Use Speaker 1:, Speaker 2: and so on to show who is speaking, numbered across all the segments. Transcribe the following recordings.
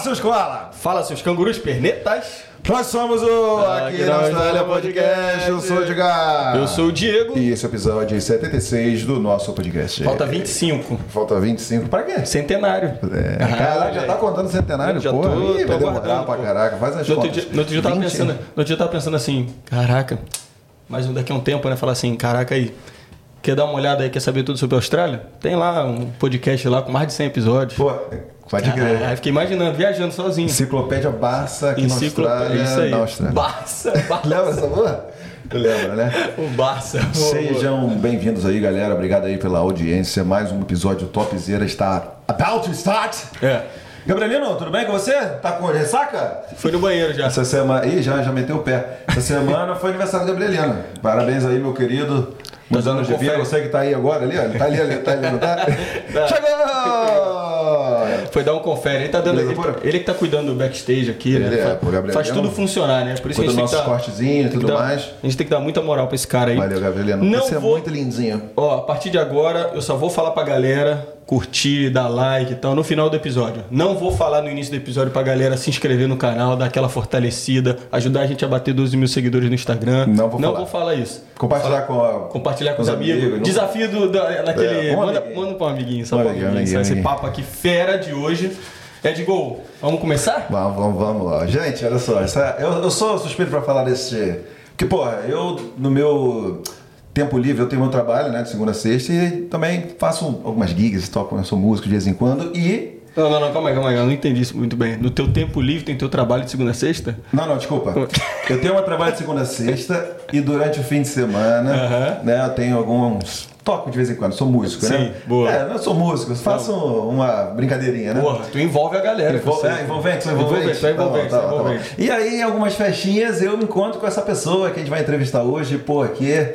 Speaker 1: seus koala!
Speaker 2: Fala, seus cangurus pernetas.
Speaker 1: Nós somos o Aqui
Speaker 2: Aqui
Speaker 1: na
Speaker 2: na
Speaker 1: Austrália
Speaker 2: Austrália
Speaker 1: Podcast, eu sou o Edgar.
Speaker 2: Eu sou o Diego.
Speaker 1: Ah. E esse é o episódio 76 do nosso podcast.
Speaker 2: Falta 25.
Speaker 1: Falta 25 pra quê?
Speaker 2: Centenário.
Speaker 1: É,
Speaker 2: Ah,
Speaker 1: caraca, já
Speaker 2: velho.
Speaker 1: tá contando centenário,
Speaker 2: Já
Speaker 1: porra.
Speaker 2: tô-
Speaker 1: Ih,
Speaker 2: tô
Speaker 1: vai demorar
Speaker 2: aguardando,
Speaker 1: pra
Speaker 2: pô.
Speaker 1: caraca, faz as
Speaker 2: No outro,
Speaker 1: contas.
Speaker 2: dia, no outro dia eu tava
Speaker 1: 20?
Speaker 2: pensando, né? no outro dia eu tava pensando assim, caraca, mas daqui a um tempo, né? Falar assim, caraca aí, quer dar uma olhada aí, quer saber tudo sobre a Austrália? Tem lá um podcast lá com mais de 100 episódios.
Speaker 1: Pô, pode
Speaker 2: Ah, aí
Speaker 1: crer.
Speaker 2: fiquei imaginando, viajando sozinho.
Speaker 1: Enciclopédia Barça aqui
Speaker 2: Enciclopédia,
Speaker 1: na
Speaker 2: isso
Speaker 1: Austrália.
Speaker 2: aí.
Speaker 1: Na Austrália.
Speaker 2: Barça, Barça.
Speaker 1: Lembra essa porra? Tu lembra, né?
Speaker 2: o Barça.
Speaker 1: Sejam bem-vindos aí, galera. Obrigado aí pela audiência. Mais um episódio topzera está about to start.
Speaker 2: É,
Speaker 1: Gabrielino, tudo bem com você? Tá com ressaca?
Speaker 2: foi no banheiro já.
Speaker 1: Essa semana. Ih, já, já meteu o pé. Essa semana foi aniversário do Gabrielino. Parabéns aí, meu querido. Muitos
Speaker 2: dando
Speaker 1: anos de vida.
Speaker 2: confere.
Speaker 1: Você que tá aí agora ali, ó. Ele Tá ali, ali, tá ali, não tá? Chegou!
Speaker 2: Foi dar um confere. Ele tá dando.
Speaker 1: Beleza
Speaker 2: Ele,
Speaker 1: pura?
Speaker 2: ele que tá cuidando do backstage aqui, né?
Speaker 1: Ele é,
Speaker 2: Fa-
Speaker 1: pô, Gabriel
Speaker 2: Faz
Speaker 1: Lima.
Speaker 2: tudo funcionar, né? Por isso que a
Speaker 1: Cuida do
Speaker 2: gente tem que
Speaker 1: nossos
Speaker 2: dar,
Speaker 1: cortezinhos e
Speaker 2: tem que
Speaker 1: tudo
Speaker 2: dar-
Speaker 1: mais.
Speaker 2: A gente tem que dar muita moral pra esse cara aí.
Speaker 1: Valeu, Gabrielino.
Speaker 2: Não
Speaker 1: você
Speaker 2: vou-
Speaker 1: é muito lindzinho.
Speaker 2: Ó, a partir de agora, eu só vou falar pra galera curtir, dar like e tal no final do episódio. Não vou falar no início do episódio pra galera se inscrever no canal, dar aquela fortalecida, ajudar a gente a bater 12 mil seguidores no Instagram.
Speaker 1: Não vou falar.
Speaker 2: isso.
Speaker 1: Compartilhar com a-
Speaker 2: Compartilhar com os amigos.
Speaker 1: não-
Speaker 2: Desafio do, da, daquele.
Speaker 1: É, um
Speaker 2: manda,
Speaker 1: amiguinho.
Speaker 2: manda pra um amiguinho, só
Speaker 1: Um
Speaker 2: pra um
Speaker 1: amiguinho,
Speaker 2: amiguinho.
Speaker 1: amiguinho,
Speaker 2: sabe? Esse
Speaker 1: amiguinho.
Speaker 2: papo aqui fera de hoje. É de gol. Vamos começar?
Speaker 1: Vamos, vamos, vamos lá. Gente, olha só, essa- eu, eu sou suspeito pra falar desse. Porque, porra, eu no meu tempo livre eu tenho meu trabalho, né? De segunda a sexta, e também faço um- algumas gigs, toco, eu sou músico de vez em quando, e.
Speaker 2: Não, não, não, calma aí, calma aí. Eu não entendi isso muito bem. No teu tempo livre, tem teu trabalho de segunda a sexta?
Speaker 1: Não, não, desculpa. Eu tenho um trabalho de segunda a sexta e durante o fim de semana,
Speaker 2: Aham.
Speaker 1: né? Eu tenho alguns. Toco de vez em quando, sou músico, né?
Speaker 2: Sim, boa.
Speaker 1: É, eu sou músico, faço uma brincadeirinha, né?
Speaker 2: Porra, tu envolve a galera. com
Speaker 1: Envol-
Speaker 2: você.
Speaker 1: É, envolvente, sou envolvente.
Speaker 2: Só envolvente,
Speaker 1: Tá
Speaker 2: só
Speaker 1: bom, tá bom, tá
Speaker 2: envolvente.
Speaker 1: bom. E aí, em algumas festinhas, eu me encontro com essa pessoa que a gente vai entrevistar hoje, porque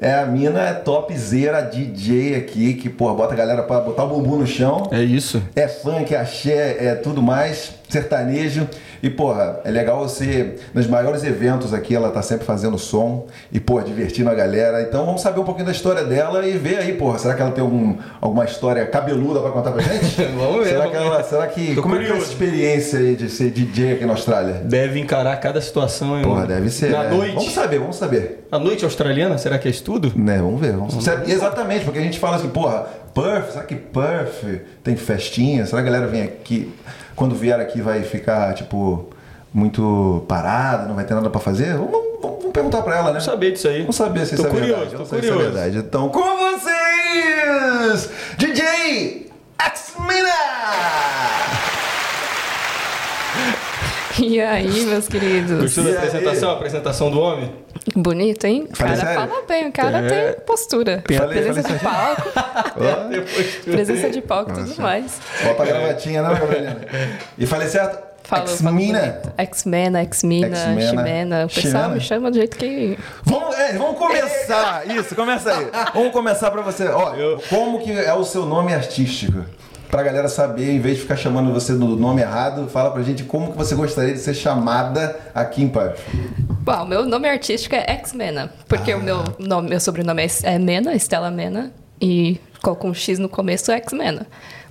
Speaker 1: é a mina é topzera DJ aqui, que, porra, bota a galera pra botar o bumbum no chão.
Speaker 2: É isso.
Speaker 1: É funk, axé, é tudo mais, sertanejo. E, porra, é legal você, nos maiores eventos aqui, ela tá sempre fazendo som e, porra, divertindo a galera. Então vamos saber um pouquinho da história dela e ver aí, porra, será que ela tem algum, alguma história cabeluda pra contar pra gente?
Speaker 2: Vamos ver,
Speaker 1: Será que
Speaker 2: vamos
Speaker 1: ela,
Speaker 2: ver.
Speaker 1: será que,
Speaker 2: Tô
Speaker 1: como é que foi essa
Speaker 2: curioso.
Speaker 1: experiência aí de ser DJ aqui na Austrália?
Speaker 2: Deve encarar cada situação. hein,
Speaker 1: Porra,
Speaker 2: mano?
Speaker 1: deve ser,
Speaker 2: Na
Speaker 1: né?
Speaker 2: noite.
Speaker 1: Vamos saber, vamos saber.
Speaker 2: A noite australiana, será que é estudo?
Speaker 1: Né, vamos ver. Vamos... Sabe- Exatamente, porque a gente fala assim, porra, Perth, será que Perth tem festinha? Será que a galera vem aqui, quando vier aqui vai ficar, tipo, muito parada, não vai ter nada pra fazer? Vamos, vamos- vamos perguntar pra ela, né?
Speaker 2: Vamos saber disso aí.
Speaker 1: Vamos saber se
Speaker 2: Tô
Speaker 1: isso é
Speaker 2: curioso,
Speaker 1: verdade.
Speaker 2: tô
Speaker 1: Vamos saber se isso é
Speaker 2: curioso.
Speaker 1: verdade. Então, com vocês, DJ X-Mina!
Speaker 3: E aí, meus queridos?
Speaker 2: Gostou da
Speaker 1: E aí?
Speaker 2: apresentação? A apresentação do homem?
Speaker 3: Bonito, hein? O
Speaker 1: Fala
Speaker 3: cara
Speaker 1: sério?
Speaker 3: fala bem, o cara
Speaker 2: É.
Speaker 3: tem postura.
Speaker 1: Tem- Falei-
Speaker 3: presença
Speaker 1: falei
Speaker 3: de palco,
Speaker 2: Depois.
Speaker 3: presença de palco e tudo mais.
Speaker 1: Bota
Speaker 2: É.
Speaker 1: a gravatinha, né, Gabrielina? E falei certo?
Speaker 3: Falou,
Speaker 1: X-Mina!
Speaker 3: X-Mena, X-Mina,
Speaker 1: X-Mena.
Speaker 3: Ximena. O pessoal
Speaker 1: Ximena?
Speaker 3: me chama do jeito que.
Speaker 1: Vamos, é, vamos começar. Isso, começa aí. Vamos começar pra você. Ó, como que é o seu nome artístico? Pra galera saber, em vez de ficar chamando você do nome errado, fala pra gente como que você gostaria de ser chamada aqui em Perth.
Speaker 3: Bom, o meu nome artístico é X-Mena, porque
Speaker 1: Ah.
Speaker 3: o meu, nome, meu sobrenome é- é Mena, Estela Mena, e coloco um X no começo, é X-Mena.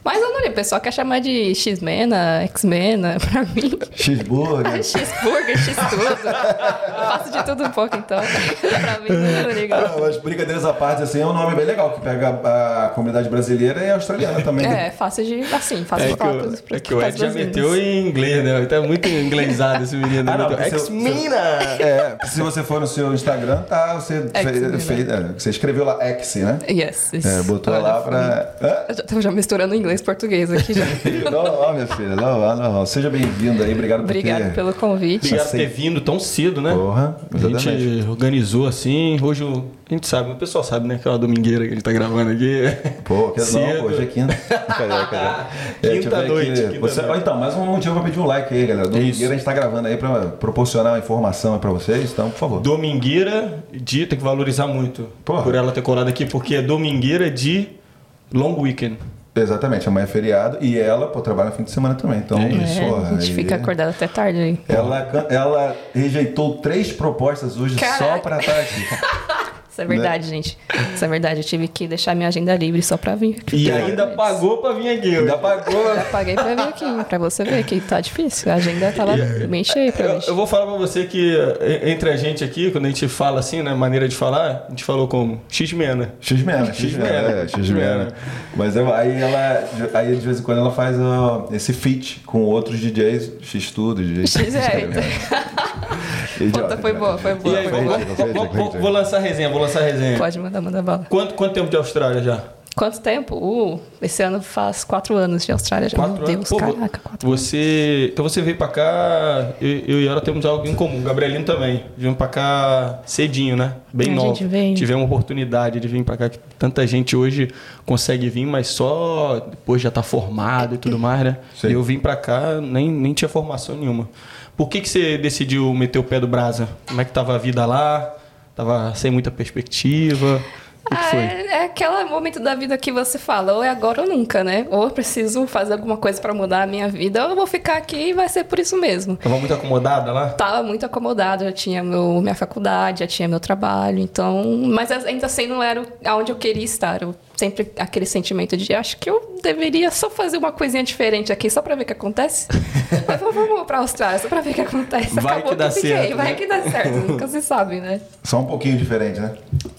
Speaker 3: Mas eu não lembro, o pessoal quer chamar de X-Mena, X-Mena, pra mim.
Speaker 1: Cheeseburger.
Speaker 3: X-Burger, X-Tudo. Eu faço de tudo um pouco, então. pra mim, não é ligo. não.
Speaker 1: Ah, Mas brincadeiras à parte, assim, é um nome bem legal, que pega a comunidade brasileira e australiana também. né?
Speaker 3: É, fácil de. Assim, fácil
Speaker 2: É
Speaker 3: de
Speaker 2: que,
Speaker 3: falar
Speaker 2: o-
Speaker 3: pros, pros,
Speaker 2: é que o Ed já
Speaker 3: pras meninas.
Speaker 2: meteu em inglês, né? Ele tá muito inglesado esse menino.
Speaker 1: Ah, não,
Speaker 3: é
Speaker 2: Meteu,
Speaker 1: porque se eu-
Speaker 2: Ex-mina!
Speaker 1: É, porque se você for no seu Instagram, tá, você, fe,
Speaker 3: X-Mina.
Speaker 1: fez- é, você escreveu lá X, né?
Speaker 3: Yes, yes.
Speaker 1: É, botou lá pra. Hã?
Speaker 3: Eu já, tô já misturando inglês e português aqui já.
Speaker 1: Normal, minha filha. Normal, normal. Seja bem-vinda aí. Obrigado por
Speaker 3: Obrigada
Speaker 1: ter...
Speaker 3: pelo convite.
Speaker 2: Obrigado por
Speaker 1: Assim.
Speaker 2: ter vindo tão cedo, né?
Speaker 1: Porra,
Speaker 2: A gente
Speaker 1: exatamente.
Speaker 2: organizou assim, hoje o- a gente sabe, o pessoal sabe, né? Aquela domingueira que ele tá gravando aqui.
Speaker 1: Pô, que não,
Speaker 2: Cedo.
Speaker 1: pô, hoje é quinta. Cadê, cadê? deixa eu ver aqui.
Speaker 2: Quinta-noite, quinta-noite.
Speaker 1: Você- ó, Então, mais um motivo pra pedir um like aí, galera. Domingueira a gente tá gravando aí pra proporcionar uma informação aí pra vocês, então, por favor.
Speaker 2: Domingueira de. Tem que valorizar muito
Speaker 1: Porra.
Speaker 2: por ela ter colado aqui, porque é domingueira de long weekend.
Speaker 1: Exatamente, amanhã é feriado e ela, pô, trabalha no fim de semana também, então,
Speaker 2: É isso,
Speaker 3: É,
Speaker 1: porra,
Speaker 3: a gente
Speaker 1: aí- né?
Speaker 3: fica acordado até tarde aí.
Speaker 1: Ela, can- ela rejeitou três propostas hoje só
Speaker 3: Caraca.
Speaker 1: pra estar aqui.
Speaker 3: Isso é verdade, gente. Isso é verdade. Eu tive que deixar minha agenda livre só pra vir. aqui.
Speaker 2: E é ainda pagou pra vir aqui.
Speaker 1: Ainda pagou.
Speaker 3: Eu paguei pra vir aqui, pra você ver que tá difícil. A agenda tava bem cheia pra
Speaker 2: Eu,
Speaker 3: gente.
Speaker 2: eu vou falar pra você que eh, entre a gente aqui, quando a gente fala assim, né? Maneira de falar, a gente falou como? né? X-Mena.
Speaker 1: X-Mena, X-Mena, é, X-Mena. Mas eu- aí ela, aí de vez em quando ela faz ó, esse feat com outros DJs, X-Tudo, DJ.
Speaker 3: X, é.
Speaker 1: né?
Speaker 3: Puta, foi boa, foi
Speaker 2: E
Speaker 3: boa.
Speaker 2: aí,
Speaker 3: foi
Speaker 2: vou,
Speaker 3: boa.
Speaker 1: Gente,
Speaker 2: vou-
Speaker 1: gente,
Speaker 2: vou- vou-
Speaker 1: gente.
Speaker 2: vou lançar a resenha, vou lançar a resenha.
Speaker 3: Pode mandar, manda bala.
Speaker 2: Quanto, quanto tempo de Austrália já?
Speaker 3: Quanto tempo? Uh, esse ano faz quatro anos de Austrália. já. Meu Deus,
Speaker 2: Pô, vo-
Speaker 3: caraca, quatro
Speaker 2: Você. Então você veio pra cá. Eu, eu e ela temos algo em comum. Gabrielino também. Vimos pra cá cedinho, né? Bem
Speaker 3: A
Speaker 2: novo.
Speaker 3: gente veio.
Speaker 2: Tivemos a oportunidade de vir pra cá. Que tanta gente hoje consegue vir, mas só depois já tá formado e
Speaker 3: É.
Speaker 2: tudo mais, né?
Speaker 1: Sim.
Speaker 2: E eu vim pra cá, nem, nem tinha formação nenhuma. Por que, que você decidiu meter o pé do Brasa? Como é que tava a vida lá? Tava sem muita perspectiva? O que
Speaker 3: Ah,
Speaker 2: foi?
Speaker 3: é, é aquele momento da vida que você fala, ou é agora ou nunca, né? Ou eu preciso fazer alguma coisa pra mudar a minha vida, ou eu vou ficar aqui e vai ser por isso mesmo.
Speaker 2: Tava muito acomodada lá?
Speaker 3: Tava muito acomodada, já tinha meu, minha faculdade, já tinha meu trabalho, então. Mas ainda assim não era onde eu queria estar. Eu sempre aquele sentimento de acho que eu deveria só fazer uma coisinha diferente aqui, só pra ver o que acontece. Mas vamos- vamos pra Austrália, só pra ver o que acontece.
Speaker 2: Vai
Speaker 3: Acabou
Speaker 2: que dá
Speaker 3: eu fiquei,
Speaker 2: certo,
Speaker 3: vai
Speaker 2: né?
Speaker 3: que dá certo, nunca se sabe, né?
Speaker 1: Só um pouquinho diferente, né?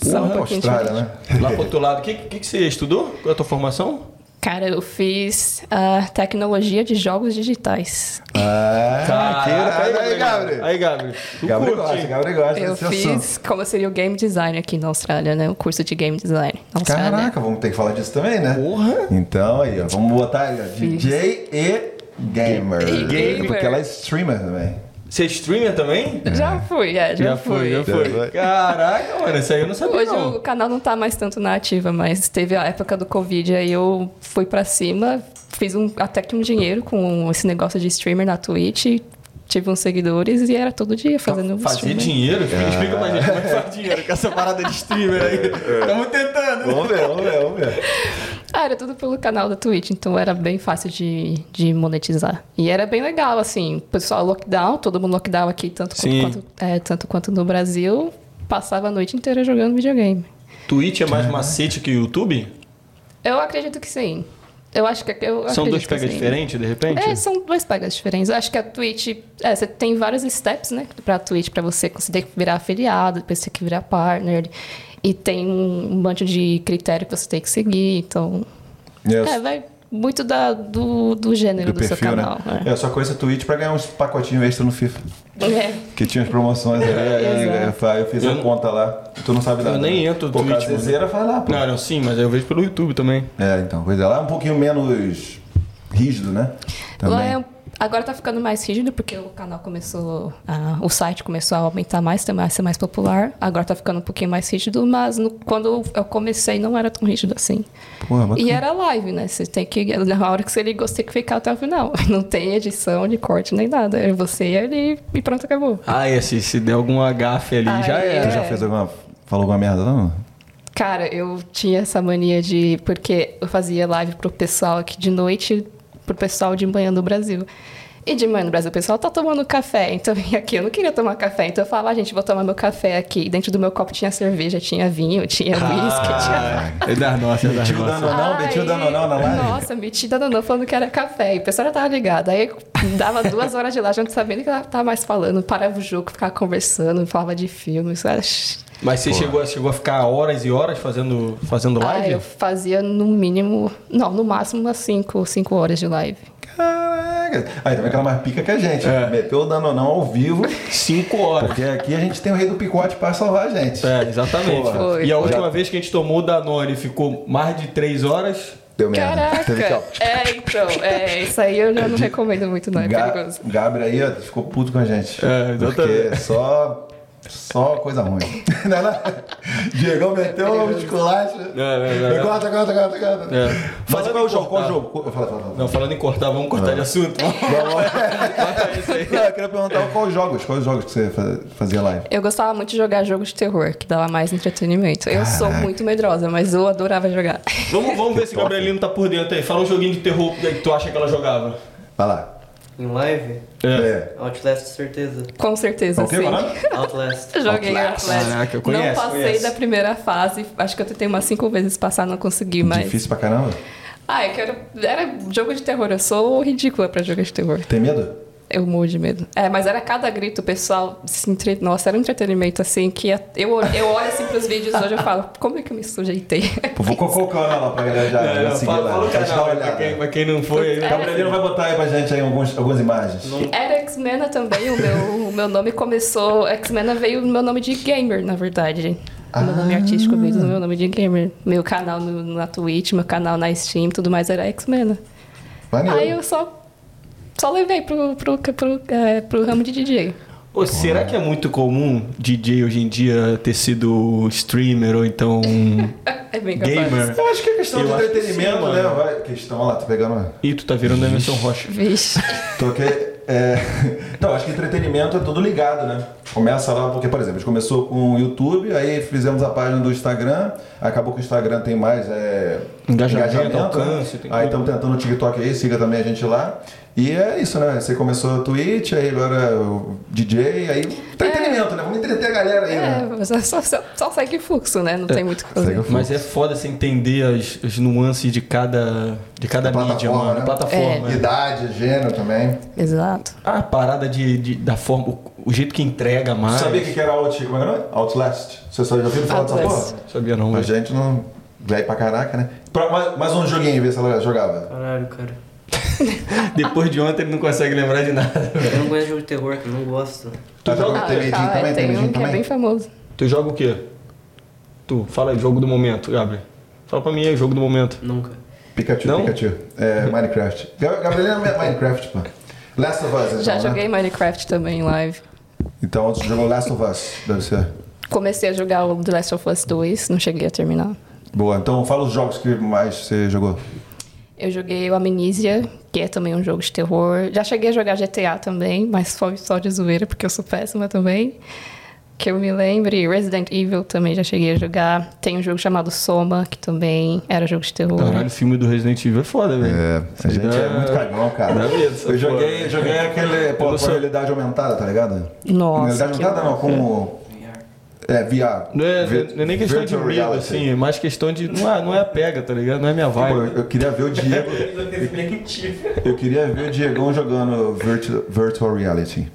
Speaker 3: Só um
Speaker 1: Porra,
Speaker 3: pouquinho
Speaker 1: Austrália,
Speaker 3: diferente.
Speaker 1: né?
Speaker 2: Lá pro outro lado, o que, que, que você estudou? Qual é a tua formação?
Speaker 3: Cara, eu fiz ah, tecnologia de jogos digitais.
Speaker 1: Ah, que irado aí, Gabriel.
Speaker 2: Aí, Gabriel. Tu
Speaker 1: Gabriel
Speaker 2: curte,
Speaker 1: gosta,
Speaker 2: hein?
Speaker 1: Gabriel gosta
Speaker 3: eu
Speaker 1: desse
Speaker 3: fiz
Speaker 1: assunto.
Speaker 3: como seria o game design aqui na Austrália, né? O curso de game design na Austrália.
Speaker 1: Caraca, vamos ter que falar disso também, né?
Speaker 2: Porra.
Speaker 1: Então aí, ó, vamos botar aí, ó, DJ e gamer.
Speaker 3: E gamer.
Speaker 1: Porque ela é streamer também.
Speaker 2: Você é streamer também?
Speaker 3: Já fui, é, já, fui.
Speaker 1: fui. Já foi.
Speaker 2: Caraca, mano, isso aí eu não sabia
Speaker 3: Hoje
Speaker 2: não.
Speaker 3: o canal não tá mais tanto na ativa, mas teve a época do Covid, aí eu fui pra cima, fiz um, até que um dinheiro com esse negócio de streamer na Twitch, tive uns seguidores e era todo dia fazendo
Speaker 2: Fazer
Speaker 3: streamer.
Speaker 2: dinheiro? Explica pra gente como é que faz dinheiro com essa parada de streamer aí. Estamos tentando.
Speaker 1: É. Vamos ver, vamos ver, vamos ver.
Speaker 3: Ah, era tudo pelo canal da Twitch, então era bem fácil de, de monetizar. E era bem legal, assim, o pessoal lockdown, todo mundo lockdown aqui, tanto
Speaker 2: Sim.
Speaker 3: quanto, quanto- é, tanto quanto no Brasil, passava a noite inteira jogando videogame.
Speaker 2: Twitch é mais macete que o YouTube?
Speaker 3: Eu acredito que sim. Eu acho que eu
Speaker 2: São
Speaker 3: acredito
Speaker 2: dois
Speaker 3: que
Speaker 2: pegas
Speaker 3: sim.
Speaker 2: diferentes, de repente?
Speaker 3: É, são duas pagas diferentes. Eu acho que a Twitch. É, você tem vários steps, né? Pra Twitch, pra você conseguir virar afiliado, depois você tem que virar partner. E tem um monte de critério que você tem que seguir. Então.
Speaker 1: Yes.
Speaker 3: É, vai muito da, do, do gênero do, seu canal.
Speaker 1: né? Eu só conheço o Twitch pra ganhar uns pacotinhos extra no FIFA.
Speaker 3: É. É.
Speaker 1: Que tinha as promoções ali. aí,
Speaker 3: Exato.
Speaker 1: eu fa- eu fiz a
Speaker 2: Eu-
Speaker 1: conta lá. Tu não sabe nada.
Speaker 2: nem
Speaker 1: né?
Speaker 2: entro no
Speaker 1: Pô,
Speaker 2: Twitch,
Speaker 1: caseira, vai lá, pô.
Speaker 2: Não, não, sim, mas eu vejo pelo YouTube também.
Speaker 1: É, então, coisa é, lá é um pouquinho menos rígido, né? Também.
Speaker 3: Lá é- agora tá ficando mais rígido porque o canal começou. ah, o site começou a aumentar mais, ter mais- ser mais popular. Agora tá ficando um pouquinho mais rígido, mas no- quando eu comecei não era tão rígido assim.
Speaker 1: Porra, bacana.
Speaker 3: E era live, né? Você tem que. Na hora que você ligou, você tem que ficar até o final. Não tem edição de corte nem nada. É você e ele e pronto, acabou.
Speaker 2: Ah, é, se, se der algum agafe ali,
Speaker 3: Ah,
Speaker 2: já
Speaker 3: é.
Speaker 2: era.
Speaker 1: Tu já fez alguma. Falou alguma merda, não?
Speaker 3: Cara, eu tinha essa mania de. Porque eu fazia live pro pessoal aqui de noite, pro pessoal de manhã no Brasil. E de manhã no Brasil, o pessoal tá tomando café. Então, e aqui eu não queria tomar café. Então eu falava, ah, gente, vou tomar meu café aqui. E dentro do meu copo tinha cerveja, tinha vinho, tinha whisky, tinha.
Speaker 2: Ah, é das nossas, é das
Speaker 1: Tio
Speaker 2: nossas.
Speaker 1: Danonão,
Speaker 3: Ai,
Speaker 1: metiu Danonão na live.
Speaker 3: Nossa, meti Danonão falando que era café. E o pessoal já tava ligado. Aí dava duas horas de lá, já não sabia nem o que ela tava mais falando. Parava o jogo, ficava conversando, falava de filmes. Era...
Speaker 2: Mas você chegou, a- chegou a ficar horas e horas fazendo, fazendo
Speaker 3: Ah,
Speaker 2: live?
Speaker 3: eu fazia no mínimo, não, no máximo umas 5 cinco horas de live.
Speaker 1: Caraca. Aí também aquela mais pica que a gente.
Speaker 2: É.
Speaker 1: Meteu o Danonão ao vivo.
Speaker 2: Cinco horas.
Speaker 1: Porque aqui a gente tem o rei do picote pra salvar a gente.
Speaker 2: É, exatamente.
Speaker 1: Porra.
Speaker 3: Foi.
Speaker 2: E a última vez que a gente tomou Danone e ficou mais de três horas.
Speaker 1: Deu merda.
Speaker 3: Caraca!
Speaker 1: Teve que, ó,
Speaker 3: É, então, é, isso aí eu já não recomendo muito, não, é
Speaker 1: Ga
Speaker 3: perigoso.
Speaker 1: Gabriel aí ó, ficou puto com a gente.
Speaker 2: É, exatamente.
Speaker 1: Porque só. Só coisa ruim. Não, não. Diegão meteu um esculacho.
Speaker 2: é, é.
Speaker 1: Corta, corta, corta, corta.
Speaker 2: É.
Speaker 1: Mas
Speaker 2: Falando
Speaker 1: qual é o
Speaker 2: em
Speaker 1: jogo? Qual é o
Speaker 2: cortar.
Speaker 1: jogo? Qual- Fala, fala, fala.
Speaker 2: Não, falando em cortar, vamos cortar
Speaker 1: Ah.
Speaker 2: de assunto.
Speaker 3: É
Speaker 2: Corta isso aí.
Speaker 1: Não, eu queria perguntar quais jogos, quais jogos que você fa- fazia live?
Speaker 3: Eu gostava muito de jogar jogos de terror, que dava mais entretenimento. Eu sou muito medrosa, mas eu adorava jogar.
Speaker 2: Vamos, vamos ver se o Gabrielino tá por dentro aí. Fala um joguinho de terror que tu acha que ela jogava.
Speaker 1: Vai lá.
Speaker 4: Em live?
Speaker 1: É.
Speaker 4: Outlast, certeza.
Speaker 3: Com certeza,
Speaker 1: O quê,
Speaker 3: sim.
Speaker 1: Mara?
Speaker 4: Outlast.
Speaker 3: Joguei
Speaker 1: Outlast.
Speaker 3: Outlast.
Speaker 2: Caraca, eu
Speaker 3: não
Speaker 2: conheço,
Speaker 3: passei
Speaker 2: conheço.
Speaker 3: da primeira fase. Acho que eu tentei umas cinco vezes passar, não consegui, mas.
Speaker 1: Difícil pra caramba.
Speaker 3: Ah, eu quero. Era jogo de terror. Eu sou ridícula pra jogo de terror.
Speaker 1: Tem medo?
Speaker 3: Eu morro de medo. É, mas era cada grito, o pessoal se entre... Nossa, era um entretenimento assim que a- eu, eu olho assim pros vídeos hoje e falo, como é que eu me sujeitei?
Speaker 1: Pô, Vou colocando ela pra galera já, já É, seguir
Speaker 2: É, fala,
Speaker 1: lá.
Speaker 2: fala o
Speaker 1: Já dá
Speaker 2: canal
Speaker 1: uma
Speaker 2: aí, pra
Speaker 1: olhada.
Speaker 2: quem, pra quem não foi.
Speaker 3: É.
Speaker 2: aí.
Speaker 1: O Gabrielino vai botar aí pra gente aí alguns, algumas imagens.
Speaker 3: Era X-Mena também, o meu, o meu nome começou. X-Mena veio do meu nome de gamer, na verdade. O Meu
Speaker 2: Ah.
Speaker 3: nome artístico veio do meu nome de gamer. Meu canal no, na Twitch, meu canal na Steam, tudo mais era X-Mena.
Speaker 1: Maneiro.
Speaker 3: Aí eu só, só levei pro, pro, pro, é, pro ramo de DJ.
Speaker 2: Ô, será que é muito comum DJ hoje em dia ter sido streamer ou então
Speaker 3: É bem capaz.
Speaker 2: gamer?
Speaker 1: Eu acho que é questão
Speaker 2: Eu
Speaker 1: de
Speaker 2: acho que
Speaker 1: entretenimento,
Speaker 2: sim,
Speaker 1: né?
Speaker 2: mano.
Speaker 1: Vai, questão, olha lá, tô pegando.
Speaker 2: Ih, tu tá virando Emerson Rocha.
Speaker 3: Vixe.
Speaker 1: Tô aqui, é... Não, acho que entretenimento é tudo ligado, né? Começa lá, porque, por exemplo, a gente começou com o YouTube, aí fizemos a página do Instagram, acabou que o Instagram tem mais é,
Speaker 2: Engajamento,
Speaker 1: né?
Speaker 2: alcance, tem
Speaker 1: aí
Speaker 2: tudo.
Speaker 1: estamos tentando o TikTok aí, siga também a gente lá. E é isso, né? Você começou a Twitch, aí agora é o DJ, aí entretenimento, né? Vamos entreter a galera aí, né?
Speaker 3: É, só, só, só- só segue fluxo, né? Não tem muito o que fazer.
Speaker 1: Segue o fluxo.
Speaker 2: Mas é foda você entender as, as nuances de cada, de cada
Speaker 1: Da
Speaker 2: mídia,
Speaker 1: plataforma,
Speaker 2: mano.
Speaker 1: né?
Speaker 2: Plataforma. é.
Speaker 1: Idade, gênero também.
Speaker 3: Exato.
Speaker 2: A parada de, de- da forma, o, o jeito que entrega mais.
Speaker 1: Sabia o que que era Out, como é que era? Outlast? Você só já ouviu falar dessa
Speaker 3: Outlast.
Speaker 1: porra?
Speaker 2: Sabia não,
Speaker 1: A
Speaker 2: mas...
Speaker 1: gente não. Velho pra caraca, né? Pra- mais, mais um joguinho, ver se ela
Speaker 3: Ah,
Speaker 1: jogava.
Speaker 4: Caralho, cara.
Speaker 1: é.
Speaker 2: Depois de ontem ele não consegue lembrar de nada.
Speaker 4: Eu não gosto de jogo de terror, eu não gosto.
Speaker 1: Tu joga
Speaker 3: Ah,
Speaker 1: Temidinho
Speaker 3: tá,
Speaker 1: também?
Speaker 3: é, tem
Speaker 1: Temidinho
Speaker 3: um que é
Speaker 1: também?
Speaker 3: bem famoso.
Speaker 2: Tu joga o quê? Tu, fala aí, jogo do momento, Gabriel. Fala pra mim aí, jogo do momento.
Speaker 4: Nunca.
Speaker 1: Pikachu,
Speaker 2: Não?
Speaker 1: Pikachu. É, Minecraft. Ga- Gabrielina é Minecraft, pô. Last of Us, então,
Speaker 3: Já
Speaker 1: né?
Speaker 3: joguei Minecraft também em live.
Speaker 1: Então, você jogou Last of Us, deve ser.
Speaker 3: Comecei a jogar o The Last of Us 2, não cheguei a terminar.
Speaker 1: Boa, então fala os jogos que mais você jogou.
Speaker 3: Eu joguei o Amnesia, que é também um jogo de terror. Já cheguei a jogar GTA também, mas foi só de zoeira, porque eu sou péssima também. Que eu me lembre, Resident Evil também já cheguei a jogar. Tem um jogo chamado Soma, que também era jogo de terror.
Speaker 2: Caralho, o filme do Resident Evil é foda, velho.
Speaker 1: É, a gente
Speaker 2: dá-
Speaker 1: é muito cagão, cara.
Speaker 2: dá medo, essa
Speaker 1: Eu joguei,
Speaker 2: porra.
Speaker 1: joguei aquele,
Speaker 2: Eu
Speaker 1: pô,
Speaker 2: não
Speaker 1: com
Speaker 2: sou-
Speaker 1: realidade aumentada, tá ligado?
Speaker 3: Nossa,
Speaker 1: realidade
Speaker 3: que
Speaker 1: aumentada não, com... É, VR.
Speaker 2: Não é,
Speaker 1: Vir-
Speaker 2: não é nem questão de
Speaker 1: virtual
Speaker 2: medo,
Speaker 1: reality.
Speaker 2: assim, é mais questão de. Não é, não é a pega, tá ligado? Não é minha
Speaker 1: Pô, eu,
Speaker 2: vibe.
Speaker 1: eu queria ver o Diego. eu queria ver o Diegão jogando virtu- virtual reality.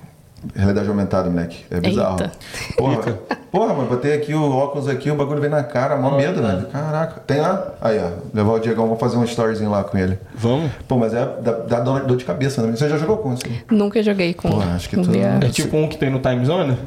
Speaker 1: Realidade aumentada, moleque. É bizarro.
Speaker 3: Eita.
Speaker 1: Porra, porra, mas botei aqui o óculos aqui, o bagulho vem na cara, mó medo, velho. Caraca. Tem lá? Aí, ó. Levar o Diegão, vamos fazer um storyzinho lá com ele.
Speaker 2: Vamos?
Speaker 1: Pô, mas é dá, dá dor dor de cabeça, né? Você já jogou com isso?
Speaker 3: Nunca joguei com,
Speaker 1: Pô, acho que
Speaker 3: com
Speaker 1: tu-
Speaker 3: VR.
Speaker 2: É tipo um que tem no Time Zone?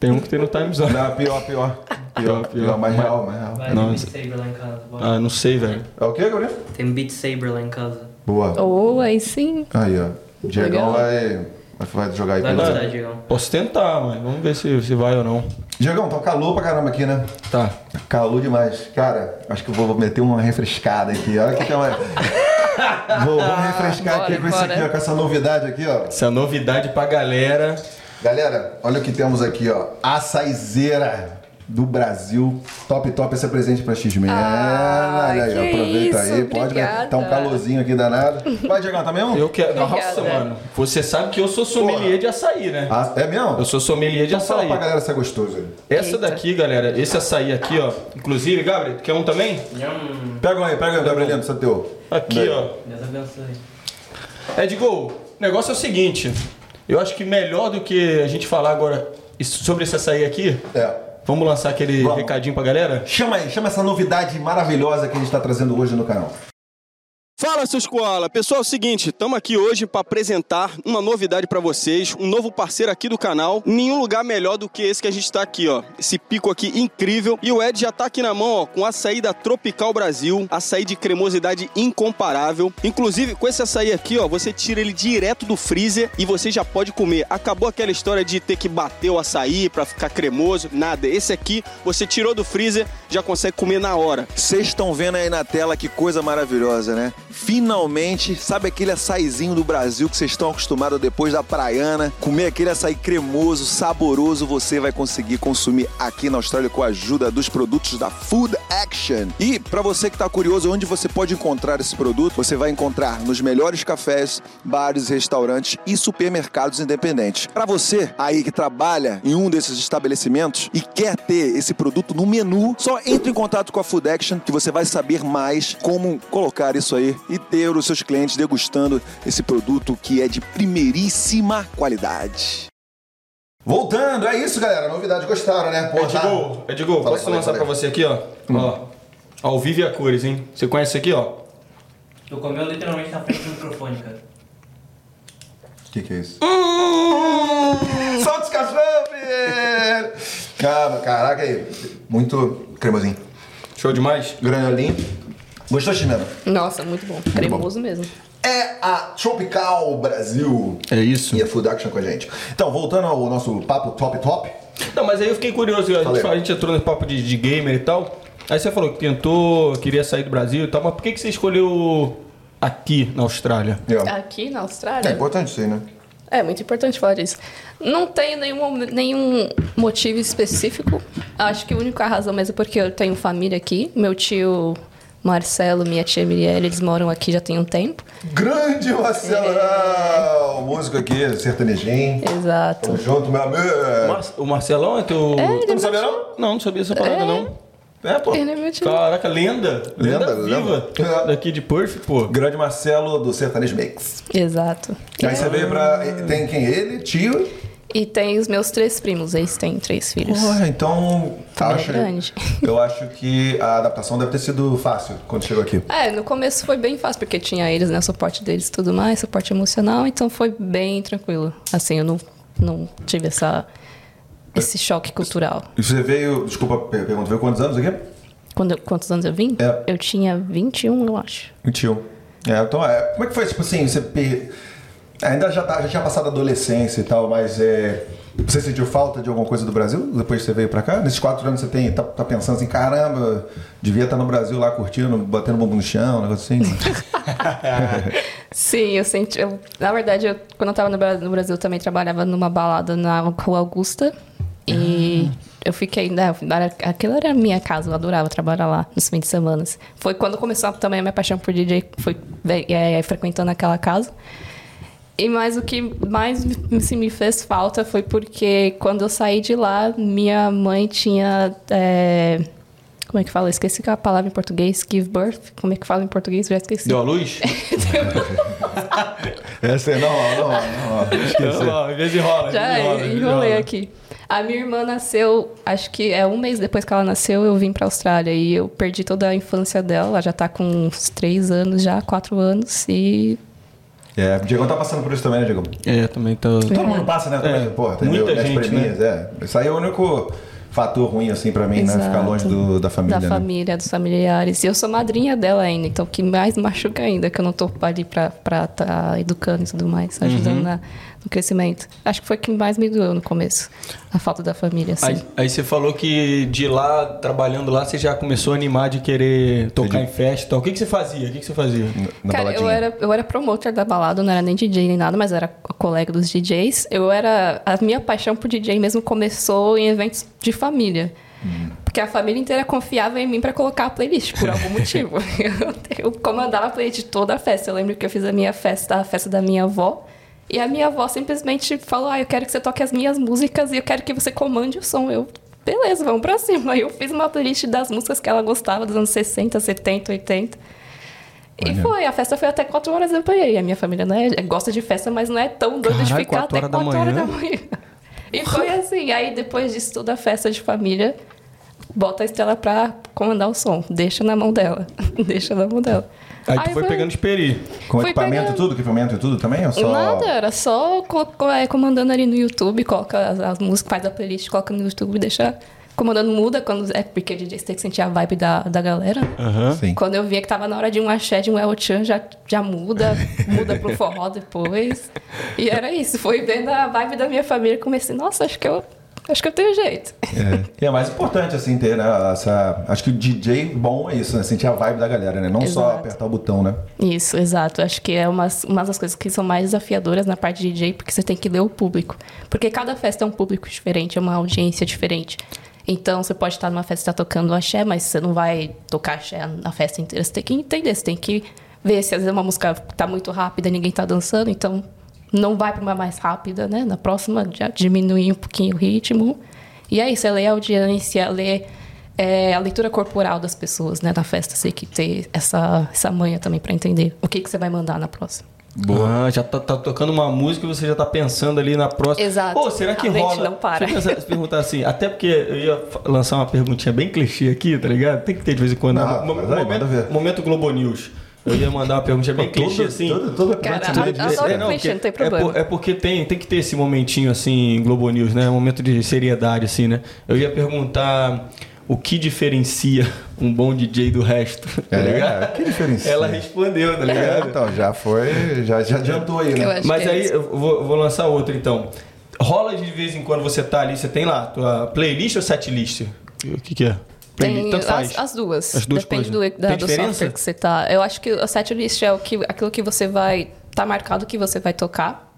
Speaker 2: Tem um que tem no Time Zone.
Speaker 1: Não, pior, pior. Pior, pior. Mais real, mais real.
Speaker 4: Vai, tem Beat Saber lá em casa. bora.
Speaker 2: Ah, não sei, velho.
Speaker 1: É o quê, Gabriel?
Speaker 4: Tem Beat Saber lá em casa.
Speaker 1: Boa.
Speaker 3: Ou aí sim.
Speaker 1: Aí, ó. Diegão
Speaker 3: Legal.
Speaker 1: vai, vai jogar aí
Speaker 4: Vai
Speaker 1: com ele.
Speaker 4: gostar, Diegão.
Speaker 2: Posso tentar, mas vamos ver se, se vai ou não.
Speaker 1: Diegão, tá calor pra caramba aqui, né?
Speaker 2: Tá.
Speaker 1: Calor demais. Cara, acho que eu vou meter uma refrescada aqui. Olha que tem uma. vou, vou me refrescar
Speaker 3: Bora,
Speaker 1: aqui com isso
Speaker 3: bora.
Speaker 1: aqui, ó, com essa novidade aqui, ó.
Speaker 2: Essa é novidade pra galera.
Speaker 1: Galera, olha o que temos aqui, ó. Açaizeira do Brasil. Top, top esse é presente pra X-Men.
Speaker 3: Ah,
Speaker 1: olha aí,
Speaker 3: que
Speaker 1: aproveita aí.
Speaker 3: isso,
Speaker 1: Pode, né?
Speaker 3: obrigada.
Speaker 1: Tá um calorzinho aqui danado. Vai, Diegão, também um?
Speaker 2: Eu quero. Nossa,
Speaker 3: Obrigada.
Speaker 2: mano. Você sabe que eu sou sommelier de açaí, né?
Speaker 1: Ah, é mesmo?
Speaker 2: Eu sou sommelier de
Speaker 1: Então fala
Speaker 2: açaí.
Speaker 1: pra galera se é gostoso.
Speaker 2: Essa
Speaker 3: Eita.
Speaker 2: daqui, galera, esse açaí aqui, ó. Inclusive, Gabriel, quer um também?
Speaker 4: Nham.
Speaker 1: Pega um aí, pega um, Gabrielino, só teu.
Speaker 2: Aqui, ó.
Speaker 4: Deus abençoe.
Speaker 2: Edgol, o negócio é o seguinte. Eu acho que melhor do que a gente falar agora isso- sobre esse açaí aqui,
Speaker 1: É.
Speaker 2: vamos lançar aquele
Speaker 1: Vamos.
Speaker 2: recadinho pra galera?
Speaker 1: Chama aí, chama essa novidade maravilhosa que a gente tá trazendo hoje no canal.
Speaker 2: Fala, seus koala! Pessoal, é o seguinte, estamos aqui hoje para apresentar uma novidade para vocês, um novo parceiro aqui do canal. Nenhum lugar melhor do que esse que a gente está aqui, ó. Esse pico aqui incrível. E o Ed já tá aqui na mão, ó, com açaí da Tropical Brasil, açaí de cremosidade incomparável. Inclusive, com esse açaí aqui, ó, você tira ele direto do freezer e você já pode comer. Acabou aquela história de ter que bater o açaí para ficar cremoso, nada. Esse aqui, você tirou do freezer, já consegue comer na hora.
Speaker 1: Vocês estão vendo aí na tela que coisa maravilhosa, né?
Speaker 5: Finalmente, sabe aquele açaizinho do Brasil que vocês estão acostumados depois da praiana? Comer aquele açaí cremoso, saboroso, você vai conseguir consumir aqui na Austrália com a ajuda dos produtos da Food Action. E para você que está curioso onde você pode encontrar esse produto, você vai encontrar nos melhores cafés, bares, restaurantes e supermercados independentes. Para você aí que trabalha em um desses estabelecimentos e quer ter esse produto no menu, só entre em contato com a Food Action que você vai saber mais como colocar isso aí e ter os seus clientes degustando esse produto que é de primeiríssima qualidade. Voltando, é isso, galera. Novidade, gostaram, né? Pô, tá-
Speaker 2: Edgol, Edgol,
Speaker 5: Fala,
Speaker 2: posso
Speaker 5: fala aí,
Speaker 2: lançar
Speaker 5: fala
Speaker 2: pra
Speaker 5: aí.
Speaker 2: você aqui, ó? Ó. Ao vivo e a cores, hein? Você conhece isso aqui, ó?
Speaker 4: Tu comeu literalmente na frente do microfone, cara.
Speaker 5: O que, que é isso? Solta os cachorros! Cara, caraca aí. Muito cremosinho.
Speaker 2: Show demais?
Speaker 5: Granolinho. Gostou, Chimena?
Speaker 3: Nossa, muito bom. Cremoso mesmo.
Speaker 5: É a Tropical Brasil.
Speaker 2: É isso.
Speaker 5: E a Food Action com a gente. Então, voltando ao nosso papo top top.
Speaker 2: Não, mas aí eu fiquei curioso. A
Speaker 5: Falei.
Speaker 2: gente, a gente entrou nesse papo de, de gamer e tal. Aí você falou que tentou, queria sair do Brasil e tal, mas por que, que você escolheu aqui na Austrália?
Speaker 1: Tá
Speaker 5: É,
Speaker 3: Aqui na
Speaker 5: é
Speaker 3: Austrália.
Speaker 5: importante isso aí, né?
Speaker 3: É muito importante falar disso. Não tenho nenhum, nenhum motivo específico. Acho que a única razão mesmo é porque eu tenho família aqui. Meu tio Marcelo, minha tia Mirielle, eles moram aqui já tem um tempo.
Speaker 5: Grande Marcelão! Músico aqui, sertanejinho.
Speaker 3: Exato.
Speaker 5: Tamo junto, meu amigo.
Speaker 2: Mar- o Marcelão é teu.
Speaker 3: É, ele
Speaker 2: tu não
Speaker 3: é
Speaker 2: sabia,
Speaker 3: meu
Speaker 2: não? Não, não sabia essa parada,
Speaker 3: É.
Speaker 2: não. É, pô.
Speaker 3: Ele é meu tio.
Speaker 2: Caraca, lenda. Lenda,
Speaker 5: Lenda,
Speaker 2: viva.
Speaker 5: lenda. É.
Speaker 2: Daqui de Perth, pô.
Speaker 5: Grande Marcelo do Sertanejo Mix.
Speaker 3: Exato.
Speaker 5: Aí você veio pra. Tem quem? Ele, tio.
Speaker 3: E tem os meus três primos, eles têm três filhos.
Speaker 5: Porra, então.
Speaker 3: Família
Speaker 5: acho,
Speaker 3: grande.
Speaker 5: eu acho que a adaptação deve ter sido fácil quando chegou aqui.
Speaker 3: É, no começo foi bem fácil, porque tinha eles, né? o Suporte deles e tudo mais, suporte emocional, então foi bem tranquilo. Assim, eu não, não tive essa, esse choque cultural.
Speaker 5: E você veio. Desculpa a per- pergunta, veio quantos anos aqui?
Speaker 3: Quando eu- quantos anos eu vim?
Speaker 5: É.
Speaker 3: Eu tinha 21, eu acho.
Speaker 5: 21. É, então é. Como é que foi, tipo assim, você. pe- Ainda já, tá, já tinha passado a adolescência e tal, mas é. Você sentiu falta de alguma coisa do Brasil depois que você veio pra cá? Nesses quatro anos você tem, tá, tá pensando assim, caramba, devia estar no Brasil lá curtindo, batendo bumbum no chão, um negócio assim.
Speaker 3: Sim, eu senti. eu- na verdade, eu- quando eu tava no, Bra- no Brasil, eu também trabalhava numa balada na Rua Augusta. E eu fiquei. Né, era, aquilo era a minha casa, eu adorava trabalhar lá nos fins de semana. assim. Foi quando começou também a minha paixão por DJ, foi ve- é, é, frequentando aquela casa. E mais o que mais me, se me fez falta foi porque quando eu saí de lá, minha mãe tinha. é, como é que fala? Eu Esqueci a palavra em português. Give birth. Como é que fala em português? Já esqueci.
Speaker 2: Deu a luz?
Speaker 5: Essa é, não, não, não, não,
Speaker 2: Então,
Speaker 5: esqueci.
Speaker 2: ó, às vezes rola. às
Speaker 3: Já
Speaker 2: vezes rola, às vezes
Speaker 3: enrolei
Speaker 2: rola.
Speaker 3: aqui. A minha irmã nasceu, acho que é um mês depois que ela nasceu, eu vim pra Austrália. E eu perdi toda a infância dela. Ela já tá com uns três anos já, quatro anos. E
Speaker 5: É, o Diego tá passando por isso também, né, Diego?
Speaker 2: É, também tô.
Speaker 5: Todo mundo passa, né? Também,
Speaker 2: É,
Speaker 5: porra, entendeu?
Speaker 2: muita
Speaker 5: Nas
Speaker 2: gente,
Speaker 5: priminhas, é. Isso aí é o único fator ruim, assim, pra mim, né? Ficar
Speaker 3: Exato.
Speaker 5: longe do- da família,
Speaker 3: da
Speaker 5: né?
Speaker 3: família, dos familiares. E eu sou madrinha dela ainda, então o que mais machuca ainda, é que eu não tô ali pra estar tá educando e tudo
Speaker 5: Uhum.
Speaker 3: mais, ajudando na- no crescimento. Acho que foi o que mais me doeu no começo, a falta da família, assim.
Speaker 2: Aí, aí você falou que de lá, trabalhando lá, você já começou a animar de querer tocar em festa e tal. O que, que você fazia? O que, que você fazia?
Speaker 5: Na
Speaker 3: Cara, eu
Speaker 5: baladinha.
Speaker 3: era, eu era promotor da balada, eu não era nem DJ nem nada, mas era co- colega dos DJs. Eu era. A minha paixão por DJ mesmo começou em eventos de família. Porque a família inteira confiava em mim pra colocar a playlist, por algum motivo. eu, eu comandava a playlist de toda a festa. Eu lembro que eu fiz a minha festa, a festa da minha avó. E a minha avó simplesmente falou: Ah, eu quero que você toque as minhas músicas e eu quero que você comande o som. Eu, beleza, vamos pra cima. Aí eu fiz uma playlist das músicas que ela gostava dos anos 60, 70, 80. E
Speaker 5: Olha.
Speaker 3: foi, a festa foi até 4 horas da manhã. E a minha família não é, gosta de festa, mas não é tão doida de
Speaker 2: Caralho,
Speaker 3: ficar
Speaker 2: quatro
Speaker 3: até
Speaker 2: horas da
Speaker 3: 4 horas
Speaker 2: manhã?
Speaker 3: da manhã. E foi assim. Aí depois disso, toda a festa de família, bota a Estela pra comandar o som. Deixa na mão dela. Deixa na mão dela.
Speaker 2: Aí tu foi pegando experi.
Speaker 5: Com
Speaker 3: Fui
Speaker 5: equipamento e
Speaker 3: pegando-
Speaker 5: tudo? Equipamento e tudo também? Ou só...
Speaker 3: Nada, era só co- co- é, comandando ali no YouTube, coloca as, as músicas, faz a playlist, coloca no YouTube, deixa comandando, muda quando é porque DJ você tem que sentir a vibe da, da galera.
Speaker 2: Aham.
Speaker 5: Sim.
Speaker 3: Quando eu via que tava na hora de um axé, de um El Chan, já, já muda, muda pro forró depois. E era isso, foi vendo a vibe da minha família, comecei, nossa, acho que eu Acho que eu tenho jeito.
Speaker 5: É. E é mais importante, assim, ter né, essa. Acho que o DJ bom é isso, né? Sentir a vibe da galera, né? Não só
Speaker 3: Exato.
Speaker 5: apertar o botão, né?
Speaker 3: Isso, exato. Acho que é uma, uma das coisas que são mais desafiadoras na parte de DJ, porque você tem que ler o público. Porque cada festa é um público diferente, é uma audiência diferente. Então, você pode estar numa festa e tá tocando axé, mas você não vai tocar axé na festa inteira. Você tem que entender, você tem que ver se às vezes uma música tá muito rápida e ninguém tá dançando, então não vai para uma mais rápida, né? Na próxima, já diminuir um pouquinho o ritmo. E é isso, é ler a audiência, ler é a leitura corporal das pessoas, né, da festa. Você tem que ter essa, essa manha também pra entender o que, que você vai mandar na próxima.
Speaker 2: Boa. já tá, tá tocando uma música e você já tá pensando ali na próxima.
Speaker 3: Exato.
Speaker 2: Pô, será que
Speaker 3: A mente
Speaker 2: rola?
Speaker 3: não para.
Speaker 2: Deixa eu pensar- perguntar assim, até porque eu ia fa- lançar uma perguntinha bem clichê aqui, tá ligado? Tem que ter de vez em quando. né?
Speaker 5: Não,
Speaker 2: Mo-
Speaker 5: mas aí, manda ver.
Speaker 2: momento, momento Globo News. Eu ia mandar uma perguntinha bem clichê, assim.
Speaker 5: Todo, todo episódio
Speaker 3: Cara,
Speaker 5: você lê
Speaker 3: a-
Speaker 5: disso,
Speaker 3: adoro
Speaker 5: né?
Speaker 3: não, clichê,
Speaker 2: porque-
Speaker 3: tem problema.
Speaker 2: É, por- é porque tem, tem que ter esse momentinho assim, Globo News, né? Um momento de seriedade, assim, né? Eu ia perguntar o que diferencia um bom DJ do resto, tá
Speaker 5: É,
Speaker 2: ligado?
Speaker 5: que diferencia.
Speaker 2: Ela respondeu, tá
Speaker 5: É,
Speaker 2: ligado?
Speaker 5: então, já foi. Já, já adiantou aí,
Speaker 3: Eu
Speaker 5: né?
Speaker 3: acho
Speaker 2: Mas
Speaker 3: que é
Speaker 2: aí
Speaker 3: isso.
Speaker 2: eu vou, vou lançar outro então. Rola de vez em quando você tá ali, você tem lá tua playlist ou setlist? O que, que é?
Speaker 3: Tem
Speaker 2: Playlist, tanto faz.
Speaker 3: as, as duas.
Speaker 2: As duas
Speaker 3: Depende
Speaker 2: coisas.
Speaker 3: do, da,
Speaker 2: Tem
Speaker 3: do
Speaker 2: diferença?
Speaker 3: software que você tá. Eu acho que o setlist é o que, aquilo que você vai. Tá marcado que você vai tocar.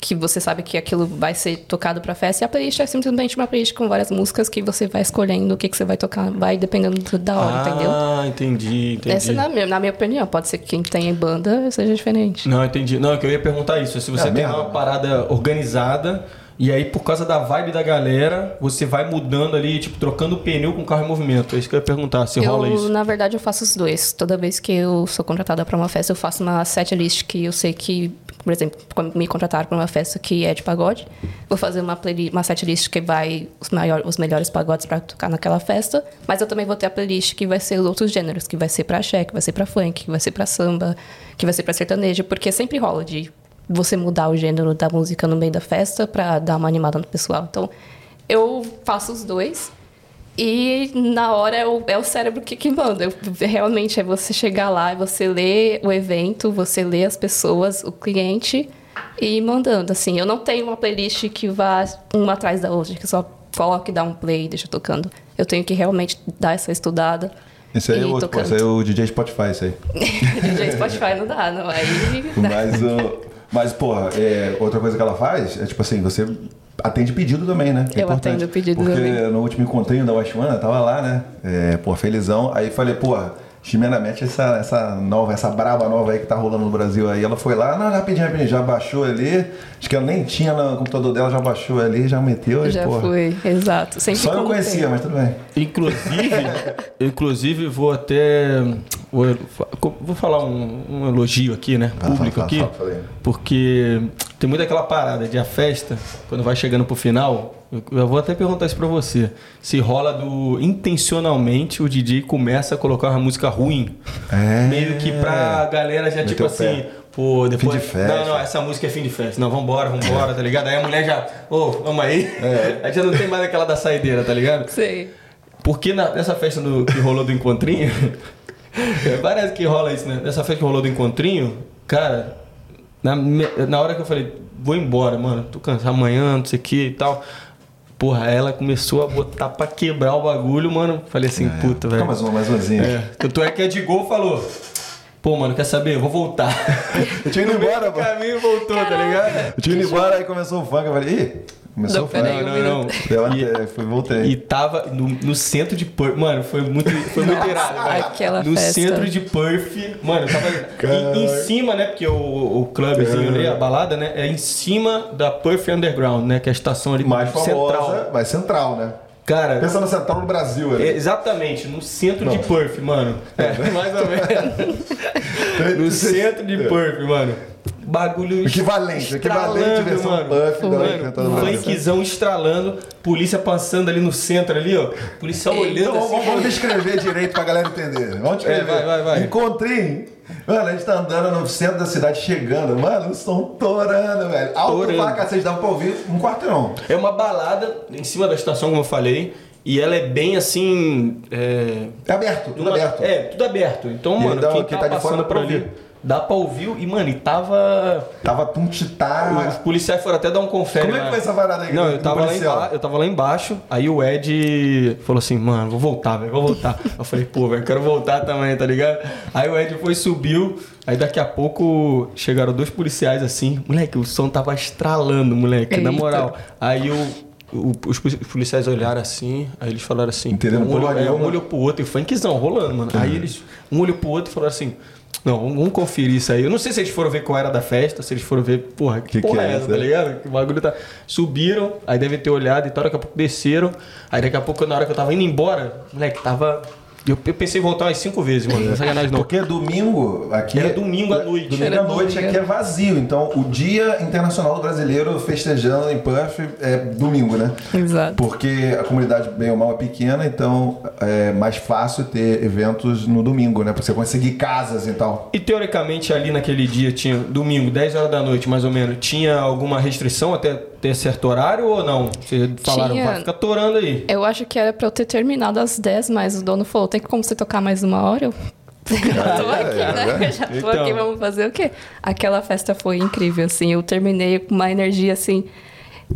Speaker 3: Que você sabe que aquilo vai ser tocado pra festa. E a playlist é simplesmente uma playlist com várias músicas que você vai escolhendo o que, que você vai tocar. Vai dependendo do- da hora, entendeu?
Speaker 2: Ah, entendi, entendi.
Speaker 3: Essa, é na, minha- na minha opinião, pode ser que quem tem em banda seja diferente.
Speaker 2: Não, entendi. Não, é que eu ia perguntar isso. Se você
Speaker 5: É
Speaker 2: tem
Speaker 5: mesmo?
Speaker 2: uma parada organizada, e aí por causa da vibe da galera, você vai mudando ali, tipo, trocando o pneu com o carro em movimento. É isso que eu ia perguntar, se rola
Speaker 3: Eu,
Speaker 2: isso.
Speaker 3: na verdade, eu faço os dois. Toda vez que eu sou contratada para uma festa, eu faço uma setlist que eu sei que, por exemplo, quando me contrataram para uma festa que é de pagode, vou fazer uma, playlist, uma setlist que vai os, maior, os melhores pagodes para tocar naquela festa, mas eu também vou ter a playlist que vai ser os outros gêneros, que vai ser para axé, que vai ser para funk, que vai ser para samba, que vai ser para sertanejo, porque sempre rola de você mudar o gênero da música no meio da festa para dar uma animada no pessoal. Então, eu faço os dois. E na hora é o, é o cérebro que, que manda. Eu- Realmente é você chegar lá, e você lê o evento, você lê as pessoas, o cliente e ir mandando. Assim, eu não tenho uma playlist que vá uma atrás da outra, que só coloque, dá um play e deixa tocando. Eu tenho que realmente dar essa estudada.
Speaker 5: Isso aí,
Speaker 3: e
Speaker 5: é
Speaker 3: ir
Speaker 5: outro, pô,
Speaker 3: tocando.
Speaker 5: isso aí é o DJ Spotify, isso aí.
Speaker 3: DJ Spotify não dá, não. Aí
Speaker 5: Mas, o, mas porra, é, outra coisa que ela faz é tipo assim, você atende pedido também, né? É
Speaker 3: Eu
Speaker 5: importante.
Speaker 3: atendo pedido
Speaker 5: Porque
Speaker 3: também.
Speaker 5: no último encontrinho da Washwana, tava lá, né? É, pô, felizão. Aí falei, porra, Ximena mete essa, essa nova, essa braba nova aí que tá rolando no Brasil aí. Ela foi lá, não, rapidinho, rapidinho, já baixou ali. Acho que ela nem tinha no computador dela, já baixou ali, já meteu. e,
Speaker 3: já
Speaker 5: porra,
Speaker 3: foi. Exato. Sempre
Speaker 5: Só eu
Speaker 3: quando
Speaker 5: conhecia,
Speaker 3: tem.
Speaker 5: mas tudo bem.
Speaker 2: Inclusive, inclusive vou até vou, vou falar um, um elogio aqui, né,
Speaker 5: Fala,
Speaker 2: público
Speaker 5: fala,
Speaker 2: aqui,
Speaker 5: fala, fala aí.
Speaker 2: porque tem muito aquela parada de a festa quando vai chegando pro final. Eu eu vou até perguntar isso pra você. Se rola do intencionalmente o DJ começa a colocar uma música ruim,
Speaker 5: É.
Speaker 2: meio que pra galera já
Speaker 5: Meteu
Speaker 2: tipo
Speaker 5: o pé.
Speaker 2: assim, pô, depois
Speaker 5: Fim de festa.
Speaker 2: não, não, essa música é fim de festa. Não, vambora, vambora, tá ligado? Aí a mulher já, ô, vamos aí.
Speaker 5: É.
Speaker 2: Aí já não tem mais aquela da saideira, tá ligado?
Speaker 3: Sei.
Speaker 2: Porque na- nessa festa do- que rolou do encontrinho. é, parece que rola isso, né? Nessa festa que rolou do encontrinho, cara, na, me- na hora que eu falei, vou embora, mano, tô cansado amanhã, não sei o que e tal. Porra, ela começou a botar pra quebrar o bagulho, mano. Falei assim, puta,
Speaker 5: Fica
Speaker 2: velho.
Speaker 5: mais uma, mais umazinha.
Speaker 2: É, tanto é que a de gol falou. Pô, mano, quer saber? Eu vou voltar.
Speaker 5: Eu tinha ido
Speaker 2: No meio
Speaker 5: embora,
Speaker 2: do
Speaker 5: mano.
Speaker 2: caminho voltou, tá ligado?
Speaker 5: Eu tinha ido embora, aí começou o funk, eu falei, ih, começou
Speaker 3: Não,
Speaker 5: o funk.
Speaker 3: peraí, eu-
Speaker 2: Não, não,
Speaker 5: Ela
Speaker 2: não. E-
Speaker 5: até- fui, voltei.
Speaker 2: E tava no, no centro de Perth. Mano, foi muito, foi muito irado. velho.
Speaker 3: aquela
Speaker 2: no
Speaker 3: festa.
Speaker 2: centro de Perth. Mano, eu tava
Speaker 5: Caraca.
Speaker 2: em, em cima, né? Porque o, o clubzinho ali, a balada, né? É em cima da Perth Underground, né? Que é a estação ali
Speaker 5: mais famosa,
Speaker 2: central.
Speaker 5: mas central, né?
Speaker 2: Cara,
Speaker 5: Pensa no central do Brasil, né?
Speaker 2: é
Speaker 5: ali.
Speaker 2: exatamente, no centro
Speaker 5: Não.
Speaker 2: de Perth, mano. É, mais ou menos. no centro de
Speaker 5: É.
Speaker 2: Perth, mano. Bagulho
Speaker 5: Equivalente, equivalente
Speaker 2: estralando,
Speaker 5: versão
Speaker 2: mano.
Speaker 5: puff da
Speaker 2: Mano, um
Speaker 5: cantando né? no Brasil.
Speaker 2: Funkzão estralando, polícia passando ali no centro ali, ó. Polícia
Speaker 5: Então
Speaker 2: olhando
Speaker 5: vamos,
Speaker 2: assim.
Speaker 5: vamos descrever direito pra galera entender. Vamos descrever.
Speaker 2: É, vai, vai, vai.
Speaker 5: Encontrei. Mano, a gente tá andando no centro da cidade chegando. Mano, o som torando, velho. Alto pra
Speaker 2: Torando.
Speaker 5: cacete, dava pra ouvir um quarteirão.
Speaker 2: É uma balada em cima da estação, como eu falei. E ela é bem assim. É,
Speaker 5: É aberto, tudo
Speaker 2: uma-
Speaker 5: aberto.
Speaker 2: É, tudo aberto. Então,
Speaker 5: E
Speaker 2: mano,
Speaker 5: ainda
Speaker 2: quem
Speaker 5: quem
Speaker 2: tá,
Speaker 5: tá de fora
Speaker 2: passando
Speaker 5: dá
Speaker 2: por
Speaker 5: pra
Speaker 2: ali.
Speaker 5: ouvir.
Speaker 2: Dá pra ouvir e, mano, e tava.
Speaker 5: Tava
Speaker 2: Os
Speaker 5: tuntitá.
Speaker 2: policiais foram até dar um confere.
Speaker 5: Como é que
Speaker 2: lá.
Speaker 5: foi essa parada aí,
Speaker 2: Não,
Speaker 5: do-
Speaker 2: eu
Speaker 5: do
Speaker 2: tava, lá
Speaker 5: policial?
Speaker 2: emba- eu tava lá embaixo, aí o Ed falou assim, mano, vou voltar, velho, vou voltar. eu falei, pô, velho, quero voltar também, tá ligado? Aí o Ed foi, subiu, aí daqui a pouco chegaram dois policiais assim, moleque, o som tava estralando, moleque, na
Speaker 3: Eita.
Speaker 2: moral. Aí o. o- os poli- os policiais olharam assim, aí eles falaram assim.
Speaker 5: Entenderam
Speaker 2: Um olhou,
Speaker 5: porra
Speaker 2: é, um
Speaker 5: nenhuma.
Speaker 2: olhou pro outro, e funkzão rolando, mano. Aí eles, um olhou pro outro e falaram assim: Não, vamos, vamos conferir isso aí. Eu não sei se eles foram ver qual era da festa, se eles foram ver, porra, que,
Speaker 5: Que que
Speaker 2: porra
Speaker 5: é
Speaker 2: é essa,
Speaker 5: isso,
Speaker 2: tá
Speaker 5: né?
Speaker 2: ligado? Que o bagulho tá. Subiram, aí devem ter olhado e tal, daqui a pouco desceram. Aí daqui a pouco, na hora que eu tava indo embora, moleque, tava. Eu, eu pensei em voltar umas cinco vezes, mano. Não é sacanagem não.
Speaker 5: Porque domingo aqui.
Speaker 2: Era domingo à noite.
Speaker 5: Domingo
Speaker 3: Era
Speaker 5: à noite
Speaker 3: domingo.
Speaker 5: aqui é vazio. Então, o Dia Internacional do Brasileiro festejando em Perth é domingo, né?
Speaker 3: Exato.
Speaker 5: Porque a comunidade, bem ou mal, é pequena, então é mais fácil ter eventos no domingo, né? Pra você conseguir casas e tal.
Speaker 2: E teoricamente ali naquele dia tinha, domingo, 10 horas da noite mais ou menos, tinha alguma restrição até ter certo horário ou não? Vocês falaram,
Speaker 3: Tinha.
Speaker 2: vai ficar torando aí.
Speaker 3: Eu acho que era pra eu ter terminado às 10, mas o dono falou: tem como você tocar mais uma hora? Eu já
Speaker 2: Ah,
Speaker 3: tô
Speaker 2: é,
Speaker 3: aqui, né? Eu já tô
Speaker 2: Então.
Speaker 3: aqui, vamos fazer o quê? Aquela festa foi incrível, assim. Eu terminei com uma energia assim.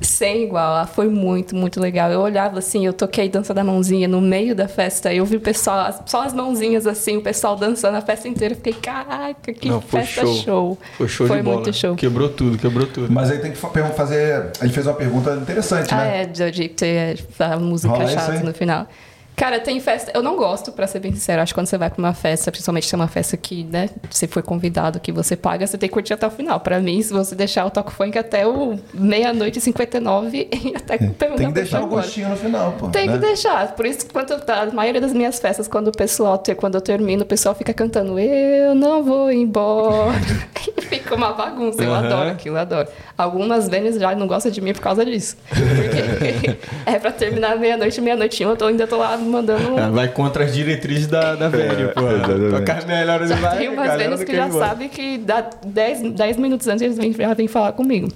Speaker 3: Sem igual, Ah, foi muito, muito legal. Eu olhava assim, eu toquei dança da mãozinha no meio da festa, eu vi o pessoal, só as mãozinhas assim, o pessoal dançando a festa inteira. Eu fiquei, caraca, que
Speaker 2: Não, foi
Speaker 3: festa
Speaker 2: show.
Speaker 3: show.
Speaker 2: Foi show de bola.
Speaker 3: muito show.
Speaker 2: Quebrou tudo, quebrou tudo.
Speaker 5: Mas aí tem que fa- per- fazer. Ele fez uma pergunta interessante,
Speaker 3: Ah,
Speaker 5: né?
Speaker 3: é, de, de ter é a música
Speaker 5: Rola isso
Speaker 3: chata
Speaker 5: aí?
Speaker 3: no final. Cara, tem festa. Eu não gosto, pra ser bem sincero. Acho que quando você vai pra uma festa, principalmente se é uma festa que, né, você foi convidado, que você paga, você tem que curtir até o final. Pra mim, se você deixar o toco funk até o meia-noite e 59, e até perguntar
Speaker 5: É, Tem que
Speaker 3: pra
Speaker 5: deixar
Speaker 3: pessoa
Speaker 5: o
Speaker 3: embora.
Speaker 5: gostinho no final, pô.
Speaker 3: Tem
Speaker 5: né?
Speaker 3: que deixar. Por isso que quando, eu- a maioria das minhas festas, quando o pessoal, te- quando eu termino, o pessoal fica cantando Eu não vou embora. e fica uma bagunça. Eu
Speaker 2: Aham.
Speaker 3: adoro aquilo, eu adoro. Algumas Vênus já não gostam de mim por causa disso. Porque é pra terminar meia-noite, meia-noite e uma, eu tô, ainda tô lá mandando.
Speaker 2: Ah, Vai contra as diretrizes da, da velha, pô.
Speaker 5: exatamente.
Speaker 2: Tocar as melhores vai,
Speaker 3: Tem umas
Speaker 2: galera
Speaker 3: Vênus
Speaker 2: do
Speaker 3: que já
Speaker 2: Kingboy.
Speaker 3: sabem que dá 10, 10 minutos antes eles vêm, já vêm falar comigo.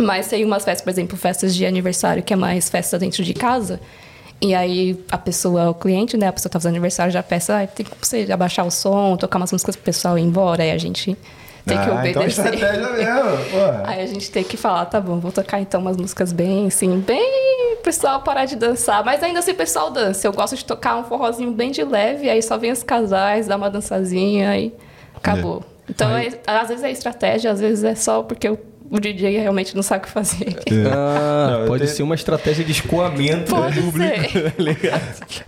Speaker 3: Mas tem umas festas, por exemplo, festas de aniversário, que é mais festa dentro de casa. E aí a pessoa, o cliente, né? A pessoa tá fazendo aniversário, já peça, ah, tem como você abaixar o som, tocar umas músicas pro pessoal ir embora, aí a gente tem que
Speaker 5: ah, então é
Speaker 3: obedecer.
Speaker 5: estratégia mesmo, porra.
Speaker 3: Aí a gente tem que falar, tá bom, vou tocar então umas músicas bem, assim, bem pro pessoal parar de dançar. Mas ainda assim o pessoal dança. Eu gosto de tocar um forrozinho bem de leve, aí só vem os casais, dá uma dançazinha e acabou. Então, é- às vezes é estratégia, às vezes é só porque o, o DJ realmente não sabe o que fazer.
Speaker 5: É.
Speaker 2: Ah,
Speaker 5: Não, eu
Speaker 2: pode
Speaker 5: tenho-
Speaker 2: ser uma estratégia de escoamento.
Speaker 3: Pode ser.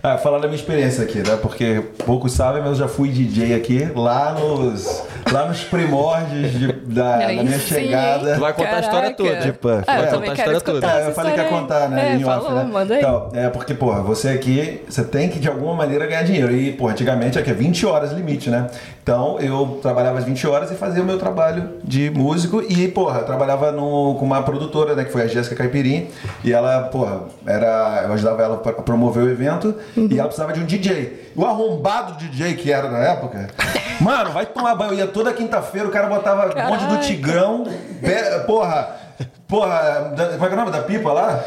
Speaker 5: Ah, falar da minha experiência aqui, né? Porque poucos sabem, mas eu já fui DJ aqui, lá nos, lá nos primórdios de- da, da
Speaker 3: Aí
Speaker 5: É, minha
Speaker 3: sim,
Speaker 5: chegada.
Speaker 3: hein?
Speaker 2: Vai contar a história toda.
Speaker 3: Caraca.
Speaker 5: Tipo,
Speaker 3: Ah,
Speaker 5: é,
Speaker 3: eu também
Speaker 2: vai contar a
Speaker 3: quero
Speaker 2: história
Speaker 3: escutar
Speaker 2: toda.
Speaker 5: É,
Speaker 3: essa
Speaker 5: eu falei que ia
Speaker 3: história aí.
Speaker 5: contar, né?
Speaker 3: É,
Speaker 5: em off,
Speaker 3: falou,
Speaker 5: né?
Speaker 3: manda aí.
Speaker 5: Então, é porque, porra, você aqui, você tem que de alguma maneira ganhar dinheiro. E, porra, antigamente aqui é 20 horas limite, né? Então, eu trabalhava às 20 horas e fazia o meu trabalho de músico. E, porra, eu trabalhava no- com uma produtora, né? Que foi a Jéssica Caipirim. E ela, porra, era, eu ajudava ela pra promover o evento.
Speaker 3: Uhum.
Speaker 5: E ela precisava de um DJ. O arrombado DJ que era na época. Mano, vai tomar banho. Eu ia toda quinta-feira, o cara botava um monte do
Speaker 3: Caraca.
Speaker 5: Tigrão, be- porra, porra, da, como é que é o nome da pipa lá?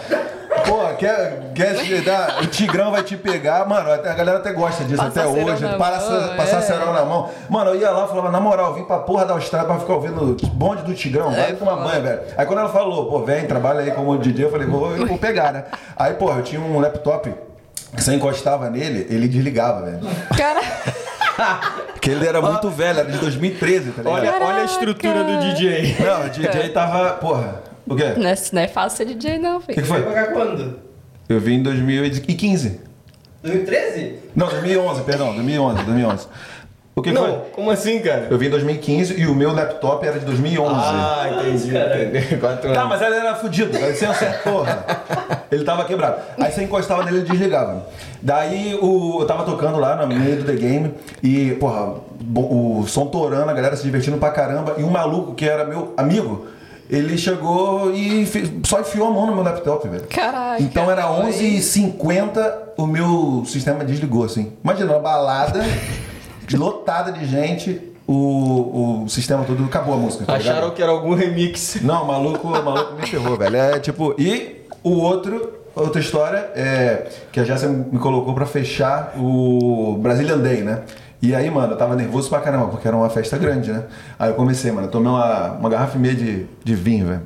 Speaker 5: Porra, é, quer, quer te dar, o Tigrão vai te pegar, mano, até- a galera até gosta disso,
Speaker 3: Passa
Speaker 5: até
Speaker 3: cerol
Speaker 5: hoje,
Speaker 3: na
Speaker 5: passa,
Speaker 3: mão,
Speaker 5: passar
Speaker 3: é.
Speaker 5: cerol na mão. Mano, eu ia lá e falava, na moral, eu vim pra porra da Austrália pra ficar ouvindo bonde do Tigrão, vai tomar banho, velho. Aí quando ela falou, pô, vem, trabalha aí como DJ, eu falei, vou, eu vou pegar, né? Aí, porra, eu tinha um laptop, que você encostava nele, ele desligava, velho.
Speaker 3: Cara,
Speaker 5: Porque ele era muito velho, era de 2013, tá ligado?
Speaker 2: Olha, olha a
Speaker 3: Caraca.
Speaker 2: estrutura do DJ.
Speaker 5: Não, o DJ tava. Porra. O quê? O
Speaker 3: não é, não é fácil ser DJ, não,
Speaker 5: que,
Speaker 3: filho.
Speaker 5: que foi?
Speaker 4: pagar quando?
Speaker 5: Eu vim em 2015.
Speaker 4: 2013?
Speaker 5: Não, 2011, perdão, 2011, 2011. O que
Speaker 2: Não,
Speaker 5: foi?
Speaker 2: como assim, cara?
Speaker 5: Eu vim em 2015 e o meu laptop era de 2011.
Speaker 2: Ah, entendi, entendi. Quatro
Speaker 5: Tá,
Speaker 2: anos.
Speaker 5: mas ele era fudido, dá licença, um porra. Ele tava quebrado. Aí você encostava nele e desligava. Daí o, eu tava tocando lá no meio do The Game e, porra, bo- o som torando, a galera se divertindo pra caramba. E um maluco que era meu amigo, ele chegou e fi- só enfiou a mão no meu laptop, velho.
Speaker 3: Caraca.
Speaker 5: Então era 11h50, o meu sistema desligou, assim. Imagina, uma balada lotada de gente, o, o sistema todo acabou a música. tá ligado?
Speaker 2: Acharam que era algum remix.
Speaker 5: Não, o maluco, o maluco me ferrou, velho. É tipo, e o outro, outra história é que a Jéssica me colocou pra fechar o Brazilian Day, né? E aí, mano, eu tava nervoso pra caramba, porque era uma festa grande, né? Aí eu comecei, mano, eu tomei uma, uma garrafa e meia de, de vinho, velho.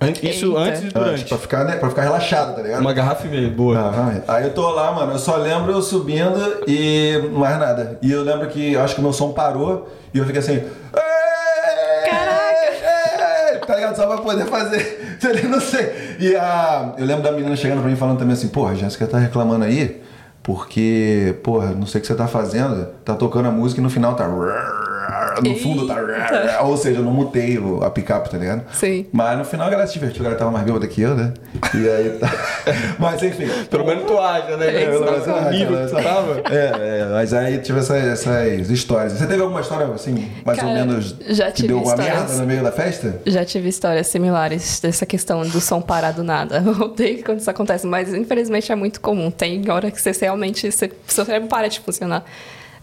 Speaker 2: An- Isso
Speaker 3: Eita.
Speaker 2: antes e
Speaker 5: Antes,
Speaker 2: durante.
Speaker 5: pra ficar, né, pra ficar relaxado, tá
Speaker 2: Ah,
Speaker 5: ligado?
Speaker 2: tipo, Uma garrafa e meia, boa.
Speaker 5: Ah, aí eu tô lá, mano, eu só lembro eu subindo e mais nada. E eu lembro que acho que o meu som parou e eu fiquei assim. "Ê, ê", Tá ligado? Só pra poder fazer. Eu não sei. E a, eu lembro da menina chegando pra mim falando também assim, porra, a Jéssica tá reclamando aí, porque, porra, não sei o que você tá fazendo. Tá tocando a música e no final tá. No fundo tá.
Speaker 3: Eita.
Speaker 5: Ou seja, eu não mutei o- a picape, tá ligado?
Speaker 3: Sim.
Speaker 5: Mas no final a galera se divertiu, a galera tava mais bêbada que eu, né? E aí tá. Mas enfim.
Speaker 2: Pelo menos tu acha, né?
Speaker 3: É,
Speaker 2: cara?
Speaker 3: isso,
Speaker 2: Pelo menos
Speaker 3: tá
Speaker 2: o nível que tu tava.
Speaker 5: né? É, é, mas aí tive essa- essas histórias. Você teve alguma história assim, mais ou
Speaker 3: Cara,
Speaker 5: menos,
Speaker 3: já
Speaker 5: que
Speaker 3: tive
Speaker 5: deu uma
Speaker 3: histórias.
Speaker 5: merda no meio da festa?
Speaker 3: Já tive histórias similares dessa questão do som parar do nada. Eu odeio quando isso acontece, mas infelizmente é muito comum. Tem hora que você realmente. Você, seu cérebro para de funcionar.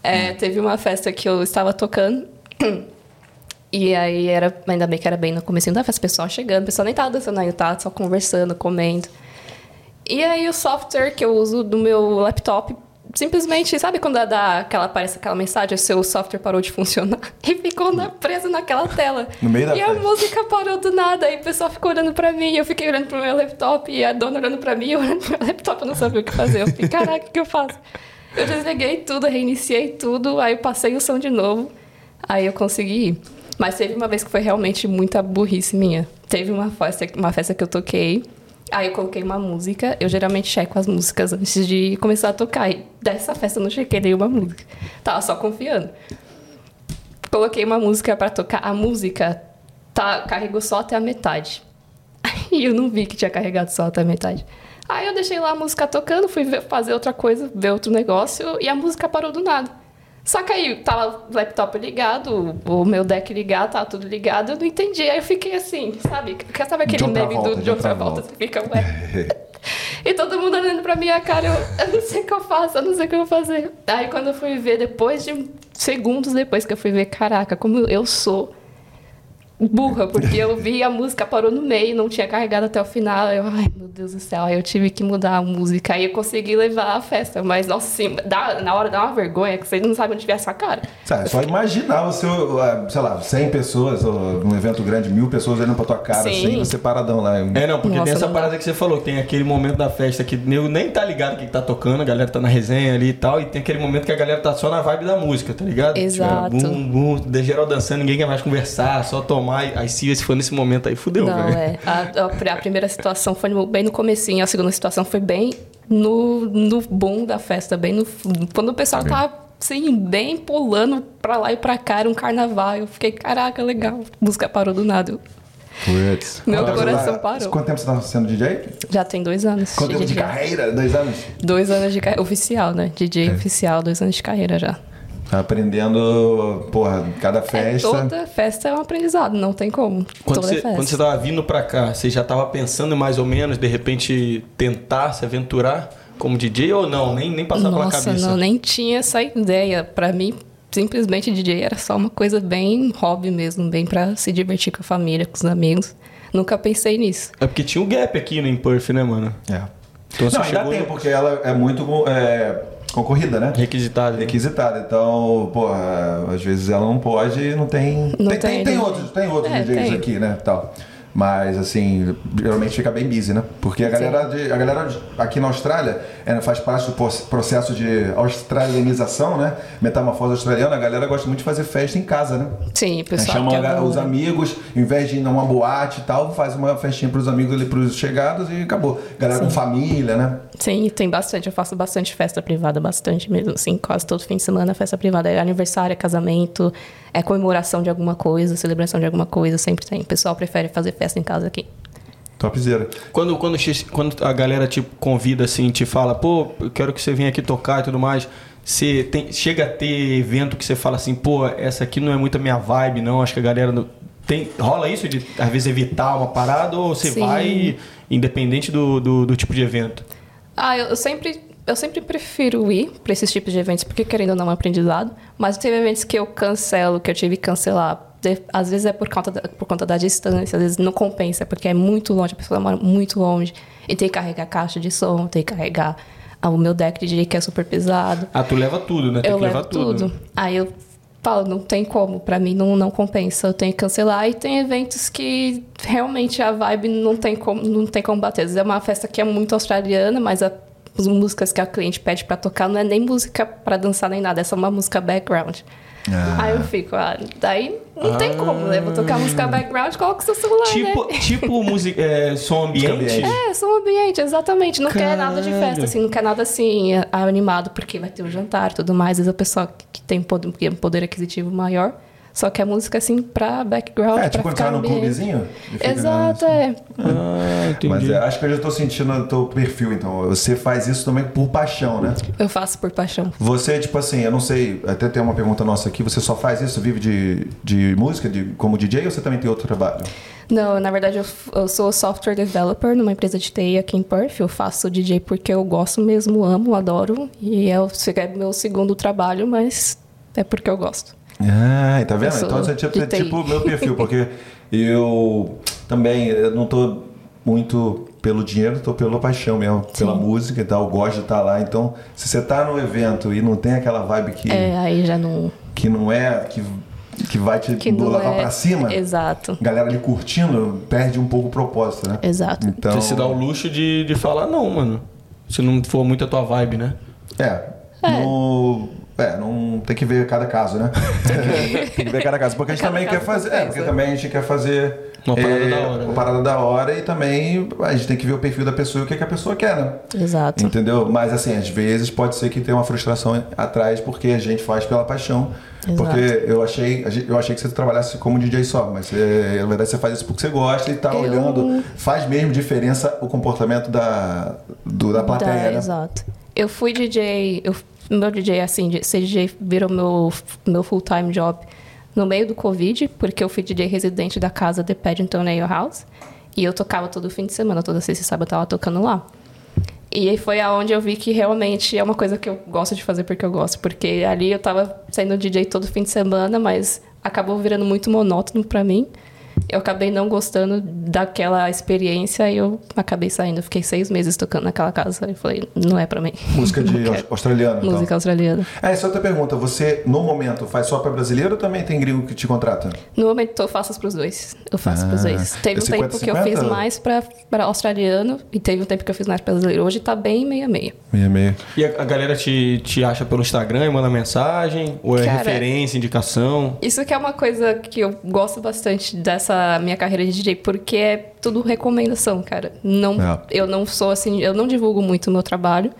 Speaker 3: É, Teve uma festa que eu estava tocando. E aí era. Ainda bem que era bem no comecinho da festa, o pessoal chegando, o pessoal nem tava dançando ainda, tava só conversando, comendo. E aí o software que eu uso do meu laptop. Simplesmente, sabe quando dá aquela, aparece aquela mensagem, seu software parou de funcionar e ficou na- preso naquela tela.
Speaker 5: No meio da
Speaker 3: E a
Speaker 5: festa.
Speaker 3: música parou do nada, aí o pessoal ficou olhando pra mim, eu fiquei olhando pro meu laptop, e a dona olhando pra mim, eu olhando pro meu laptop, eu não sabia o que fazer. Eu fiquei, caraca, o que eu faço? Eu desliguei tudo, reiniciei tudo, aí eu passei o som de novo, aí eu consegui ir. Mas teve uma vez que foi realmente muita burrice minha. Teve uma festa, uma festa que eu toquei, aí eu coloquei uma música, eu geralmente checo as músicas antes de começar a tocar, e dessa festa eu não chequei nenhuma música. Tava só confiando coloquei uma música pra tocar. A música tá, carregou só até a metade. E eu não vi que tinha carregado só até a metade. Aí eu deixei lá a música tocando, fui ver- fazer outra coisa, ver outro negócio, e a música parou do nada. Só que aí tava o laptop ligado, o o meu deck ligado, tava tudo ligado, eu não entendi. Aí eu fiquei assim, sabe? Porque Sabe aquele
Speaker 5: John
Speaker 3: meme
Speaker 5: Travolta,
Speaker 3: do
Speaker 5: John
Speaker 3: John Travolta?
Speaker 5: Travolta.
Speaker 3: Você fica, ué. E todo mundo olhando pra minha cara, eu, eu não sei o que eu faço, eu não sei o que eu vou fazer. Aí quando eu fui ver, depois de segundos depois que eu fui ver, caraca, como eu sou burra, porque eu vi a música parou no meio, não tinha carregado até o final. Eu, ai meu Deus do céu, aí eu tive que mudar a música. Aí eu consegui levar a festa, mas nossa, sim, dá- na hora dá uma vergonha que vocês não sabem onde tiver essa cara.
Speaker 5: Sabe, só imaginar o seu, ah, sei lá, 100 pessoas, ou um evento grande, mil pessoas olhando pra tua cara,
Speaker 3: Sim.
Speaker 5: assim, você paradão lá.
Speaker 2: É, não, porque
Speaker 3: Nossa,
Speaker 2: tem essa
Speaker 3: não dá.
Speaker 2: parada que você falou, tem aquele momento da festa que nego nem tá ligado o que que tá tocando, a galera tá na resenha ali e tal, e tem aquele momento que a galera tá só na vibe da música, tá ligado?
Speaker 3: Exato.
Speaker 2: Tipo, bum, bum, de geral dançando, ninguém quer mais conversar, só tomar, e- aí se esse for nesse momento aí, fudeu,
Speaker 3: Não,
Speaker 2: velho.
Speaker 3: é. A, a pri- a primeira situação foi no- bem no comecinho, a segunda situação foi bem no, no boom da festa, bem no. f- Quando o pessoal tava, assim, bem pulando pra lá e pra cá, era um carnaval. Eu fiquei, caraca, legal. A música parou do nada. Eu-
Speaker 5: Putz.
Speaker 3: Meu
Speaker 5: Quanto tempo
Speaker 3: coração
Speaker 5: você tá-
Speaker 3: parou.
Speaker 5: Quanto tempo você tá sendo DJ?
Speaker 3: Já tem dois anos.
Speaker 5: Quanto tempo de
Speaker 3: DJ.
Speaker 5: carreira? Dois anos?
Speaker 3: Dois anos de carreira. Oficial, né? DJ oficial, dois anos de carreira já.
Speaker 5: Tá aprendendo, porra, cada
Speaker 3: É,
Speaker 5: festa.
Speaker 3: toda festa é um aprendizado, não tem como.
Speaker 2: Quando
Speaker 3: toda
Speaker 2: você,
Speaker 3: festa.
Speaker 2: quando você tava vindo pra cá, você já tava pensando em mais ou menos, de repente, tentar se aventurar como DJ ou não? Nem, nem passar pela
Speaker 3: Nossa,
Speaker 2: cabeça.
Speaker 3: não, nem tinha essa ideia. Pra mim, simplesmente DJ era só uma coisa bem hobby mesmo, bem pra se divertir com a família, com os amigos. Nunca pensei nisso.
Speaker 2: É porque tinha um gap aqui no em Perth, né, mano?
Speaker 5: É.
Speaker 2: Então você
Speaker 5: não, ainda
Speaker 2: chegou-
Speaker 5: tem, porque ela é muito é, concorrida, né?
Speaker 2: Requisitado. né?
Speaker 5: requisitada. Então, porra, às vezes ela não pode e não tem.
Speaker 3: Não
Speaker 5: tem,
Speaker 3: tem,
Speaker 5: tem
Speaker 3: né?
Speaker 5: outros, tem outros
Speaker 3: É,
Speaker 5: DJs
Speaker 3: tem.
Speaker 5: aqui, né? Tal. Mas assim, geralmente fica bem busy, né? Porque a galera, de- a galera de- aqui na Austrália é, faz parte do pos- processo de australianização, né? Metamorfose australiana, a galera gosta muito de fazer festa em casa, né?
Speaker 3: Sim, o
Speaker 5: Aí
Speaker 3: pessoal.
Speaker 5: chama
Speaker 3: que é né?
Speaker 5: a ga-
Speaker 3: adora.
Speaker 5: os amigos, em vez de ir numa boate e tal, faz uma festinha pros amigos ali, pros chegados e acabou. Galera com família, né?
Speaker 3: Sim, tem bastante. Eu faço bastante festa privada, bastante mesmo. Assim, quase todo fim de semana é festa privada. É aniversário, é casamento, é comemoração de alguma coisa, celebração de alguma coisa, sempre tem. O pessoal prefere fazer festa em casa aqui.
Speaker 5: Topzera.
Speaker 2: Quando, quando, te- quando a galera te convida assim, te fala, pô, eu quero que você venha aqui tocar e tudo mais, você tem- chega a ter evento que você fala assim, pô, essa aqui não é muito a minha vibe, não, acho que a galera. não- Tem, rola isso de às vezes evitar uma parada ou você
Speaker 3: Sim.
Speaker 2: vai independente do, do, do tipo de evento?
Speaker 3: Ah, eu, eu sempre eu sempre prefiro ir para esses tipos de eventos porque querendo ou não é um aprendizado, mas teve eventos que eu cancelo, que eu tive que cancelar. De- Às vezes é por conta, da, por conta da distância, às vezes não compensa, porque é muito longe, a pessoa mora muito longe. E tem que carregar caixa de som, tem que carregar Ah, O meu deck de que é super pesado.
Speaker 2: Ah, tu leva tudo, né? Tem
Speaker 3: eu
Speaker 2: que levar
Speaker 3: levo tudo. Aí eu falo, não tem como, pra mim não, não compensa, eu tenho que cancelar. E tem eventos que realmente a vibe não tem como, não tem como bater. Às vezes é uma festa que é muito australiana, mas a- as músicas que a cliente pede pra tocar não é nem música pra dançar nem nada, é só uma música background.
Speaker 5: Ah.
Speaker 3: Aí eu fico, ah, daí não tem como, né? Vou tocar música background, coloca o seu celular,
Speaker 2: Ah. Tipo,
Speaker 3: né?
Speaker 2: tipo música, é, som ambiente.
Speaker 5: ambiente. né?
Speaker 3: É, só um ambiente, exatamente. Não quer nada de
Speaker 2: Caralho.
Speaker 3: festa, assim, não quer nada assim a- animado, porque vai ter o jantar e tudo mais. Às vezes o pessoal que- que tem poder, que é um poder aquisitivo maior só quer música assim pra background.
Speaker 5: É,
Speaker 3: pra
Speaker 5: tipo
Speaker 3: ficar
Speaker 5: entrar num
Speaker 3: ambiente.
Speaker 5: clubezinho? e fica né, assim.
Speaker 3: Exato, é.
Speaker 2: Ah, entendi.
Speaker 5: Mas é, acho que eu já estou sentindo o teu perfil, então. Você faz isso também por paixão, né?
Speaker 3: Eu faço por paixão.
Speaker 5: Você, tipo assim, eu não sei, até tem uma pergunta nossa aqui, você só faz isso, vive de, de música, de, como DJ, ou você também tem outro trabalho?
Speaker 3: Não, na verdade eu, f- eu sou software developer numa empresa de TI aqui em Perth. Eu faço DJ porque eu gosto mesmo, amo, adoro. E é o se- é meu segundo trabalho, mas é porque eu gosto.
Speaker 5: Ah, tá
Speaker 3: Eu
Speaker 5: vendo?
Speaker 3: sou
Speaker 5: Então você é tipo,
Speaker 3: de
Speaker 5: é
Speaker 3: TI.
Speaker 5: tipo o meu perfil, porque eu também eu não tô muito pelo dinheiro, tô pela paixão mesmo, pela música e tal, eu gosto de estar lá. Então, se você tá no evento e não tem aquela vibe que,
Speaker 3: É, aí já não.
Speaker 5: que não é, que, que vai te
Speaker 3: Que não
Speaker 5: levar
Speaker 3: é...
Speaker 5: pra cima,
Speaker 3: Exato.
Speaker 5: a galera ali curtindo, perde um pouco o propósito, né?
Speaker 3: Exato.
Speaker 5: Então,
Speaker 2: Você se dá o luxo de, de falar, não, mano. Se não for muito a tua vibe, né?
Speaker 5: É. No... É, não tem que ver cada caso, né? tem que ver cada caso. Porque a gente
Speaker 3: Cada
Speaker 5: também
Speaker 3: caso
Speaker 5: quer fazer. É,
Speaker 3: compensa.
Speaker 5: porque também a gente quer fazer.
Speaker 2: Uma parada
Speaker 5: é,
Speaker 2: da hora,
Speaker 5: Uma
Speaker 2: né?
Speaker 5: parada da hora e também a gente tem que ver o perfil da pessoa e o que, que a pessoa quer, né?
Speaker 3: Exato.
Speaker 5: Entendeu? Mas assim, às vezes pode ser que tenha uma frustração atrás porque a gente faz pela paixão.
Speaker 3: Exato.
Speaker 5: Porque eu achei, a gente- eu achei que você trabalhasse como DJ só, mas você, na verdade você faz isso porque você gosta e tá
Speaker 3: Eu-
Speaker 5: olhando. Faz mesmo diferença o comportamento da, do- da plateia,
Speaker 3: Tá,
Speaker 5: né?
Speaker 3: Exato. Eu fui DJ, eu, meu DJ, assim, de- ser DJ virou meu, meu full-time job no meio do Covid, porque eu fui DJ residente da casa The Paddington Ale House. E eu tocava todo fim de semana, toda sexta e sábado eu tava tocando lá. E aí foi aonde eu vi que realmente é uma coisa que eu gosto de fazer porque eu gosto. Porque ali eu tava sendo DJ todo fim de semana, mas acabou virando muito monótono pra mim. Eu acabei não gostando daquela experiência e eu acabei saindo. Fiquei seis meses tocando naquela casa. E falei, não é pra mim.
Speaker 5: Música de aus- australiano. então.
Speaker 3: Música australiana.
Speaker 5: É, só outra pergunta. Você, no momento, faz só pra brasileiro ou também tem gringo que te contrata?
Speaker 3: No momento eu faço pros dois. Eu faço pros
Speaker 5: Ah.
Speaker 3: dois. Teve um
Speaker 5: É 50,
Speaker 3: tempo que eu fiz
Speaker 5: 50?
Speaker 3: mais pra, pra australiano e teve um tempo que eu fiz mais pra brasileiro. Hoje tá bem meia meia.
Speaker 5: Meia, meia.
Speaker 2: E a, a galera te, te acha pelo Instagram e manda mensagem? Ou é
Speaker 3: Cara.
Speaker 2: referência, indicação?
Speaker 3: Isso que é uma coisa que eu gosto bastante dessa minha carreira de DJ, porque é tudo recomendação, cara. Não,
Speaker 5: É.
Speaker 3: Eu não sou assim, eu não divulgo muito o meu trabalho.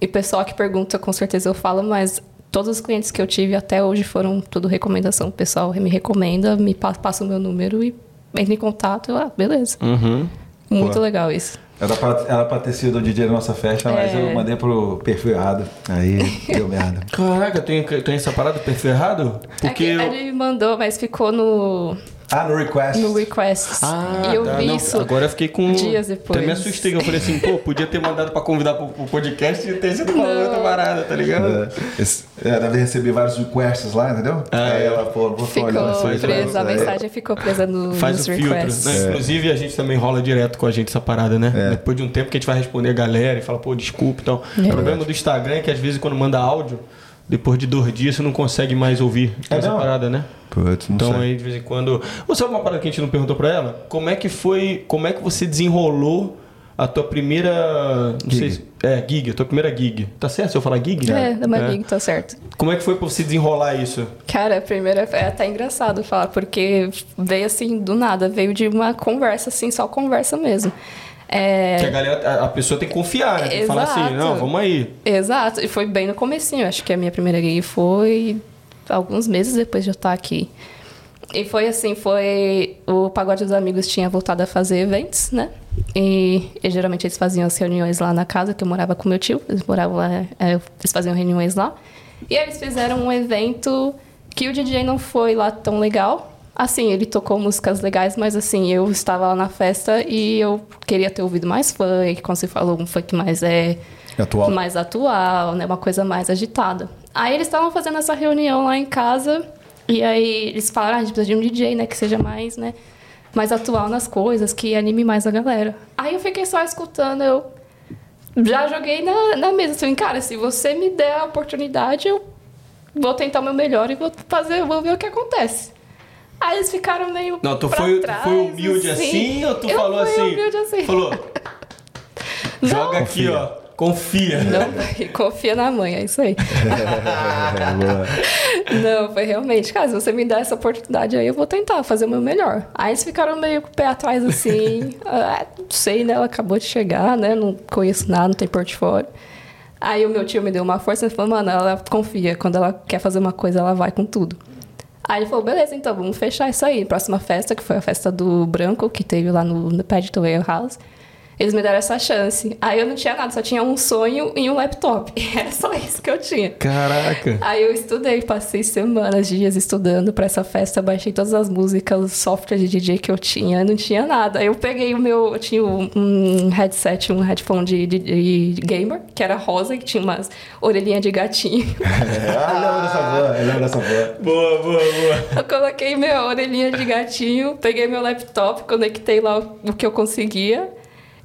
Speaker 3: E pessoal que pergunta, com certeza eu falo, mas todos os clientes que eu tive até hoje foram tudo recomendação. O pessoal me recomenda, me pa- passa o meu número e entra em contato. Eu, ah, beleza.
Speaker 2: Uhum.
Speaker 3: Muito
Speaker 5: Pô.
Speaker 3: legal isso.
Speaker 5: Era pra, era pra ter sido o DJ da nossa festa, mas
Speaker 3: É.
Speaker 5: eu mandei pro perfil errado. Aí deu merda.
Speaker 2: Caraca, tem, tem essa parada do perfil errado?
Speaker 3: É
Speaker 2: Porque.
Speaker 3: que
Speaker 2: eu-
Speaker 3: ele me mandou, mas ficou no,
Speaker 5: Ah, no request.
Speaker 3: no requests. e eu
Speaker 2: tá.
Speaker 3: vi
Speaker 2: Não,
Speaker 3: isso.
Speaker 2: Agora eu fiquei com.
Speaker 3: dias depois.
Speaker 2: Até me assustei. que Eu falei assim, pô, podia ter mandado pra convidar pro, pro podcast e ter sido falando outra parada, tá ligado?
Speaker 5: É, esse- é, deve receber vários requests lá, entendeu?
Speaker 2: Ah,
Speaker 5: aí
Speaker 2: é.
Speaker 5: ela, pô, não vou ficar
Speaker 3: Ficou
Speaker 5: olhando essas coisas
Speaker 3: presa, a
Speaker 5: né? aí.
Speaker 3: mensagem ficou presa
Speaker 5: É.
Speaker 3: no,
Speaker 2: Faz
Speaker 3: nos
Speaker 2: o filtro.
Speaker 3: requests.
Speaker 2: né? Inclusive, a gente também rola direto com a gente essa parada, né?
Speaker 5: É.
Speaker 2: Depois de um tempo que a gente vai responder a galera e fala, pô, desculpa e tal.
Speaker 3: É.
Speaker 2: O problema do Instagram é que às vezes quando manda áudio, depois de dois dias você não consegue mais ouvir
Speaker 5: É
Speaker 2: essa
Speaker 5: mesmo?
Speaker 2: parada, né?
Speaker 5: Putz, não
Speaker 2: Então
Speaker 5: sei.
Speaker 2: aí de vez em quando. Ou sabe uma parada que a gente não perguntou pra ela? Como é que foi. Como é que você desenrolou a tua primeira. Não
Speaker 5: Gig.
Speaker 2: sei se. É, gig, a tua primeira gig. Tá certo se eu falar gig?
Speaker 3: É, da Malig, tá certo.
Speaker 2: Como é que foi pra você desenrolar isso?
Speaker 3: Cara, a primeira é até engraçado falar, porque veio assim do nada, veio de uma conversa, assim, só conversa mesmo.
Speaker 2: Que a
Speaker 3: É,
Speaker 2: galera. A, a pessoa tem que confiar, né? Tem que falar assim,
Speaker 3: Exato.
Speaker 2: não, vamos aí.
Speaker 3: exato, e foi bem no comecinho, acho que a minha primeira gig foi alguns meses depois de eu estar aqui. E foi assim, foi... O Pagode dos Amigos tinha voltado a fazer eventos, né? E, e geralmente eles faziam as reuniões lá na casa, que eu morava com meu tio. Eles moravam lá, é, eles faziam reuniões lá. E aí eles fizeram um evento que o DJ não foi lá tão legal. Assim, ele tocou músicas legais, mas assim, eu estava lá na festa e eu queria ter ouvido mais funk, como você falou, um funk mais é...
Speaker 5: Atual.
Speaker 3: Mais atual, né? Uma coisa mais agitada. Aí eles estavam fazendo essa reunião lá em casa e aí eles falaram, ah, a gente precisa de um DJ, né? Que seja mais, né? Mais atual nas coisas, que anime mais a galera. Aí eu fiquei só escutando, eu... já joguei na, na mesa, assim, cara, se você me der a oportunidade, eu vou tentar o meu melhor e vou fazer, vou ver o que acontece. Aí eles ficaram meio
Speaker 2: Não, tu
Speaker 3: pra
Speaker 2: foi, tu
Speaker 3: trás,
Speaker 2: foi humilde assim, ou tu
Speaker 3: eu
Speaker 2: falou
Speaker 3: fui
Speaker 2: assim?
Speaker 3: humilde assim.
Speaker 2: Falou,
Speaker 3: Não,
Speaker 2: joga aqui,
Speaker 5: Confia.
Speaker 2: ó. Confia.
Speaker 3: Não, foi, confia na mãe, é isso aí.
Speaker 5: É, boa.
Speaker 3: Não, foi realmente, cara, se você me der essa oportunidade aí, eu vou tentar fazer o meu melhor. Aí eles ficaram meio com o pé atrás assim, ah, não sei, né? Ela acabou de chegar, né? Não conheço nada, não tem portfólio. Aí o meu tio me deu uma força e falou, mano, ela confia, quando ela quer fazer uma coisa, ela vai com tudo. Aí ele falou, beleza, então vamos fechar isso aí. Próxima festa, que foi a festa do Branco, que teve lá no, no Pad to Warehouse. Eles me deram essa chance. Aí eu não tinha nada, só tinha um sonho e um laptop. Era só isso que eu tinha.
Speaker 2: Caraca.
Speaker 3: Aí eu estudei, passei semanas, dias estudando pra essa festa, baixei todas as músicas, os softwares de DJ que eu tinha, não tinha nada. Aí eu peguei o meu, eu tinha um- um headset, um headphone de, de- de gamer, que era rosa, que tinha umas orelhinhas de gatinho.
Speaker 5: É, ah, lembra dessa boa, eu lembro dessa boa.
Speaker 2: Boa, boa, boa.
Speaker 3: Eu coloquei minha orelhinha de gatinho, peguei meu laptop, conectei lá o o que eu conseguia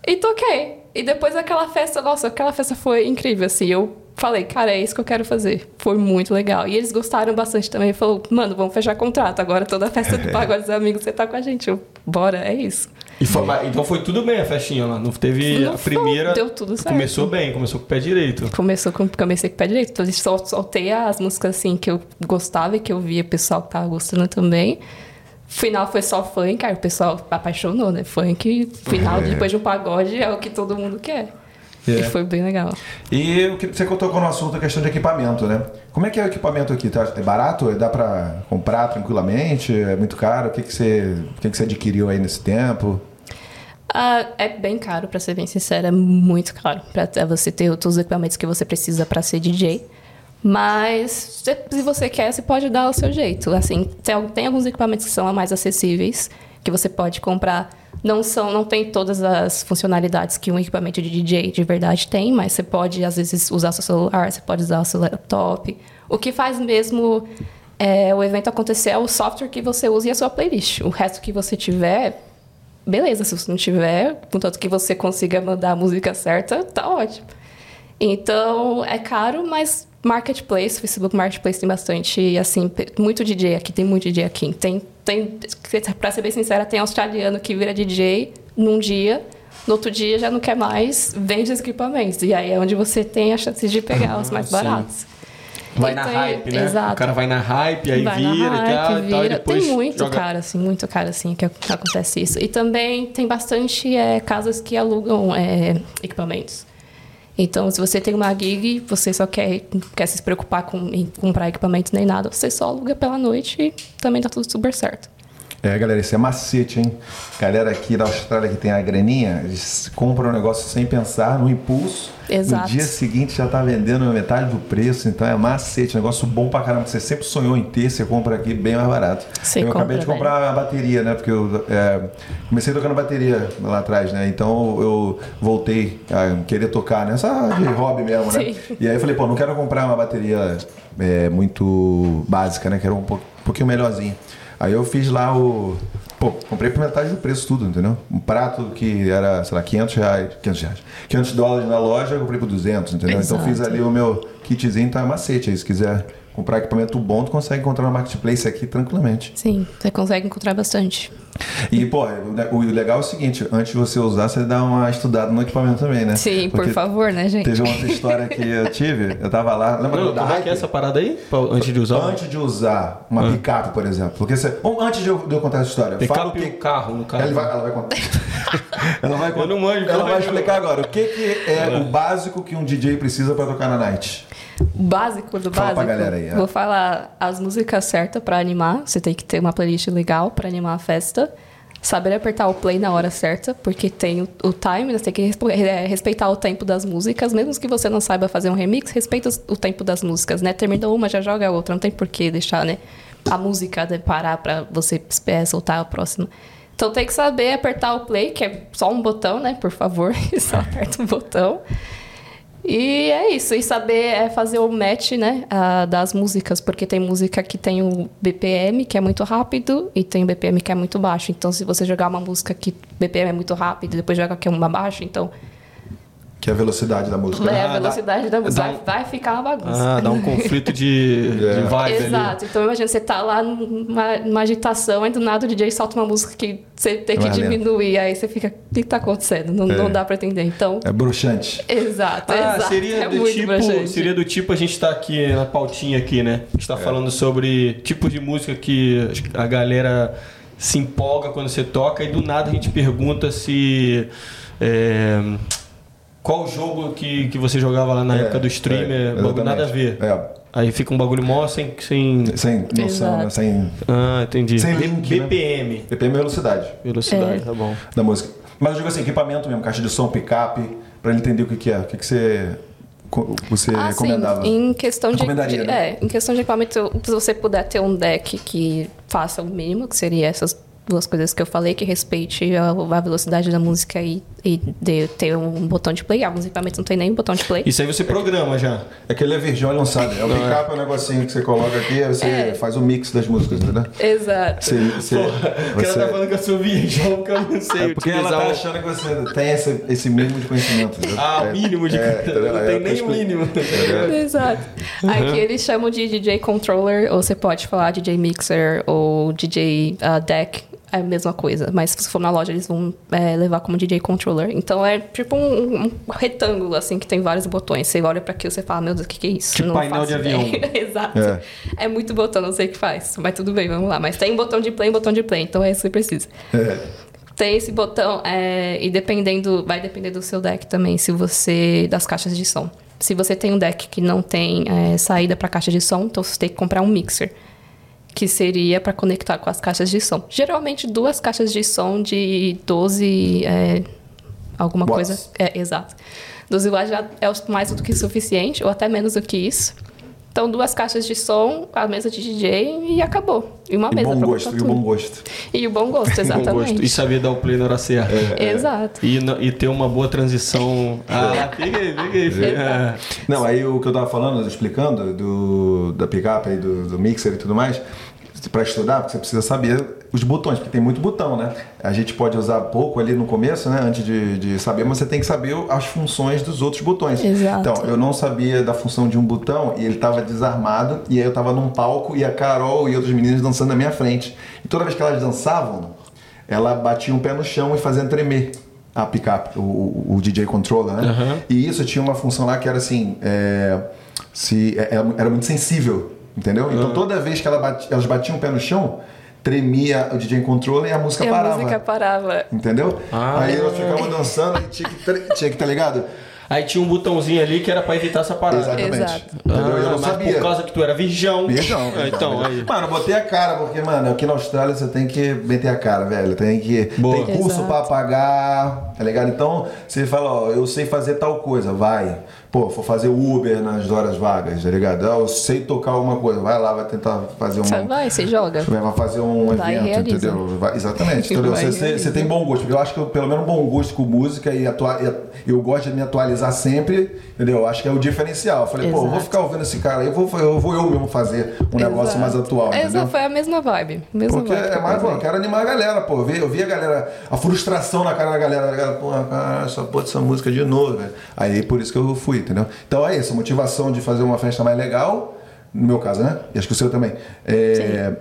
Speaker 3: e toquei. E depois aquela festa, nossa, aquela festa foi incrível, assim, eu falei, cara, é isso que eu quero fazer. Foi muito legal. E eles gostaram bastante também, falou, mano, vamos fechar contrato, agora toda festa do Pagode dos Amigos você tá com a gente, eu, bora, é isso.
Speaker 2: E foi- mas- então foi tudo bem a festinha lá. Não teve
Speaker 3: Não
Speaker 2: a
Speaker 3: foi,
Speaker 2: primeira.
Speaker 3: deu tudo certo.
Speaker 2: Começou bem, começou com o pé direito.
Speaker 3: Tipo, Começou com, comecei com o pé direito, então eu sol- soltei as músicas, assim, que eu gostava e que eu via o pessoal que tava gostando também. Final foi só funk, aí o pessoal apaixonou, né? Funk, final, depois de um pagode, é o que todo mundo quer.
Speaker 2: É.
Speaker 3: E foi bem legal.
Speaker 5: E o que você tocou no assunto, a questão de equipamento, né? Como é que é o equipamento aqui? Tá- É barato? Dá pra comprar tranquilamente? É muito caro? O que, que, você, o que, que você adquiriu aí nesse tempo?
Speaker 3: Ah, é bem caro, pra ser bem sincera, é muito caro. Pra até você ter todos os equipamentos que você precisa pra ser DJ. Mas se, se você quer, você pode dar o seu jeito. Assim, tem, al- tem alguns equipamentos que são mais acessíveis, que você pode comprar. Não são, não tem todas as funcionalidades que um equipamento de DJ de verdade tem, mas você pode, às vezes, usar seu celular, você pode usar o seu laptop. O que faz mesmo é, o evento acontecer é o software que você usa e a sua playlist. O resto que você tiver, beleza, se você não tiver, contanto que você consiga mandar a música certa, tá ótimo. Então, é caro, mas marketplace, Facebook Marketplace tem bastante, assim, pe- muito DJ aqui, tem muito DJ aqui. Tem, tem, pra ser bem sincera, tem australiano que vira DJ num dia, no outro dia já não quer mais, vende os equipamentos. E aí é onde você tem a chance de pegar os mais
Speaker 2: sim.
Speaker 3: baratos.
Speaker 2: Vai
Speaker 3: Então,
Speaker 2: na
Speaker 3: é-
Speaker 2: hype, né?
Speaker 3: Exato
Speaker 2: O cara vai na hype, aí
Speaker 3: vai
Speaker 2: vira
Speaker 3: na
Speaker 2: e tal,
Speaker 3: hype,
Speaker 2: e tal, e
Speaker 3: vira.
Speaker 2: depois
Speaker 3: Tem muito
Speaker 2: joga
Speaker 3: cara, assim, muito cara, assim, que ac- acontece isso. E também tem bastante eh, casas que alugam eh, equipamentos. Então, se você tem uma gig, você só quer, quer se preocupar com em comprar equipamento nem nada, você só aluga pela noite e também tá tudo super certo.
Speaker 5: É, galera, isso é macete, hein? Galera aqui da Austrália que tem a graninha, eles compram o negócio sem pensar, no impulso. No
Speaker 3: Exato.
Speaker 5: dia seguinte já tá vendendo metade do preço, então é macete, negócio bom pra caramba. que Você sempre sonhou em ter, você compra aqui bem mais barato.
Speaker 3: Você
Speaker 5: eu
Speaker 3: compra,
Speaker 5: acabei de
Speaker 3: velho.
Speaker 5: comprar a bateria, né? Porque eu é, comecei tocando bateria lá atrás, né? Então eu voltei a querer tocar, né? Só de hobby mesmo, né?
Speaker 3: Sim.
Speaker 5: E aí eu falei, pô, não quero comprar uma bateria é, muito básica, né? Quero um pou- pouquinho melhorzinha. Aí eu fiz lá o. Pô, comprei por metade do preço tudo, entendeu? Um prato que era, sei lá, 500 reais. 500 reais. 500 dólares na loja, eu comprei por 200, entendeu? Então
Speaker 3: Exato.
Speaker 5: fiz ali o meu kitzinho, tá macete. Aí se quiser comprar equipamento bom, tu consegue encontrar no marketplace aqui tranquilamente.
Speaker 3: Sim, você consegue encontrar bastante.
Speaker 5: E, pô, o le- o legal é o seguinte: antes de você usar, você dá uma estudada no equipamento também, né?
Speaker 3: Sim, por
Speaker 5: Porque
Speaker 3: favor, né, gente?
Speaker 5: Teve uma outra história que eu tive, eu tava lá, lembra
Speaker 2: Não,
Speaker 5: da
Speaker 2: como é
Speaker 5: hype?
Speaker 2: que é essa parada aí? Pra- Antes de usar?
Speaker 5: Antes de usar uma picape, por exemplo. Porque você, ou antes de eu, de eu contar essa história,
Speaker 2: Ah. Picape
Speaker 5: fala o que-
Speaker 2: e o carro, no caso.
Speaker 5: Ela vai, ela vai contar. ela vai contar.
Speaker 2: não manjo,
Speaker 5: ela
Speaker 2: pelo
Speaker 5: vai
Speaker 2: amor de
Speaker 5: explicar agora o que, que é o básico que um DJ precisa pra tocar na night.
Speaker 3: O básico do
Speaker 5: Fala pra
Speaker 3: básico.
Speaker 5: galera aí, é.
Speaker 3: Vou falar as músicas certas pra animar. Você tem que ter uma playlist legal pra animar a festa. Saber apertar o play na hora certa, porque tem o, o time, né? você tem que respo- é, respeitar o tempo das músicas. Mesmo que você não saiba fazer um remix, respeita os- o tempo das músicas, né? Terminou uma, já joga a outra. Não tem por que deixar, né? A música né, parar pra você é, soltar a próxima. Então tem que saber apertar o play, que é só um botão, né? Por favor, só aperta um botão. E é isso, e saber é fazer o match, né, ah, das músicas, porque tem música que tem o BPM, que é muito rápido, e tem o BPM que é muito baixo. Então, se você jogar uma música que BPM é muito rápido, e depois joga que é uma baixo, então
Speaker 5: Que é a velocidade da música.
Speaker 3: é
Speaker 5: né?
Speaker 3: a
Speaker 2: Ah, dá-
Speaker 3: velocidade da música.
Speaker 2: dá
Speaker 3: Vai,
Speaker 2: um-
Speaker 3: vai ficar uma bagunça.
Speaker 2: Ah, dá um conflito de, de
Speaker 5: É.
Speaker 2: vibe ali.
Speaker 3: Exato. Então imagina, você tá lá numa, numa agitação, aí do nada o DJ solta uma música que você tem que
Speaker 5: Mais lento.
Speaker 3: diminuir, aí você fica, o que que tá acontecendo? Não, não dá pra entender. Então,
Speaker 5: É bruxante.
Speaker 3: exato,
Speaker 2: Ah,
Speaker 3: exato.
Speaker 2: seria,
Speaker 3: é
Speaker 2: do
Speaker 3: muito pra
Speaker 2: tipo,
Speaker 3: gente.
Speaker 2: seria do tipo a gente tá aqui na pautinha aqui, né? A
Speaker 5: É.
Speaker 2: gente tá falando sobre tipo de música que a galera se empolga quando você toca e do nada a gente pergunta se. é, qual jogo que, que você jogava lá na
Speaker 5: É,
Speaker 2: época do
Speaker 5: é,
Speaker 2: streamer? bagulho nada a ver.
Speaker 5: exatamente. É.
Speaker 2: Aí fica um bagulho mó sem. sem...
Speaker 5: Sem noção,
Speaker 3: Exato.
Speaker 5: né? sem
Speaker 2: Ah, entendi.
Speaker 5: Sem
Speaker 2: B-
Speaker 5: link, né?
Speaker 2: BPM.
Speaker 5: BPM é velocidade
Speaker 2: Velocidade,
Speaker 3: É.
Speaker 2: tá bom.
Speaker 5: da música. Mas eu digo assim, equipamento mesmo, caixa de som, picape, pra ele entender o que, que é, o que, que você, co- você
Speaker 3: Ah, sim.
Speaker 5: recomendava.
Speaker 3: Em questão de,
Speaker 5: Recomendaria,
Speaker 3: de-
Speaker 5: né?
Speaker 3: é, em questão de equipamento, se você puder ter um deck que faça o mínimo, que seria essas duas coisas que eu falei, que respeite a, a velocidade da música e, e dê- ter um botão de play. Alguns equipamentos não tem nem botão de play.
Speaker 2: Isso aí você programa já.
Speaker 5: É que ele é virgão, ele não sabe. É o picape é um negocinho que você coloca aqui, aí você
Speaker 3: É.
Speaker 5: faz o mix das músicas, entendeu?
Speaker 3: Exato.
Speaker 5: Você, você,
Speaker 2: O cara
Speaker 5: você-
Speaker 2: tá falando que eu sou virgão, que tipo eu não sei
Speaker 5: É porque ela
Speaker 2: utilizar
Speaker 5: tá
Speaker 2: o-
Speaker 5: achando que você tem esse, esse mínimo de conhecimento. entendeu?
Speaker 2: Ah,
Speaker 5: É,
Speaker 2: o mínimo de.
Speaker 5: é, entendeu?
Speaker 2: não
Speaker 5: É,
Speaker 2: tem
Speaker 5: eu
Speaker 2: nem
Speaker 5: tô
Speaker 2: o mínimo. É.
Speaker 3: Exato.
Speaker 2: Uhum.
Speaker 3: Aqui eles chamam de DJ controller, ou você pode falar DJ mixer ou DJ ah, deck, é a mesma coisa. Mas se você for na loja, eles vão é, levar como DJ controller. Então é tipo um, um retângulo, assim, que tem vários botões. Você olha pra aquilo e você fala, meu Deus, o que, que é isso?
Speaker 2: Tipo painel de avião.
Speaker 3: ideia." Exato.
Speaker 5: É.
Speaker 3: É. muito botão, não sei o que faz. Mas tudo bem, vamos lá. Mas tem botão de play, botão de play, então é isso que você precisa.
Speaker 5: É,
Speaker 3: Tem esse botão, é, e dependendo, vai depender do seu deck também, se você. das caixas de som. Se você tem um deck que não tem é, saída para caixa de som, então você tem que comprar um mixer, que seria para conectar com as caixas de som. Geralmente duas caixas de som de 12. é, alguma coisa.
Speaker 5: Watts.
Speaker 3: É, exato. 12 watts já é o- mais do que suficiente, ou até menos do que isso. Então, duas caixas de som, a mesa de DJ e acabou. E uma
Speaker 5: e
Speaker 3: mesa
Speaker 5: bom
Speaker 3: pra
Speaker 5: gosto,
Speaker 3: botar
Speaker 5: e o
Speaker 3: tudo.
Speaker 5: bom gosto. é-
Speaker 3: E o bom gosto,
Speaker 2: Com
Speaker 3: exatamente.
Speaker 2: gosto. E saber dar o play na hora certa.
Speaker 3: Exato.
Speaker 2: E, no- e ter uma boa transição. Ah, pega aí, pega aí. filho. Ah,
Speaker 5: Não, aí o que eu tava falando, explicando do, da picape e do, do mixer e tudo mais, pra estudar, porque você precisa saber os botões, porque tem muito botão, né? A gente pode usar pouco ali no começo, né? Antes de, de saber, mas você tem que saber as funções dos outros botões.
Speaker 3: Exato.
Speaker 5: Então, eu não sabia da função de um botão e ele tava desarmado, e aí eu tava num palco e a Carol e outras meninas dançando na minha frente. E toda vez que elas dançavam, ela batia um pé no chão e fazia tremer a picape, o, o- o DJ controller, né?
Speaker 2: Aham.
Speaker 5: E isso tinha uma função lá que era assim, é, se, é- é- era muito sensível, entendeu?
Speaker 2: Ah.
Speaker 5: Então toda vez que ela bati- elas batiam o pé no chão, tremia o DJ controller e a música
Speaker 3: E a
Speaker 5: parava.
Speaker 3: música parava.
Speaker 5: Entendeu?
Speaker 2: Ah.
Speaker 5: Aí elas ficavam dançando e tinha que, tre- tinha que tá ligado?
Speaker 2: Aí tinha um botãozinho ali que era pra evitar essa parada.
Speaker 5: Exatamente.
Speaker 3: Exato.
Speaker 5: Entendeu?
Speaker 2: Ah,
Speaker 5: eu não
Speaker 2: mas
Speaker 5: sabia.
Speaker 2: Por causa que tu era virgão.
Speaker 5: Virgão,
Speaker 2: Ah, Então, aí.
Speaker 5: Mano, eu botei a cara, porque, mano, aqui na Austrália você tem que meter a cara, velho. Tem que.
Speaker 2: Boa.
Speaker 5: Tem curso
Speaker 3: Exato.
Speaker 5: pra pagar, tá ligado? Então, você fala, ó, eu sei fazer tal coisa, vai. Pô, vou fazer Uber nas horas vagas, tá ligado? Ah, Eu sei tocar alguma coisa, vai lá, vai tentar fazer um
Speaker 3: Você
Speaker 5: uma.
Speaker 3: vai, você joga.
Speaker 5: Vai fazer um
Speaker 3: Vai e
Speaker 5: evento,
Speaker 3: realiza.
Speaker 5: entendeu? Vai- exatamente. Entendeu?
Speaker 3: Vai e
Speaker 5: Você- Você
Speaker 3: realiza.
Speaker 5: você tem bom gosto. Eu acho que eu, pelo menos um bom gosto com música e atua- e eu gosto de me atualizar sempre, entendeu? Eu Acho que é o diferencial. Eu falei, pô, eu vou
Speaker 3: Exato.
Speaker 5: ficar ouvindo esse cara aí, eu vou, eu vou eu mesmo fazer um negócio
Speaker 3: Exato.
Speaker 5: mais atual, entendeu?
Speaker 3: Exato, foi a mesma vibe. Mesma
Speaker 5: Porque
Speaker 3: vibe que
Speaker 5: é
Speaker 3: eu
Speaker 5: mais, pô, eu
Speaker 3: falei.
Speaker 5: quero animar a galera, pô. Eu vi, eu vi a galera, a frustração na cara da galera, a galera, pô, cara, só pôr essa música de novo, velho. Aí por isso que eu fui, entendeu? Então é isso, a motivação de fazer uma festa mais legal, no meu caso, né? E acho que o seu também. É,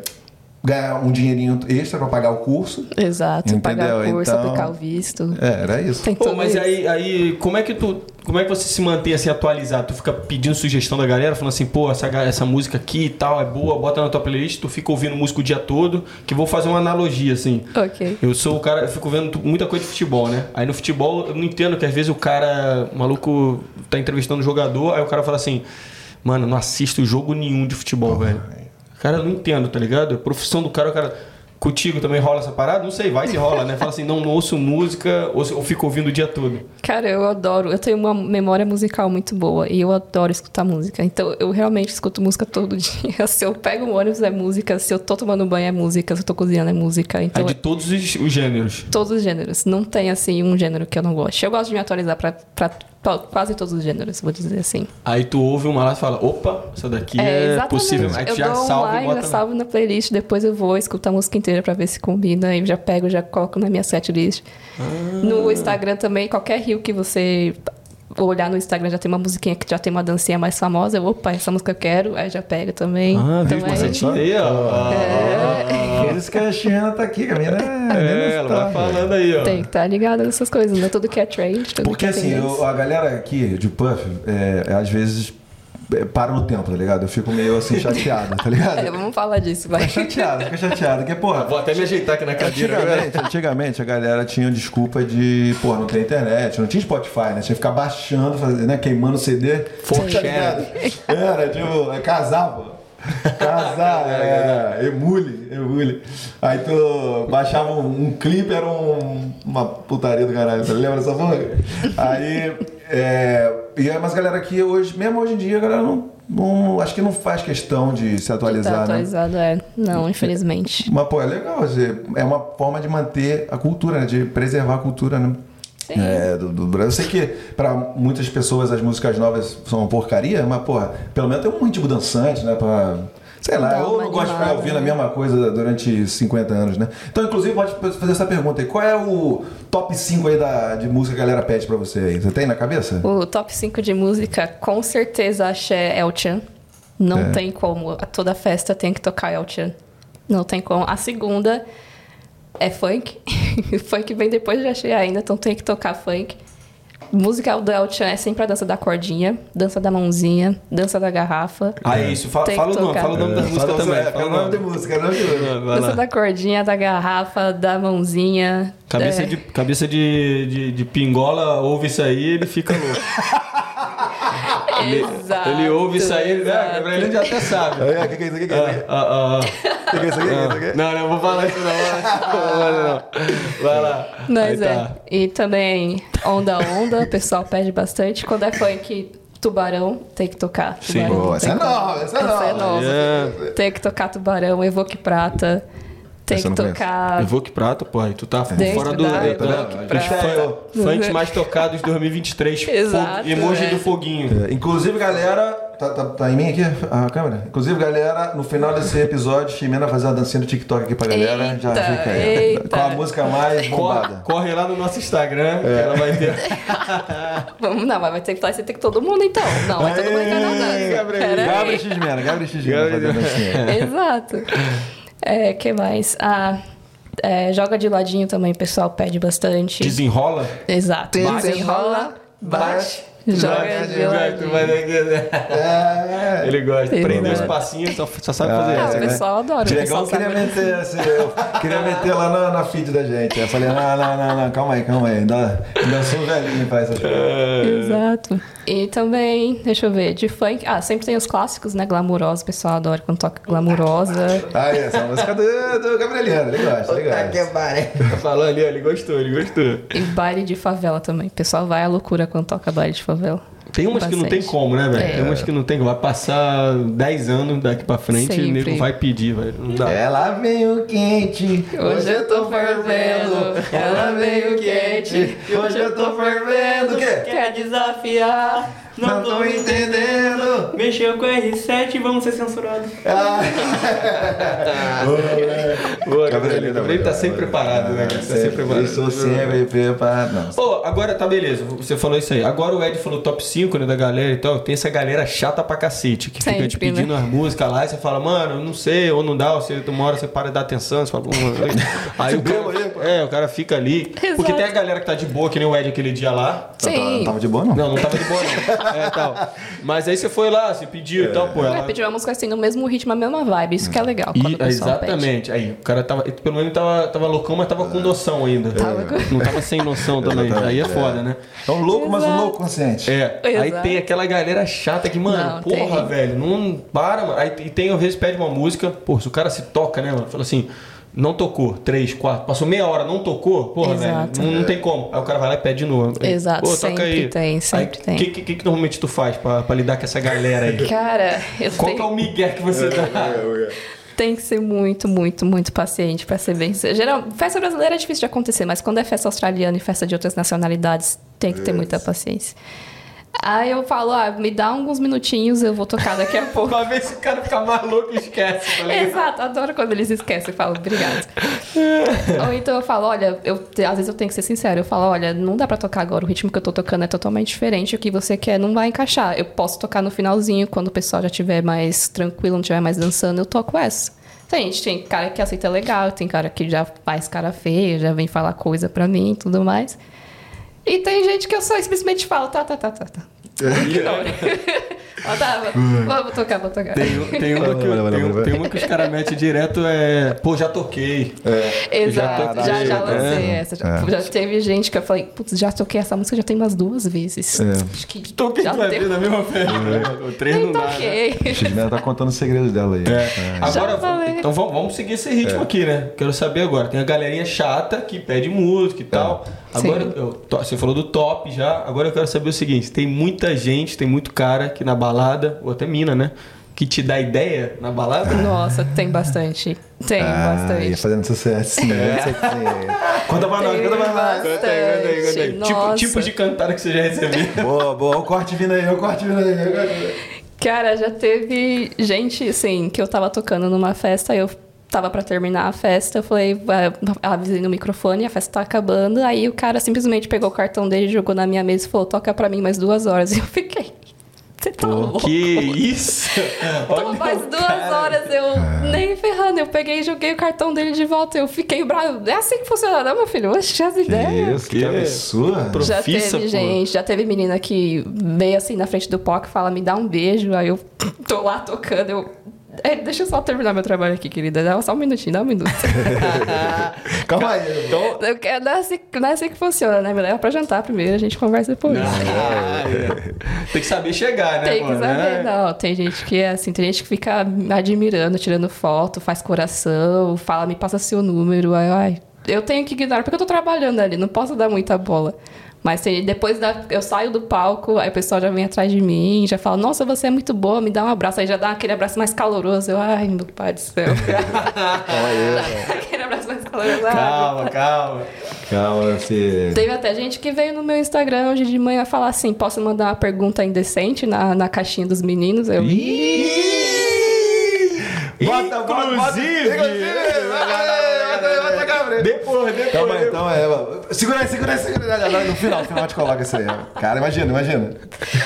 Speaker 5: ganhar um dinheirinho extra pra pagar o curso.
Speaker 3: Exato, pagar
Speaker 5: Entendeu?
Speaker 3: o curso,
Speaker 5: Então-
Speaker 3: aplicar o visto.
Speaker 5: É, era isso.
Speaker 3: Tem
Speaker 2: Pô,
Speaker 3: tudo
Speaker 2: mas
Speaker 3: Então isso.
Speaker 2: aí, aí, como é que tu. Como é que você se mantém assim atualizado? Tu fica pedindo sugestão da galera, falando assim, pô, essa, ga- essa música aqui e tal é boa, bota na tua playlist, tu fica ouvindo música o dia todo, que eu vou fazer uma analogia, assim.
Speaker 3: Ok.
Speaker 2: Eu sou o cara, eu fico vendo tu- muita coisa de futebol, né? Aí no futebol eu não entendo que às vezes o cara, o maluco, tá entrevistando o jogador, aí o cara fala assim, mano, não assisto jogo nenhum de futebol, velho. Cara, eu não entendo, tá ligado? A profissão do cara, o cara. Contigo também rola essa parada? Não sei, vai que rola, né? Fala assim, não, não ouço música, ou se- ou fico ouvindo o dia todo.
Speaker 3: Cara, eu adoro. Eu tenho uma memória musical muito boa e eu adoro escutar música. Então, eu realmente escuto música todo dia. Se eu pego um ônibus, é música. Se eu tô tomando banho, é música. Se eu tô cozinhando, é música.
Speaker 2: É
Speaker 3: Então, é
Speaker 2: de todos os, os gêneros.
Speaker 3: todos os gêneros. Não tem, assim, um gênero que eu não goste. Eu gosto de me atualizar pra, pra to- quase todos os gêneros, vou dizer assim.
Speaker 2: Aí tu ouve uma lá e fala, opa, essa daqui
Speaker 3: É,
Speaker 2: é,
Speaker 3: exatamente.
Speaker 2: possível. Aí tu
Speaker 3: eu
Speaker 2: já
Speaker 3: dou
Speaker 2: salva
Speaker 3: online,
Speaker 2: e bota.
Speaker 3: já
Speaker 2: na-
Speaker 3: salvo na playlist, depois eu vou escutar a música inteira pra ver se combina, aí já
Speaker 2: Ah.
Speaker 3: pego, já coloco na minha setlist. No Instagram também, qualquer rio que você vou olhar no Instagram, já tem uma musiquinha que já tem uma dancinha mais famosa. Eu, opa, essa música eu quero, aí já pega também.
Speaker 2: Ah, viu
Speaker 3: então,
Speaker 2: que
Speaker 3: é-
Speaker 2: você tinha aí, ó.
Speaker 5: Ah, Por isso que a China tá aqui, a menina é- a menina
Speaker 2: É, ela
Speaker 5: tá-
Speaker 2: vai falando aí, ó.
Speaker 3: Tem que estar ligado nessas coisas, né? Tudo que é trend, tudo
Speaker 5: Porque
Speaker 3: que é
Speaker 5: assim, eu-
Speaker 3: tendência.
Speaker 5: a galera aqui de Puff, é, às vezes é, para no tempo, tá ligado? Eu fico meio assim chateado, tá
Speaker 3: É,
Speaker 5: ligado?
Speaker 3: vamos falar disso, vai.
Speaker 5: Chateado, fica chateado, porque, porra,
Speaker 2: Vou até me ajeitar aqui na cadeira. né? agora.
Speaker 5: Antigamente, antigamente a galera tinha desculpa de, pô, não tem internet, não tinha Spotify, né? Tinha que ficar baixando, fazendo, né? queimando CD.
Speaker 2: Forte,
Speaker 5: Tá ligado? Era, tipo, é casar, pô. Casar, é, emule, emule. Aí tu baixava um, um clipe, era um- uma putaria do caralho, você lembra dessa porra? Aí, é, e é, mas a galera que hoje, mesmo hoje em dia, a galera não, não- acho que não faz questão de se atualizar,
Speaker 3: Tá
Speaker 5: né?
Speaker 3: atualizado, é. Não, infelizmente.
Speaker 5: Mas, pô, é legal. assim, É uma forma de manter a cultura, né? De preservar a cultura, né?
Speaker 3: Sim.
Speaker 5: É, do, do Brasil. Eu sei que pra muitas pessoas as músicas novas são uma porcaria, mas, porra, pelo menos tem um ritmo dançante, né? Pra. Sei lá,
Speaker 3: Dá
Speaker 5: eu
Speaker 3: uma
Speaker 5: não gosto de ficar
Speaker 3: animada,
Speaker 5: ouvindo a
Speaker 3: né?
Speaker 5: mesma coisa durante 50 anos, né? Então, inclusive, pode fazer essa pergunta aí. Qual é o top 5 aí da, de música que a galera pede pra você aí? Você tem na cabeça?
Speaker 3: O top 5 de música, com certeza, axé é El Chan. Não
Speaker 5: É.
Speaker 3: tem como. A Toda festa tem que tocar El Chan. Não tem como. A segunda é funk. funk vem depois de axé ainda, então tem que tocar funk. Musical do El Chan é sempre a dança da cordinha, dança da mãozinha, dança da garrafa.
Speaker 2: Ah, isso. Fala,
Speaker 3: Tem que
Speaker 2: fala o nome,
Speaker 3: tocar.
Speaker 2: fala o nome da música
Speaker 5: Fala-
Speaker 2: também.
Speaker 5: é,
Speaker 2: fala
Speaker 5: É o nome da
Speaker 2: nome.
Speaker 5: música, não é?
Speaker 2: Vai
Speaker 3: dança
Speaker 2: lá.
Speaker 3: da cordinha, da garrafa, da mãozinha.
Speaker 2: Cabeça,
Speaker 3: é,
Speaker 2: de, cabeça de, de, de pingola ouve isso aí ele fica louco. Ele,
Speaker 3: Exato,
Speaker 2: ele ouve isso aí, ele, ah,
Speaker 3: exato.
Speaker 2: Gabriel, ele já até sabe.
Speaker 5: É, o que que é isso? O que que é isso?
Speaker 2: Ah, ah, ah,
Speaker 5: O que que é isso? O que que é isso? O que que é
Speaker 2: ah.
Speaker 5: isso?
Speaker 2: Não, não, vou falar isso não. Vou falar isso não. Vai lá.
Speaker 3: Mas
Speaker 2: Aí
Speaker 3: é.
Speaker 2: tá.
Speaker 3: E também Onda Onda, o pessoal pede bastante. Quando é funk, Tubarão tem que tocar.
Speaker 2: Sim.
Speaker 3: Tubarão,
Speaker 5: Pô,
Speaker 3: não
Speaker 5: essa
Speaker 3: tem
Speaker 5: é
Speaker 3: como.
Speaker 5: nova, essa é nova.
Speaker 2: É.
Speaker 3: Tem que tocar Tubarão, Evoque Prata. Tem
Speaker 5: Essa eu
Speaker 3: que
Speaker 5: não conheço. É.
Speaker 3: tocar.
Speaker 2: Evoque Prata, pô, aí tu tá
Speaker 3: Dentro
Speaker 2: fora do.
Speaker 3: da-
Speaker 2: da-
Speaker 3: Evoque
Speaker 2: da-
Speaker 3: Prata.
Speaker 2: dos fun- Funk mais tocados 2023.
Speaker 3: Exato,
Speaker 2: fo- Emoji
Speaker 3: é.
Speaker 2: do foguinho.
Speaker 5: É, Inclusive, galera. Tá, tá- tá em mim aqui a câmera? Inclusive, galera, no final desse episódio, Ximena vai fazer uma dancinha do TikTok aqui pra galera. já
Speaker 3: Eita,
Speaker 5: fica aí.
Speaker 3: eita.
Speaker 5: Com a música mais
Speaker 2: Corre,
Speaker 5: bombada.
Speaker 2: corre lá no nosso Instagram, que ela vai ter.
Speaker 3: Vamos, não, mas vai ter que falar, você tem que todo mundo então. Não, vai todo mundo entrar na
Speaker 2: Aê,
Speaker 3: dança.
Speaker 2: Gabriel.
Speaker 3: Peraí.
Speaker 5: Gabriel Ximena, Gabriel Ximena fazer a dancinha.
Speaker 3: Exato. É, que mais? Ah, é, joga de ladinho também, o pessoal pede bastante.
Speaker 2: Desenrola?
Speaker 3: Exato. Desenrola, bate, joga de ladinho.
Speaker 5: É,
Speaker 2: é Ele gosta.
Speaker 3: Ele
Speaker 2: Prender os
Speaker 3: gosta.
Speaker 2: passinhos, só, só sabe
Speaker 5: é,
Speaker 3: Ah,
Speaker 2: fazer
Speaker 3: o
Speaker 5: né?
Speaker 2: isso.
Speaker 3: pessoal adora, o
Speaker 5: Diegão
Speaker 3: pessoal
Speaker 5: queria
Speaker 3: sabe.
Speaker 5: meter, assim, eu queria meter lá na, na feed da gente. Eu falei, não, não, não, não, calma aí, calma aí. Ainda, ainda sou um velhinho pra essas coisas.
Speaker 3: Exato. E também, deixa eu ver, de funk. Ah, sempre tem os clássicos, né? Glamurosa, o pessoal adora quando toca glamurosa.
Speaker 5: Ah, essa é a música do, do Gabrieliano, ele gosta, ele
Speaker 4: Tá que
Speaker 5: gosta.
Speaker 4: pariu.
Speaker 2: Falou ali, ó, ele gostou, ele gostou.
Speaker 3: E baile de favela também. O pessoal vai à loucura quando toca baile de favela.
Speaker 2: Tem umas que não tem
Speaker 3: Bastante.
Speaker 2: como, né, velho?
Speaker 3: É.
Speaker 2: Tem umas que não tem como. Vai passar 10 anos daqui pra frente e o
Speaker 3: Sempre.
Speaker 2: nego vai pedir, velho. Não dá.
Speaker 5: Ela veio quente,
Speaker 3: Hoje eu tô fervendo, ela veio quente,
Speaker 5: hoje eu tô fervendo. O quê?
Speaker 4: Quer desafiar? Não tô entendendo.
Speaker 5: entendendo.
Speaker 4: Mexeu com R7, vamos ser censurados.
Speaker 2: Boa,
Speaker 5: Gabriel,
Speaker 2: Gabriel. Gabriel tá sempre preparado, né?
Speaker 5: é
Speaker 2: cara? Tá sempre
Speaker 5: Eu sou
Speaker 2: preparado.
Speaker 5: sempre preparado. Não.
Speaker 2: Pô, agora tá beleza, você falou isso aí. Agora o Ed falou top 5, né, da galera e tal. Tem essa galera chata pra cacete, que fica te
Speaker 3: Sempre,
Speaker 2: pedindo
Speaker 3: né?
Speaker 2: as músicas lá e você fala, mano, eu não sei, ou não dá, ou você, uma hora você para de dar atenção, você fala, pô, mano. Aí o
Speaker 5: aí,
Speaker 2: cara, é, o cara fica ali.
Speaker 3: Exato.
Speaker 2: Porque tem a galera que tá de boa, que nem o Ed aquele dia lá.
Speaker 5: Não
Speaker 3: Sim.
Speaker 5: tá
Speaker 2: tá,
Speaker 5: tava de boa, não.
Speaker 2: Não, não tava de boa, não. É, tal. Mas aí você foi lá, você pediu e tal, pô.
Speaker 3: Vai
Speaker 2: Ela...
Speaker 3: pedir uma música assim, no mesmo ritmo, a mesma vibe. Isso que é legal.
Speaker 2: E-
Speaker 3: Quando o pessoal pede.
Speaker 2: exatamente. Aí, o cara tava. Pelo menos tava, tava loucão, mas tava com noção ainda. Não tava sem noção também. Aí é foda, né?
Speaker 5: É um louco, mas um
Speaker 3: Exato.
Speaker 5: louco consciente.
Speaker 2: É, aí
Speaker 3: Exato.
Speaker 2: tem aquela galera chata que, mano,
Speaker 3: Não,
Speaker 2: porra,
Speaker 3: tem.
Speaker 2: velho, não para, mano. Aí e tem, às vezes, pede uma música, porra, se o cara se toca, né, mano? Fala assim, não tocou, três, quatro, passou meia hora, não tocou, porra,
Speaker 3: Exato.
Speaker 2: velho, não, não tem como. Aí o cara vai lá e pede de novo. Aí,
Speaker 3: Exato,
Speaker 2: Pô, toca
Speaker 3: sempre
Speaker 2: aí.
Speaker 3: tem, sempre
Speaker 2: aí,
Speaker 3: tem.
Speaker 2: O que, que, que normalmente tu faz pra, pra lidar com essa galera aí?
Speaker 3: Cara, eu
Speaker 2: Qual
Speaker 3: tenho-
Speaker 2: que é o migué que você dá?
Speaker 3: Tem que ser muito, muito, muito paciente pra ser bem. Geral, festa brasileira é difícil de acontecer, mas quando é festa australiana e festa de outras nacionalidades, tem que ter muita paciência. Aí eu falo, ah, me dá alguns minutinhos, eu vou tocar daqui a pouco.
Speaker 2: Uma vez esse cara fica maluco e esquece, tá ligado?
Speaker 3: Exato, adoro quando eles esquecem. Eu falo, obrigado. Ou então eu falo, olha, eu, às vezes eu tenho que ser sincero. Eu falo, olha, não dá pra tocar agora. O ritmo que eu tô tocando é totalmente diferente. O que você quer não vai encaixar. Eu posso tocar no finalzinho, quando o pessoal já estiver mais tranquilo, não estiver mais dançando, eu toco essa. Tem gente, tem cara que aceita legal, tem cara que já faz cara feia, já vem falar coisa pra mim e tudo mais. E tem gente que eu só simplesmente falo, tá, tá, tá, tá, tá. Ó, tá, vou, vou tocar, vou tocar.
Speaker 2: Tem, um- tem uma que,
Speaker 5: Vai, vai, vai,
Speaker 2: tem, um-
Speaker 5: vai.
Speaker 2: tem uma que os caras metem direto, é. Pô, já toquei.
Speaker 5: É.
Speaker 3: Exato,
Speaker 2: Já
Speaker 3: já,
Speaker 2: toquei,
Speaker 3: já lancei
Speaker 5: né?
Speaker 3: essa. Já, já teve gente que eu falei, putz, já toquei essa música já tem umas duas vezes.
Speaker 5: É.
Speaker 3: Acho que
Speaker 2: Toquei
Speaker 3: já
Speaker 2: duas
Speaker 3: deu. Então
Speaker 2: vezes na mesma festa. O três
Speaker 3: Nem
Speaker 2: não dá. né?
Speaker 3: toquei.
Speaker 5: Ela tá contando os segredos dela aí.
Speaker 2: É. Agora,
Speaker 3: Já falei.
Speaker 2: então vamos, vamos seguir esse
Speaker 5: É.
Speaker 2: ritmo aqui, né? Quero saber agora. Tem a galerinha chata que pede música e
Speaker 5: É.
Speaker 2: tal. Agora,
Speaker 3: Sim.
Speaker 2: eu- to- você falou do top já. Agora eu quero saber o seguinte: tem muita gente, tem muito cara que na balada, ou até mina, né? Que te dá ideia na balada.
Speaker 3: Nossa, tem bastante. Tem
Speaker 5: ia
Speaker 3: bastante.
Speaker 5: Ah, fazendo sucesso. É. Conta pra nós,
Speaker 3: Tem
Speaker 5: conta pra nós.
Speaker 3: bastante.
Speaker 2: Tipo,
Speaker 3: Nossa.
Speaker 2: tipo de cantada que você já recebeu.
Speaker 5: Boa, boa. O corte vindo aí, o corte vindo aí. o corte vindo aí.
Speaker 3: Cara, já teve gente, assim, que eu tava tocando numa festa, eu tava pra terminar a festa, eu falei, "Vai", avisei no microfone, a festa tá acabando, aí o cara simplesmente pegou o cartão dele, jogou na minha mesa e falou, toca pra mim mais duas horas. E eu fiquei, você tá louco?
Speaker 2: Que isso?
Speaker 3: Então, mais
Speaker 2: o
Speaker 3: duas
Speaker 2: cara.
Speaker 3: horas eu nem ferrando. Eu peguei e joguei o cartão dele de volta. Eu fiquei bravo. É assim que funciona, não, meu filho? Oxe, as ideias.
Speaker 5: isso, que absurdo.
Speaker 3: Já
Speaker 2: profissa,
Speaker 3: teve
Speaker 2: pô.
Speaker 3: gente, já teve menina que veio assim na frente do POC fala, me dá um beijo. Aí eu tô lá tocando, eu. "É, deixa eu só terminar meu trabalho aqui, querida. Dá só um minutinho, dá um minuto.
Speaker 5: Calma aí.
Speaker 2: Então,
Speaker 3: Eu quero- não, é assim, não é assim que funciona, né? Me leva pra jantar primeiro, a gente conversa depois.
Speaker 2: Ah, é. Tem que saber chegar, né?
Speaker 3: Tem que
Speaker 2: mano,
Speaker 3: saber,
Speaker 2: né?
Speaker 3: não. Tem gente que é assim, tem gente que fica admirando, tirando foto, faz coração, fala, me passa seu número. Ai, ai. Eu tenho que ignorar porque eu tô trabalhando ali, não posso dar muita bola. Mas tem- depois da- eu saio do palco, aí o pessoal já vem atrás de mim, já fala, nossa, você é muito boa, me dá um abraço. Aí já dá aquele abraço mais caloroso. Eu, ai, meu pai do céu. aquele abraço mais caloroso. ai,
Speaker 2: Calma, calma.
Speaker 5: Calma, você.
Speaker 3: Teve até gente que veio no meu Instagram hoje de manhã falar assim: posso mandar uma pergunta indecente na, na caixinha dos meninos? Eu.
Speaker 5: Bota, bota, bota.
Speaker 2: Inclusive.
Speaker 5: Inclusive, bota aí, bota aí, bota aí, Gabriel.
Speaker 2: Depois, depois.
Speaker 5: Calma aí, então, é,
Speaker 2: depois.
Speaker 5: calma aí. mano. Segura aí, segura aí, segura aí. No final, no final a gente coloca isso aí. ó. Cara, imagina, imagina.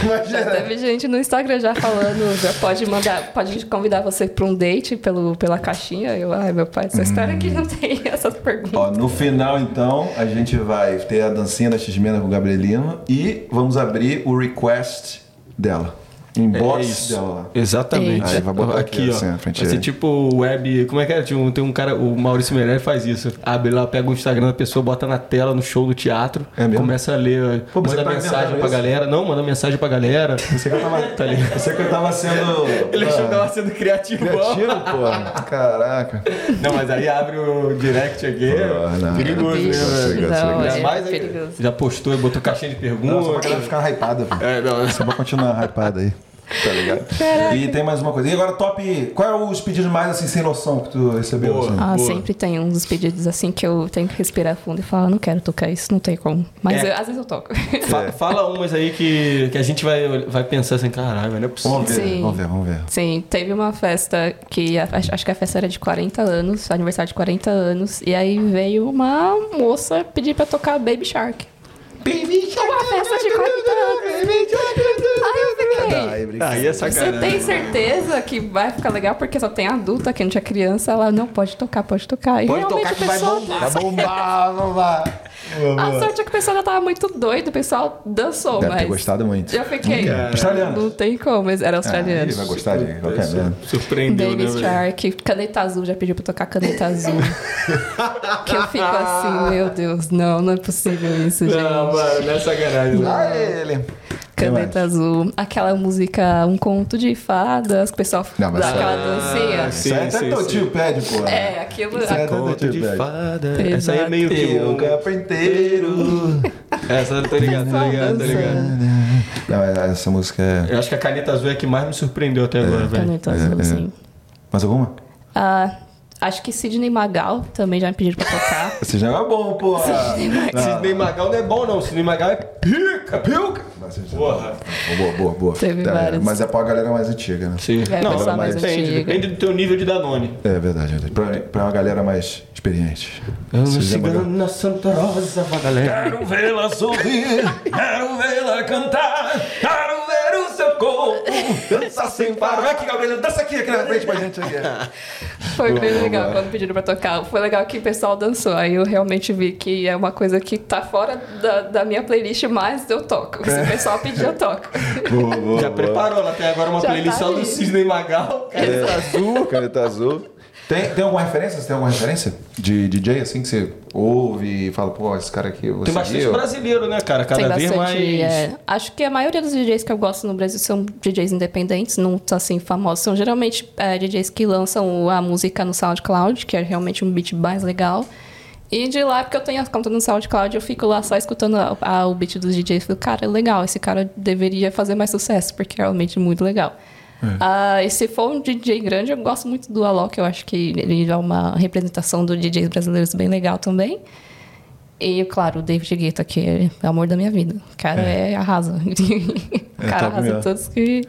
Speaker 5: Imagina.
Speaker 3: Teve gente no Instagram já falando, já pode mandar, pode convidar você pra um date pelo, pela caixinha. Eu, ai meu pai, só espera que não tem essas perguntas.
Speaker 5: Ó, no final, então, a gente vai ter a dancinha da X-Mena com o Gabriel Lima e vamos abrir o request dela. Um
Speaker 2: É
Speaker 5: Inbox
Speaker 2: isso.
Speaker 5: dela lá.
Speaker 2: Exatamente.
Speaker 5: Aí vai botar aqui,
Speaker 2: ó.
Speaker 5: assim, na frente
Speaker 2: vai ser
Speaker 5: aí.
Speaker 2: tipo web. Como é que é? Tinha um- Tem um cara, o Maurício Meirelles faz isso. Abre lá, pega o Instagram da pessoa, bota na tela, no show do teatro.
Speaker 5: É mesmo?
Speaker 2: Começa a ler.
Speaker 5: Pô, você
Speaker 2: manda
Speaker 5: tá
Speaker 2: mensagem
Speaker 5: inventando
Speaker 2: pra
Speaker 5: isso?
Speaker 2: galera. Não, manda mensagem pra galera.
Speaker 5: Você que eu tava,
Speaker 2: Tá ligado?
Speaker 5: você é que eu tava sendo.
Speaker 2: Ele achou que
Speaker 5: ah,
Speaker 2: tava sendo criativo.
Speaker 5: criativo, porra. Caraca.
Speaker 2: Não, mas aí abre o direct aqui.
Speaker 5: Ah, não.
Speaker 2: perigoso, né?
Speaker 5: Bicho,
Speaker 2: velho?
Speaker 5: chega,
Speaker 3: não,
Speaker 5: chega.
Speaker 2: Ainda
Speaker 3: é
Speaker 2: mais aí,
Speaker 3: perigoso.
Speaker 2: já postou e botou caixinha de
Speaker 5: Não, só pra
Speaker 2: perguntas.
Speaker 5: galera ficar hypada, pô.
Speaker 2: É, não,
Speaker 5: Só pra continuar hypada aí. Tá ligado? E tem mais uma coisa. E agora, top. Qual é os pedidos mais assim, sem noção que tu recebeu?
Speaker 2: Boa.
Speaker 5: assim?
Speaker 3: Ah,
Speaker 2: Boa.
Speaker 3: sempre tem uns pedidos assim que eu tenho que respirar fundo e falar, não quero tocar isso, não tem como. Mas
Speaker 2: É.
Speaker 3: eu- às vezes eu toco.
Speaker 2: Fa- Fala umas aí que, que a gente vai, vai pensar assim, caralho, velho, não é possível.
Speaker 5: Vamos ver,
Speaker 3: Sim.
Speaker 5: vamos ver, vamos ver.
Speaker 3: Sim, teve uma festa que a- acho acho que a festa era de 40 anos, aniversário de 40 anos, e aí veio uma moça pedir pra tocar Baby Shark.
Speaker 5: Baby
Speaker 3: É uma festa de 40 anos.
Speaker 5: Tá,
Speaker 3: Aí eu fiquei.
Speaker 2: Aí é
Speaker 3: Você
Speaker 2: sacanagem.
Speaker 3: tem certeza que vai ficar legal porque só tem adulta, que não tinha criança, ela não pode tocar, pode tocar. E
Speaker 2: Pode
Speaker 3: realmente
Speaker 2: tocar
Speaker 3: o
Speaker 2: que vai
Speaker 3: pessoal-
Speaker 2: bombar. Tá
Speaker 5: Vai bombar, vai bombar. Boa,
Speaker 3: A
Speaker 5: boa.
Speaker 3: sorte é que o pessoal já tava muito doido, o pessoal dançou,
Speaker 5: Deve
Speaker 3: mas.
Speaker 5: ter gostado muito.
Speaker 3: Eu fiquei.
Speaker 2: Hum,
Speaker 5: Australiano.
Speaker 3: Não tem como, mas era
Speaker 5: Ah,
Speaker 3: australiano.
Speaker 5: Ele vai gostar de qualquer merda.
Speaker 2: Surpreendeu,
Speaker 3: Baby
Speaker 2: né, velho?
Speaker 3: Shark, caneta azul, já pediu pra tocar caneta azul. que eu fico assim, meu Deus, não, não é possível isso, gente.
Speaker 2: Não, mano, não é sacanagem. né?
Speaker 5: Ah, ele.
Speaker 3: Caneta azul, aquela música Um Conto de Fadas, que o pessoal
Speaker 5: Não, mas
Speaker 3: dá
Speaker 5: só-
Speaker 3: aquela dancinha.
Speaker 5: Isso aí
Speaker 2: Sim,
Speaker 5: até
Speaker 2: sim,
Speaker 5: teu
Speaker 2: sim.
Speaker 5: tio pede, pô.
Speaker 3: É, aquilo.
Speaker 5: Isso aí até teu
Speaker 2: Conto
Speaker 5: tio
Speaker 2: de
Speaker 5: pede.
Speaker 2: fada. Essa aí é meio que.
Speaker 5: Eu,
Speaker 2: um-
Speaker 5: carpinteiro.
Speaker 2: Essa eu tô ligado, tá ligado, tá ligado.
Speaker 5: Não, é- essa música é.
Speaker 2: Eu acho que a caneta azul é a que mais me surpreendeu até agora, velho.
Speaker 3: Caneta azul,
Speaker 5: é.
Speaker 3: sim.
Speaker 5: Mais alguma?
Speaker 3: assim. Ah, Acho que Sidney Magal também já me pediram pra tocar.
Speaker 5: Esse jogo é bom, porra.
Speaker 2: Sidney Magal não é bom, não. Sidney Magal é pica, pica.
Speaker 5: é
Speaker 2: Porra.
Speaker 5: Boa, boa, boa.
Speaker 3: Teve
Speaker 5: Tá,
Speaker 3: várias.
Speaker 5: Mas é pra galera mais antiga, né?
Speaker 2: Sim.
Speaker 3: É,
Speaker 2: não,
Speaker 3: pessoal
Speaker 5: mais
Speaker 2: depende.
Speaker 3: antigo.
Speaker 2: Depende do teu nível de Danone.
Speaker 5: É verdade, é verdade. Pra, pra uma galera mais experiente.
Speaker 2: Amo
Speaker 5: Sidney é, Magal.
Speaker 2: cigana Santa Rosa, Magalhães.
Speaker 6: Quero vê-la sorrir, quero vê-la cantar, quero ver o seu corpo.
Speaker 5: Dança sem parar. Vai aqui, Gabriela, dança aqui, aqui na frente pra gente. Aqui.
Speaker 3: Foi bem legal
Speaker 5: boa.
Speaker 3: quando pediram pra tocar. Foi legal que o pessoal dançou. Aí eu realmente vi que é uma coisa que tá fora da, da minha playlist, mas eu toco.
Speaker 2: É.
Speaker 3: Se o pessoal pedir, eu toco.
Speaker 5: Boa, boa,
Speaker 2: Já
Speaker 5: boa.
Speaker 2: preparou, ela tem agora uma
Speaker 3: Já tá
Speaker 2: playlist só do
Speaker 3: aí.
Speaker 2: Sidney Magal. é cara.
Speaker 5: Caneta azul. Caneta azul. Tem, tem alguma referência? Você tem alguma referência de DJ assim que você ouve e fala, pô, esse cara aqui. eu
Speaker 2: Tem bastante
Speaker 5: seguia?
Speaker 2: brasileiro, né, cara? Cada
Speaker 3: Tem
Speaker 2: vez
Speaker 3: bastante.
Speaker 2: mais.
Speaker 3: é, acho que a maioria dos DJs que eu gosto no Brasil são DJs independentes, não tão, assim famosos. São geralmente é, DJs que lançam a música no SoundCloud, que é realmente um beat mais legal. E de lá, porque eu tenho a conta no SoundCloud, eu fico lá só escutando a- a- o beat dos DJs. Fico, cara, é legal, esse cara deveria fazer mais sucesso, porque é realmente muito legal.
Speaker 2: É.
Speaker 3: Ah, e se for um DJ grande, eu gosto muito do Alok, eu acho que ele é uma representação dos DJs brasileiros bem legal também. E, claro, o David Guetta, que é o amor da minha vida. O cara é, arrasa. o
Speaker 5: É,
Speaker 3: cara
Speaker 5: tá
Speaker 3: arrasa
Speaker 5: mesmo.
Speaker 3: em todos que...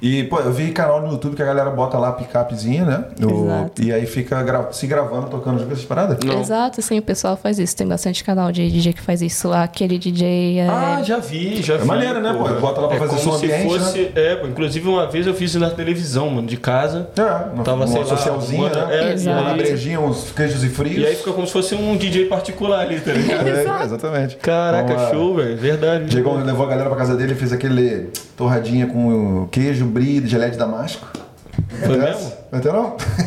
Speaker 5: E, pô, eu vi canal no YouTube que a galera bota lá a picapezinha, né? O-
Speaker 3: Exato.
Speaker 5: E aí fica gra- se gravando, tocando essas paradas.
Speaker 3: Exato, sim, o pessoal faz isso. Tem bastante canal de DJ que faz isso. Aquele DJ é...
Speaker 2: Ah, já vi, já vi.
Speaker 5: maneiro, né, pô?
Speaker 2: porra.
Speaker 5: Bota lá pra
Speaker 2: é
Speaker 5: fazer
Speaker 2: como
Speaker 5: som
Speaker 2: se
Speaker 5: ambiente, né?
Speaker 2: fosse, É, pô, inclusive uma vez eu fiz isso na televisão, mano, de casa.
Speaker 5: É, uma,
Speaker 2: Tava, sei
Speaker 5: uma
Speaker 2: lá,
Speaker 5: socialzinha,
Speaker 2: uma-
Speaker 5: né?
Speaker 2: é,
Speaker 3: Exato.
Speaker 5: Uma
Speaker 2: e aí-
Speaker 5: brejinha, uns queijos e frios.
Speaker 2: E aí fica como se fosse um DJ particular ali, tá ligado?
Speaker 5: É, exatamente.
Speaker 2: Caraca,
Speaker 5: Então, a-
Speaker 2: show, velho. Verdade.
Speaker 5: Diegão levou a galera pra casa dele e fez aquele torradinha com queijo, brie, gelé de damasco.
Speaker 2: Foi
Speaker 5: Não é
Speaker 2: mesmo?
Speaker 5: essa? Não é teu não?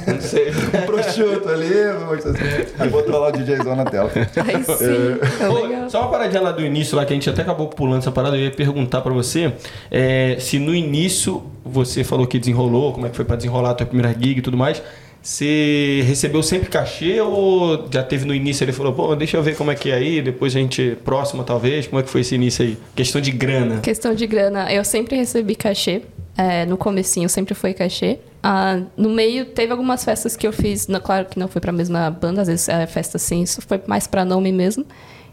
Speaker 2: Não sei.
Speaker 5: Um prosciutto ali, um monte assim. Aí botou lá o DJzão na tela.
Speaker 3: Aí sim, é
Speaker 2: Ô,
Speaker 3: legal.
Speaker 2: só uma paradinha lá do início, lá que a gente até acabou pulando essa parada, eu ia perguntar pra você é, se no início você falou que desenrolou, como é que foi pra desenrolar a tua primeira gig e tudo mais. Você recebeu sempre cachê ou já teve no início? Ele falou, pô, deixa eu ver como é que é aí, depois a gente próxima talvez. Como é que foi esse início aí? Questão de grana.
Speaker 3: Questão de grana, eu sempre recebi cachê. É, no comecinho sempre foi cachê. Ah, no meio teve algumas festas que eu fiz, não, claro que não foi pra mesma banda, às vezes é festa assim, isso foi mais pra nome mesmo,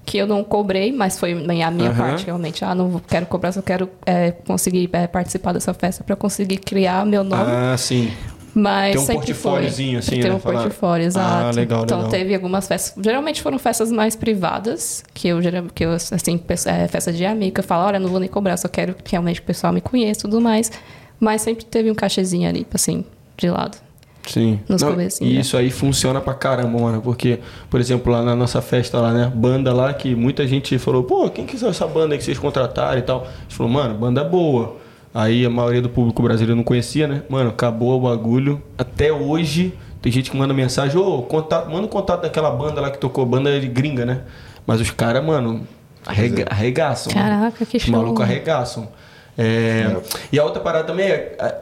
Speaker 3: que eu não cobrei, mas foi na- a minha
Speaker 2: Aham.
Speaker 3: parte realmente. Ah, não vou- quero cobrar, só quero é, conseguir é, participar dessa festa pra eu conseguir criar meu nome.
Speaker 2: Ah, sim.
Speaker 3: Mas
Speaker 2: Tem um
Speaker 3: sempre foi.
Speaker 2: portfóliozinho, assim,
Speaker 3: Tem
Speaker 2: né,
Speaker 3: um
Speaker 2: falar.
Speaker 3: portfólio,
Speaker 2: Ah,
Speaker 3: exato.
Speaker 2: legal,
Speaker 3: então
Speaker 2: legal.
Speaker 3: teve algumas festas. Geralmente foram festas mais privadas, que eu geral- que eu, assim, pe- é, festa de amigo, que eu falo, olha, não vou nem cobrar, só quero que realmente o pessoal me conheça e tudo mais. Mas sempre teve um cachezinho ali, assim, de lado.
Speaker 2: Sim.
Speaker 3: Nos
Speaker 2: Não,
Speaker 3: comecinhos,
Speaker 2: e
Speaker 3: né?
Speaker 2: isso aí funciona pra caramba, mano. Porque, por exemplo, lá na nossa festa lá, né? Banda lá que muita gente falou, pô, quem que são essa banda aí que vocês contrataram e tal? A gente falou, mano, banda boa. Aí a maioria do público brasileiro não conhecia, né? Mano, acabou o bagulho. Até hoje, tem gente que manda mensagem, ô, contato, manda o contato daquela banda lá que tocou, banda de gringa, né? Mas os caras, mano, arrega, arregaçam. mano.
Speaker 3: Caraca, que
Speaker 2: Os
Speaker 3: show.
Speaker 2: malucos arregaçam. É, E a outra parada também é. a-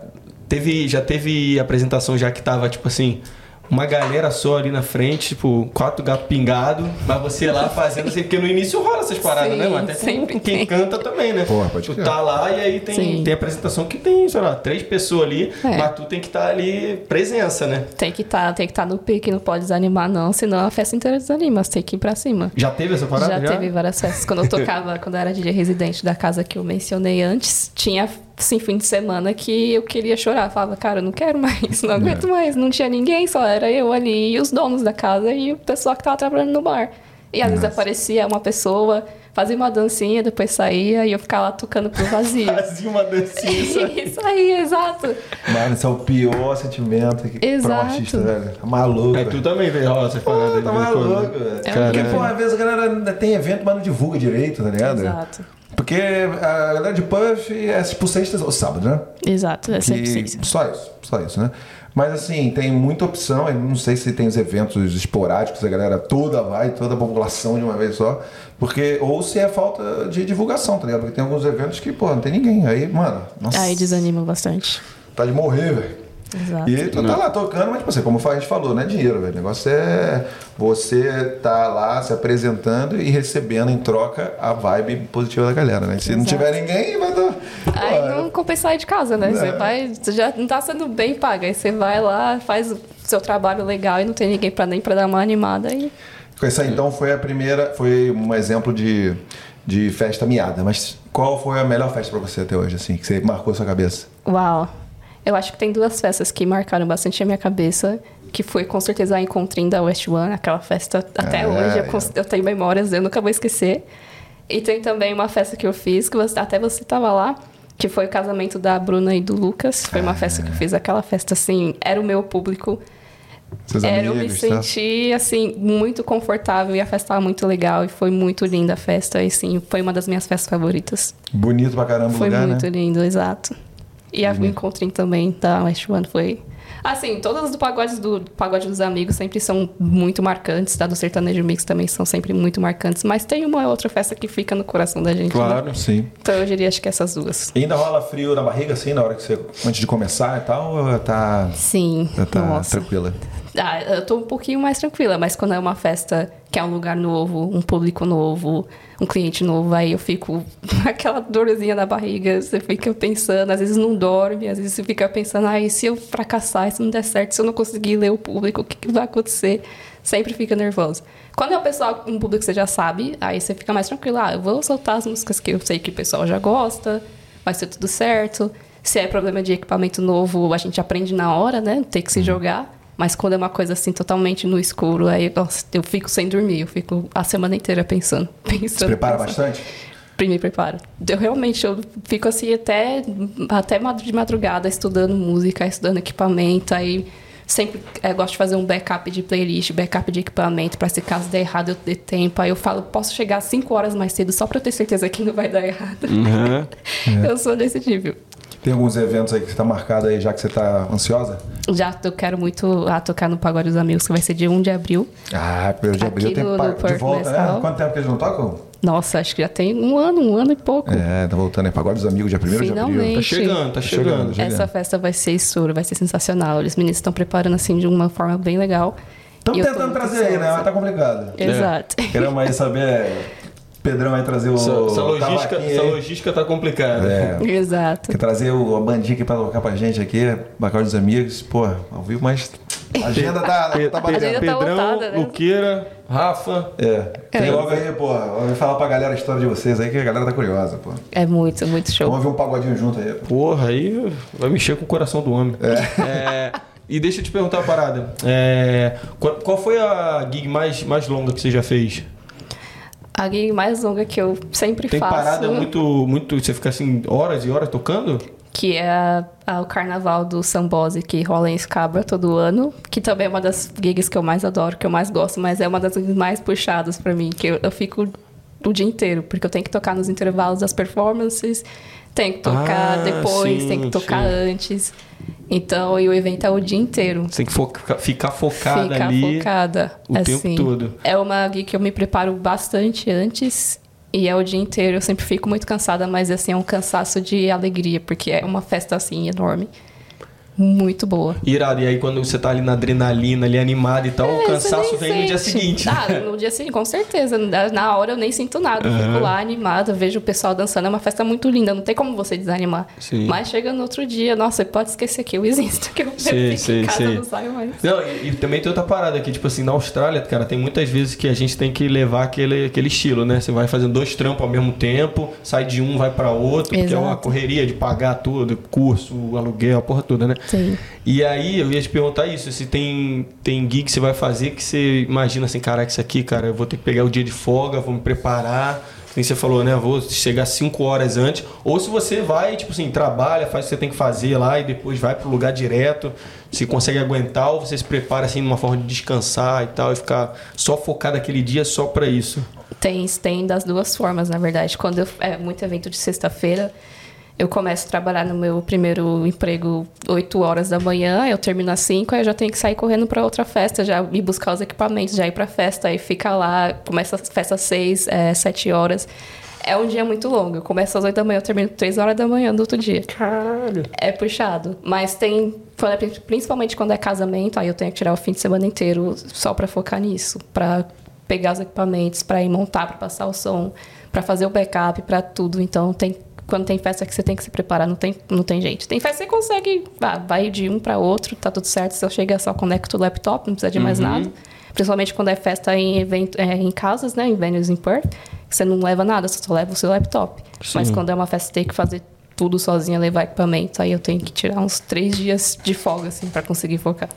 Speaker 2: Teve, já teve apresentação já que tava, tipo assim, uma galera só ali na frente, tipo, quatro gatos pingados, mas você lá fazendo, assim, porque no início rola essas paradas,
Speaker 3: Sim,
Speaker 2: né, mano? Até com,
Speaker 3: sempre
Speaker 2: com quem
Speaker 3: tem.
Speaker 2: canta também, né?
Speaker 5: Porra, pode
Speaker 2: tu
Speaker 5: crer.
Speaker 2: tá lá e aí tem,
Speaker 3: Sim.
Speaker 2: tem apresentação que tem, sei lá, três pessoas ali,
Speaker 3: É.
Speaker 2: mas tu tem que estar ali presença, né?
Speaker 3: Tem que tá, tem que estar no pique, não pode desanimar, não, senão a festa inteira desanima, você tem que ir pra cima.
Speaker 2: Já teve essa parada?
Speaker 3: já, teve várias festas. Quando eu tocava, quando eu era DJ residente da casa que eu mencionei antes, tinha sim fim de semana que eu queria chorar. Falava, cara, eu não quero mais, não aguento mais. Não tinha ninguém, só era eu ali e os donos da casa e o pessoal que tava trabalhando no bar. E às vezes aparecia uma pessoa, fazia uma dancinha, depois saía e eu ficava lá tocando pro vazio.
Speaker 2: Fazia uma dancinha. só.
Speaker 3: Isso aí, exato.
Speaker 5: Mano, esse é o pior sentimento que pra um
Speaker 3: Exato.
Speaker 5: artista, velho. Tá maluco.
Speaker 2: É, tu também vê, rola essas paradas.
Speaker 5: Pô,
Speaker 2: de
Speaker 5: tá
Speaker 2: vez em quando, né?
Speaker 5: maluco, velho.
Speaker 3: É um-
Speaker 5: Porque, pô, às vezes a galera ainda tem evento, mas não divulga direito, tá ligado?
Speaker 3: Exato.
Speaker 5: Porque a galera de Puff é tipo sexta ou sábado, né?
Speaker 3: Exato, é sempre
Speaker 5: Que-
Speaker 3: isso.
Speaker 5: só isso, só isso, né? Mas assim, tem muita opção, eu não sei se tem os eventos esporádicos, a galera toda vai, toda a população de uma vez só, porque ou se é falta de divulgação, tá ligado? Porque tem alguns eventos que, pô, não tem ninguém. Aí, mano, nossa,
Speaker 3: Aí desanima bastante.
Speaker 5: tá de morrer, velho.
Speaker 3: Exato.
Speaker 5: E tu tá lá tocando, mas tipo assim, como a gente falou, não é dinheiro, velho. O negócio é você tá lá se apresentando e recebendo em troca a vibe positiva da galera, né? Se não
Speaker 3: Exato.
Speaker 5: tiver ninguém, vai dar.
Speaker 3: Aí não compensa sair de casa, né? Você vai, você já não tá sendo bem paga. Aí você vai lá, faz o seu trabalho legal e não tem ninguém pra nem pra dar uma animada. E...
Speaker 5: Essa então foi a primeira, foi um exemplo de, de festa miada. Mas qual foi a melhor festa pra você até hoje, assim, que você marcou sua cabeça?
Speaker 3: Uau! Eu acho que tem duas festas que marcaram bastante a minha cabeça, que foi com certeza a Encontrinho da West One, aquela festa até
Speaker 5: É,
Speaker 3: hoje, eu,
Speaker 5: é.
Speaker 3: cons- eu tenho memórias, eu nunca vou esquecer. E tem também uma festa que eu fiz, que você- até você tava lá, que foi o casamento da Bruna e do Lucas. Foi uma festa que eu fiz, aquela festa assim, era o meu público.
Speaker 5: Seus
Speaker 3: Era, eu me
Speaker 5: amigos, tá?
Speaker 3: senti, assim, muito confortável e a festa tava muito legal e foi muito linda a festa e, sim, foi uma das minhas festas favoritas.
Speaker 5: Bonito pra caramba o
Speaker 3: Foi
Speaker 5: lugar,
Speaker 3: muito
Speaker 5: né?
Speaker 3: lindo, exato. E a- o encontrinho também da West One foi... Assim, todas as do pagode, do do pagode dos amigos sempre são muito marcantes, tá? Do Sertanejo Mix também são sempre muito marcantes, mas tem uma outra festa que fica no coração da gente, né?
Speaker 5: Sim.
Speaker 3: Então eu diria, acho que essas duas.
Speaker 5: E ainda rola frio na barriga, assim, na hora que você. Antes de começar e tal, ou tá.
Speaker 3: Sim,
Speaker 5: já tá
Speaker 3: nossa.
Speaker 5: tranquila.
Speaker 3: Ah, eu tô um pouquinho mais tranquila, mas quando é uma festa que é um lugar novo, um público novo, um cliente novo, aí eu fico com aquela dorzinha na barriga, você fica pensando, às vezes não dorme, às vezes você fica pensando, ai, se eu fracassar, se não der certo, se eu não conseguir ler o público, o que, que vai acontecer? Sempre fica nervoso. Quando é um pessoal, um público que você já sabe, aí você fica mais tranquilo, ah, eu vou soltar as músicas que eu sei que o pessoal já gosta, vai ser tudo certo. Se é problema de equipamento novo, a gente aprende na hora, né? Tem que se
Speaker 5: Uhum.
Speaker 3: jogar. Mas quando é uma coisa assim totalmente no escuro, aí nossa, eu fico sem dormir, eu fico a semana inteira pensando. pensando
Speaker 5: Se prepara
Speaker 3: pensando.
Speaker 5: bastante?
Speaker 3: Me preparo. Eu realmente eu fico assim até, até madru- de madrugada estudando música, estudando equipamento, aí sempre eh, gosto de fazer um backup de playlist, backup de equipamento, pra se caso der errado eu ter tempo. Aí eu falo, posso chegar 5 horas mais cedo só pra eu ter certeza que não vai dar errado.
Speaker 5: Uhum.
Speaker 3: Eu sou desse tipo.
Speaker 5: Tem alguns eventos aí que você tá marcado aí, já que você tá ansiosa?
Speaker 3: Já eu quero muito ah, tocar no Pagode dos Amigos, que vai ser dia 1 de abril.
Speaker 5: Ah, pelo de
Speaker 3: Aqui
Speaker 5: abril tem
Speaker 3: no-
Speaker 5: pa-
Speaker 3: no
Speaker 5: de
Speaker 3: Porto
Speaker 5: volta, né?
Speaker 3: Mescal.
Speaker 5: Quanto tempo que eles não tocam?
Speaker 3: Nossa, acho que já tem um ano, um ano e pouco.
Speaker 5: É, tá voltando, é pagode dos amigos, dia 1 de abril.
Speaker 3: Finalmente.
Speaker 2: Tá chegando, tá chegando.
Speaker 5: chegando.
Speaker 3: Essa festa vai ser estouro, vai ser sensacional. Os meninos estão preparando assim de uma forma bem legal.
Speaker 5: Estamos
Speaker 3: E eu tô
Speaker 5: tentando
Speaker 3: muito
Speaker 5: trazer aí, né?
Speaker 3: ansiosa.
Speaker 5: Mas tá complicado.
Speaker 3: Exato.
Speaker 5: Queremos aí saber. Pedrão aí trazer o.
Speaker 2: Essa, essa logística,
Speaker 5: cavaquinho
Speaker 2: essa
Speaker 5: aí.
Speaker 2: logística tá complicada.
Speaker 5: É.
Speaker 3: Exato.
Speaker 5: Quer trazer o, a bandinha aqui pra tocar pra gente aqui, Bacalhau dos Amigos, pô, ao vivo, mas a agenda tá,
Speaker 2: Pe-
Speaker 5: tá
Speaker 2: Pe-
Speaker 5: batendo.
Speaker 3: Agenda tá
Speaker 2: Pedrão,
Speaker 3: lotada, né?
Speaker 2: Luqueira, Rafa.
Speaker 5: É, tem logo aí, pô, vamos falar pra galera a história de vocês aí, que a galera tá curiosa, pô.
Speaker 3: É muito, muito show.
Speaker 5: Vamos ouvir um pagodinho junto aí, pô.
Speaker 2: Porra, aí vai mexer com o coração do homem. É, e deixa eu te perguntar uma parada. É, qual, qual foi a gig mais, mais longa que você já fez?
Speaker 3: A gig mais longa que eu sempre
Speaker 2: Tem
Speaker 3: faço,
Speaker 2: parada muito, muito. Você fica assim horas e horas tocando?
Speaker 3: que é a- a- o carnaval do Sambose, que rola em Escabra todo ano, que também é uma das gigs que eu mais adoro, que eu mais gosto, mas é uma das gigs mais puxadas pra mim, que eu, eu fico o dia inteiro, porque eu tenho que tocar nos intervalos das performances, tenho que tocar
Speaker 2: Ah,
Speaker 3: depois,
Speaker 2: sim,
Speaker 3: tenho que tocar
Speaker 2: sim.
Speaker 3: antes. Então, e o evento é o dia inteiro.
Speaker 2: Você tem que foca- ficar focada
Speaker 3: Fica
Speaker 2: ali.
Speaker 3: focada.
Speaker 2: o tempo
Speaker 3: assim.
Speaker 2: todo.
Speaker 3: É uma gig que eu me preparo bastante antes e é o dia inteiro. Eu sempre fico muito cansada, mas assim, é um cansaço de alegria, porque é uma festa assim enorme. Muito boa.
Speaker 2: Irado, e aí quando você tá ali na adrenalina, ali animado e tal, o
Speaker 3: É,
Speaker 2: cansaço
Speaker 3: você nem
Speaker 2: vem no dia
Speaker 3: sente.
Speaker 2: seguinte.
Speaker 3: Ah, no dia seguinte, com certeza. Na- Na hora eu nem sinto nada. Eu Fico lá animada, vejo o pessoal dançando. É uma festa muito linda, não tem como você desanimar.
Speaker 2: Sim.
Speaker 3: Mas chega no outro dia, nossa, pode esquecer que eu existo, que eu
Speaker 2: Sei,
Speaker 3: fico
Speaker 2: sei,
Speaker 3: em casa,
Speaker 2: sei.
Speaker 3: não saio mais.
Speaker 2: Não, e, e também tem outra parada aqui, tipo assim, na Austrália, cara, tem muitas vezes que a gente tem que levar aquele, aquele estilo, né? Você vai fazendo dois trampos ao mesmo tempo, sai de um, vai pra outro, porque é uma
Speaker 3: Exato.
Speaker 2: correria de pagar tudo, curso, aluguel, a porra toda, né?
Speaker 3: Sim.
Speaker 2: E aí eu ia te perguntar isso, se tem, tem gig que você vai fazer que você imagina assim, caraca, isso aqui, cara, eu vou ter que pegar o dia de folga, vou me preparar. Assim você falou, né? Vou chegar cinco horas antes. Ou se você vai, tipo assim, trabalha, faz o que você tem que fazer lá e depois vai pro lugar direto. Se consegue aguentar, ou você se prepara assim numa forma de descansar e tal, e ficar só focado aquele dia só pra isso.
Speaker 3: Tem, tem das duas formas, na verdade. Quando eu- é muito evento de sexta-feira, eu começo a trabalhar no meu primeiro emprego 8 horas da manhã, eu termino às 5, aí eu já tenho que sair correndo para outra festa, já ir buscar os equipamentos, já ir para festa, aí fica lá, começa a festa às 6, é, 7 horas. É um dia muito longo. Eu começo às 8 da manhã, eu termino 3 horas da manhã do outro dia. É puxado. Mas tem. quando é- Principalmente quando é casamento, aí eu tenho que tirar o fim de semana inteiro só pra focar nisso. Pra pegar os equipamentos, pra ir montar, pra passar o som, pra fazer o backup, pra tudo. Então tem Quando tem festa que você tem que se preparar, não tem, não tem gente. Tem festa que você consegue, ah, vai de um para outro, tá tudo certo. Você chega, só conecta o laptop, não precisa de mais nada. Principalmente quando é festa em, evento, é, em casas, né? Em venues em Perth, que você não leva nada, você só leva o seu laptop. Mas quando é uma festa, você tem que fazer tudo sozinha, levar equipamento. Aí eu tenho que tirar uns três dias de folga, assim, pra conseguir focar.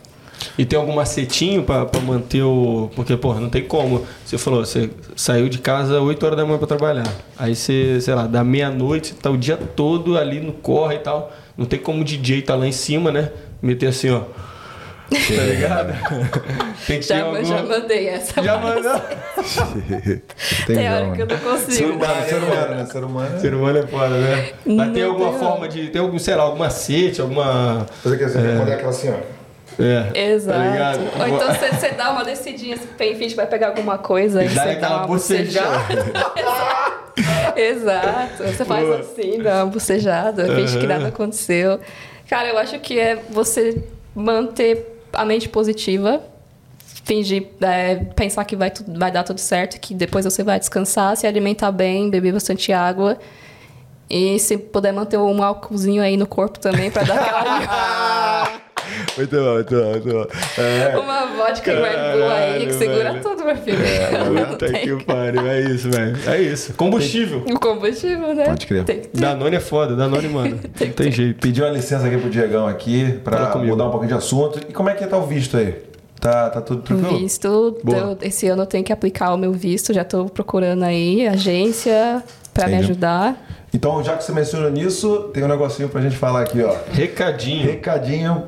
Speaker 2: E tem algum macetinho pra, pra manter o. Porque, porra, não tem como. Você falou, você saiu de casa 8 horas da manhã pra trabalhar. Aí você, sei lá, da meia-noite, tá o dia todo ali no corre e tal. Não tem como o DJ tá lá em cima, né? Meter assim, ó. Tá ligado? tem que
Speaker 3: Já,
Speaker 2: ter alguma...
Speaker 3: já mandei essa.
Speaker 2: Já mandou.
Speaker 5: Tem
Speaker 3: Tem
Speaker 5: não,
Speaker 3: hora que eu
Speaker 5: né?
Speaker 3: não consigo.
Speaker 5: Ah, Ser humano, né? Ser humano. é-
Speaker 2: Ser humano é foda, né? Mas
Speaker 3: Não
Speaker 2: tem alguma
Speaker 3: tem
Speaker 2: forma de. Tem algum, sei lá, algum macete, alguma.
Speaker 7: Você quer dizer, quando é aquela assim, ó.
Speaker 2: É.
Speaker 3: Exato.
Speaker 2: Tá ligado?
Speaker 3: Ou então você- você dá uma descidinha, você tem- finge que vai pegar alguma coisa.
Speaker 2: E
Speaker 3: aí
Speaker 2: dá
Speaker 3: você
Speaker 2: é aquela
Speaker 3: dá uma bocejada. Exato. Você faz
Speaker 2: Boa.
Speaker 3: assim, dá uma bocejada, finge que nada aconteceu. Cara, eu acho que é você manter a mente positiva, fingir, é, pensar que vai, tu- vai dar tudo certo, que depois você vai descansar, se alimentar bem, beber bastante água. E se puder manter um álcoolzinho aí no corpo também pra dar aquela
Speaker 5: Muito bom, muito bom, muito bom. É,
Speaker 3: uma vodka e Red Bull aí que
Speaker 2: Caralho,
Speaker 3: segura
Speaker 2: velho.
Speaker 3: tudo, meu filho. Não
Speaker 2: Puta
Speaker 3: tem
Speaker 2: que pariu, é isso, velho. É isso. Combustível.
Speaker 3: o combustível, né?
Speaker 5: Pode crer.
Speaker 3: Tem que ter.
Speaker 2: Danone é foda, Danone, mano. Não tem jeito.
Speaker 5: Pedi uma licença aqui pro Diegão aqui
Speaker 2: Fala
Speaker 5: pra
Speaker 2: comigo.
Speaker 5: mudar um pouquinho de assunto. E como é que tá o visto aí? Tá, tá tudo
Speaker 3: Um
Speaker 5: tranquilo?
Speaker 3: visto,
Speaker 2: Boa.
Speaker 3: eu- esse ano eu tenho que aplicar o meu visto, já tô procurando aí agência pra me
Speaker 5: Entendi.
Speaker 3: ajudar.
Speaker 5: Então, já que você mencionou nisso, tem um negocinho pra gente falar aqui, ó.
Speaker 2: Recadinho.
Speaker 5: Recadinho,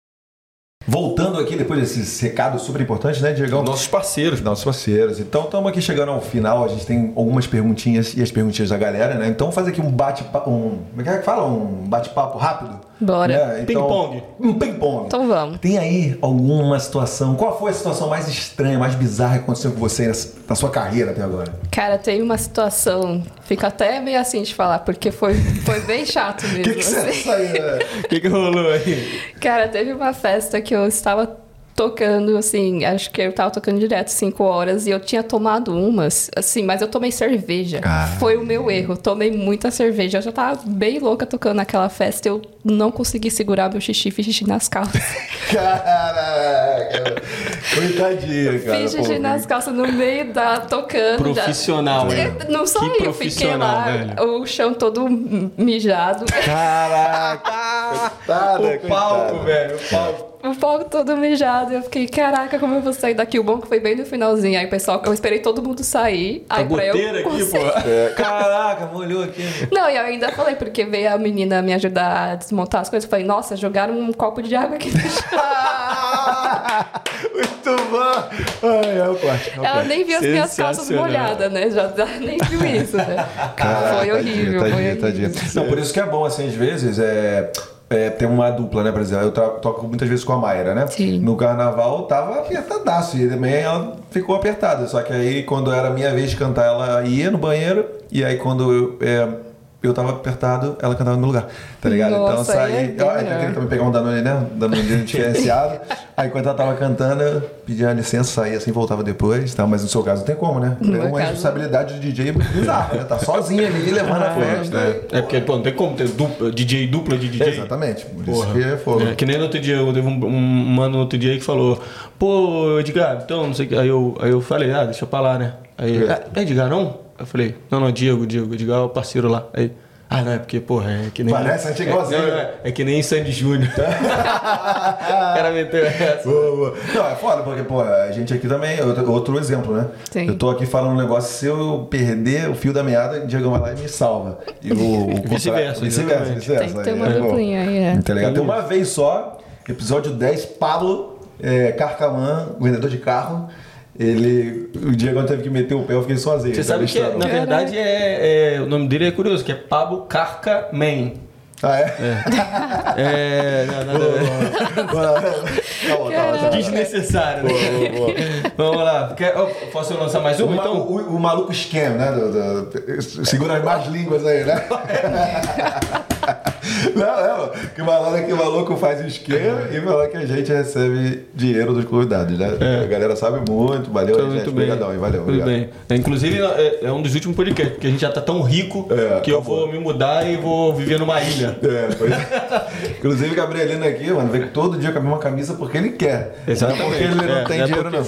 Speaker 5: Voltando aqui depois desse recado super importante, né, Diegão?
Speaker 2: Nossos parceiros.
Speaker 5: nossos parceiros. Então estamos aqui chegando ao final, a gente tem algumas perguntinhas e as perguntinhas da galera, né? Então faz aqui um bate-papo, um, como é que é que fala? Um bate-papo rápido.
Speaker 3: Bora.
Speaker 5: Né?
Speaker 2: Ping-pong.
Speaker 5: Um ping-pong.
Speaker 3: Então vamos.
Speaker 5: Tem aí alguma situação, qual foi a situação mais estranha, mais bizarra que aconteceu com você nessa- na sua carreira até agora?
Speaker 3: Cara, tem uma situação, fico até meio assim de falar, porque foi, foi bem chato mesmo.
Speaker 5: O que, que
Speaker 3: assim.
Speaker 5: será isso aí? né?
Speaker 2: O que, que rolou aí?
Speaker 3: Cara, teve uma festa que eu estava tocando, assim, acho que eu tava tocando direto 5 horas e eu tinha tomado umas, assim, mas eu tomei cerveja. Foi o meu erro, eu tomei muita cerveja. Eu já tava bem louca tocando naquela festa, eu não consegui segurar meu xixi, fiz xixi nas calças.
Speaker 5: Caraca! Coitadinha, cara.
Speaker 3: fiz xixi
Speaker 5: pô.
Speaker 3: nas calças no meio da tocando. já-
Speaker 2: Profissional, hein?
Speaker 3: Eu- Não só
Speaker 2: Que
Speaker 3: eu, fiquei lá,
Speaker 2: profissional,
Speaker 3: o chão todo mijado.
Speaker 5: Caraca! Coitada,
Speaker 2: O palco,
Speaker 5: coitada.
Speaker 2: velho. O palco.
Speaker 3: O palco todo mijado. Eu fiquei, caraca, como eu vou sair daqui? O bom que foi bem no finalzinho. Aí, pessoal, eu esperei todo mundo sair.
Speaker 2: A
Speaker 3: aí pra eu.
Speaker 2: goteira Tá aqui,
Speaker 3: conseguir-
Speaker 2: pô.
Speaker 5: Caraca, molhou aqui.
Speaker 2: né?
Speaker 3: Não, e eu ainda falei, porque veio a menina me ajudar a desmontar as coisas. Eu falei, nossa, jogaram um copo de água aqui no chão.
Speaker 5: Muito bom! Ai, é o corte. é o
Speaker 3: Ela
Speaker 5: corte.
Speaker 3: nem viu as minhas calças
Speaker 2: Sensacional.
Speaker 3: molhadas, né? Já já nem viu isso, né? foi horrível,
Speaker 5: tadinha,
Speaker 3: foi
Speaker 5: tadinha,
Speaker 3: horrível.
Speaker 5: Não, por isso que é bom, assim, às vezes, é... é, tem uma dupla, né, por exemplo, eu tra- toco muitas vezes com a Mayra, né?
Speaker 3: Sim.
Speaker 5: No carnaval tava apertadaço e também ela ficou apertada. Só que aí, quando era a minha vez de cantar, ela ia no banheiro e aí, quando eu, é, eu tava apertado, ela cantava no meu lugar, tá ligado? então eu
Speaker 3: Nossa, aí é
Speaker 5: saí.
Speaker 3: bem
Speaker 5: Ah, eu
Speaker 3: melhor.
Speaker 5: tentei também pegar um Danone, né? Um Danone diferenciado. aí, quando ela tava cantando, eu pedia uma licença, saía assim, voltava depois, tá? Mas no seu caso não tem como, né?
Speaker 3: No
Speaker 5: É
Speaker 3: meu
Speaker 5: uma
Speaker 3: caso,
Speaker 5: responsabilidade habilidade do DJ bizarra, né? Tá sozinho ali levando a festa.
Speaker 2: É porque, pô, não tem como ter dupla, DJ dupla de DJ.
Speaker 5: É, Exatamente. Por isso
Speaker 2: Porra.
Speaker 5: que é fogo.
Speaker 2: É, que nem no outro dia, eu teve um, um mano no outro dia que falou, pô, Edgar, então, não sei o que. Aí eu, aí eu falei, ah, deixa pra lá, né? Aí,
Speaker 5: É.
Speaker 2: "Ah, é Edgar, não? Eu falei, não, não, Diego, Diego, Edgar é o parceiro lá. Aí, Ah, não, é porque, porra, é que nem.
Speaker 5: Parece assim, né? a gente
Speaker 2: é,
Speaker 5: igualzinho.
Speaker 2: não, não, é, é que nem Sandy Júnior. o cara meteu essa.
Speaker 5: Boa, boa. Não, é foda, porque, pô, a gente aqui também é outro, outro exemplo, né?
Speaker 3: Sim.
Speaker 5: Eu tô aqui falando um negócio, se eu perder o fio da meada, o Diego vai lá e me salva. E o, o
Speaker 2: Vice-versa,
Speaker 5: Vice-versa,
Speaker 2: exatamente.
Speaker 3: Tem
Speaker 5: vice-versa.
Speaker 3: que ter uma
Speaker 5: Aí, pô,
Speaker 3: duplinha aí, é.
Speaker 5: Tá ligado? Tem uma vez só, episódio 10, Pablo é, Carcamã, o vendedor de carro, ele... O Diego teve que meter o pé, eu fiquei sozinho.
Speaker 2: Você
Speaker 5: tá
Speaker 2: sabe que, é? né?
Speaker 5: listrado.
Speaker 2: na verdade, é, é- o nome dele é curioso, que é Pablo Carca Man.
Speaker 5: Ah, é? Tá
Speaker 2: É. não, nada a ver.
Speaker 5: Calma, calma, calma.
Speaker 2: Desnecessário, né? Vamos lá. Quer- eu posso lançar mais
Speaker 5: O,
Speaker 2: uma,
Speaker 5: ma-
Speaker 2: então?
Speaker 5: o- o maluco esquema, né? do- do- segura as más línguas aí, né? Não, não. Que maluco é que o maluco faz esquema e fala que a gente recebe dinheiro dos convidados, né? A galera sabe muito. Valeu,
Speaker 2: Tá
Speaker 5: aí, gente.
Speaker 2: É. muito bem.
Speaker 5: Obrigadão, e valeu.
Speaker 2: Muito
Speaker 5: obrigado.
Speaker 2: bem. É, inclusive, é, é um dos últimos podcasts, porque a gente já tá tão rico
Speaker 5: É,
Speaker 2: que eu
Speaker 5: acabou.
Speaker 2: vou me mudar e vou viver numa ilha.
Speaker 5: É, pois é. Inclusive, o Gabrielino aqui, mano, vem todo dia com a mesma camisa porque ele quer.
Speaker 2: Exatamente.
Speaker 5: Não é porque ele não
Speaker 2: É,
Speaker 5: tem
Speaker 2: não é
Speaker 5: dinheiro, não.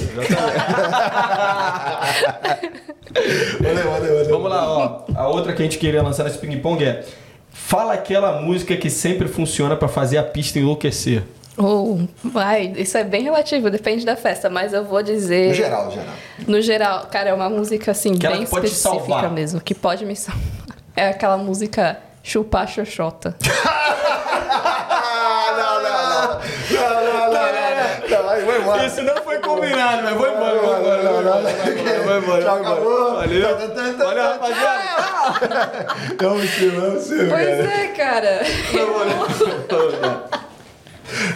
Speaker 5: Valeu, valeu, valeu.
Speaker 2: Vamos lá, ó. A outra que a gente queria lançar nesse ping-pong é. Fala aquela música que sempre funciona pra fazer a pista enlouquecer.
Speaker 3: Ou, vai, isso é bem relativo, depende da festa, mas eu vou dizer.
Speaker 5: No geral, geral.
Speaker 3: No geral, cara, é uma música assim,
Speaker 2: Que ela
Speaker 3: bem
Speaker 2: que pode te
Speaker 3: específica
Speaker 2: salvar.
Speaker 3: mesmo, que pode me salvar. É aquela música Chupar Xoxota.
Speaker 5: Ah, não, não, não. Não, não, não, não. Não, aí, vai embora.
Speaker 2: Isso não foi combinado, mas vou embora, vou embora, vou embora, vou embora, vou embora.
Speaker 5: Tchau, acabou.
Speaker 2: Valeu.
Speaker 5: Tá, tá, tá, tá,
Speaker 2: Valeu,
Speaker 5: tá.
Speaker 2: rapaziada.
Speaker 5: Não, Silvio, não, Silvio,
Speaker 3: pois
Speaker 5: cara.
Speaker 3: é, cara.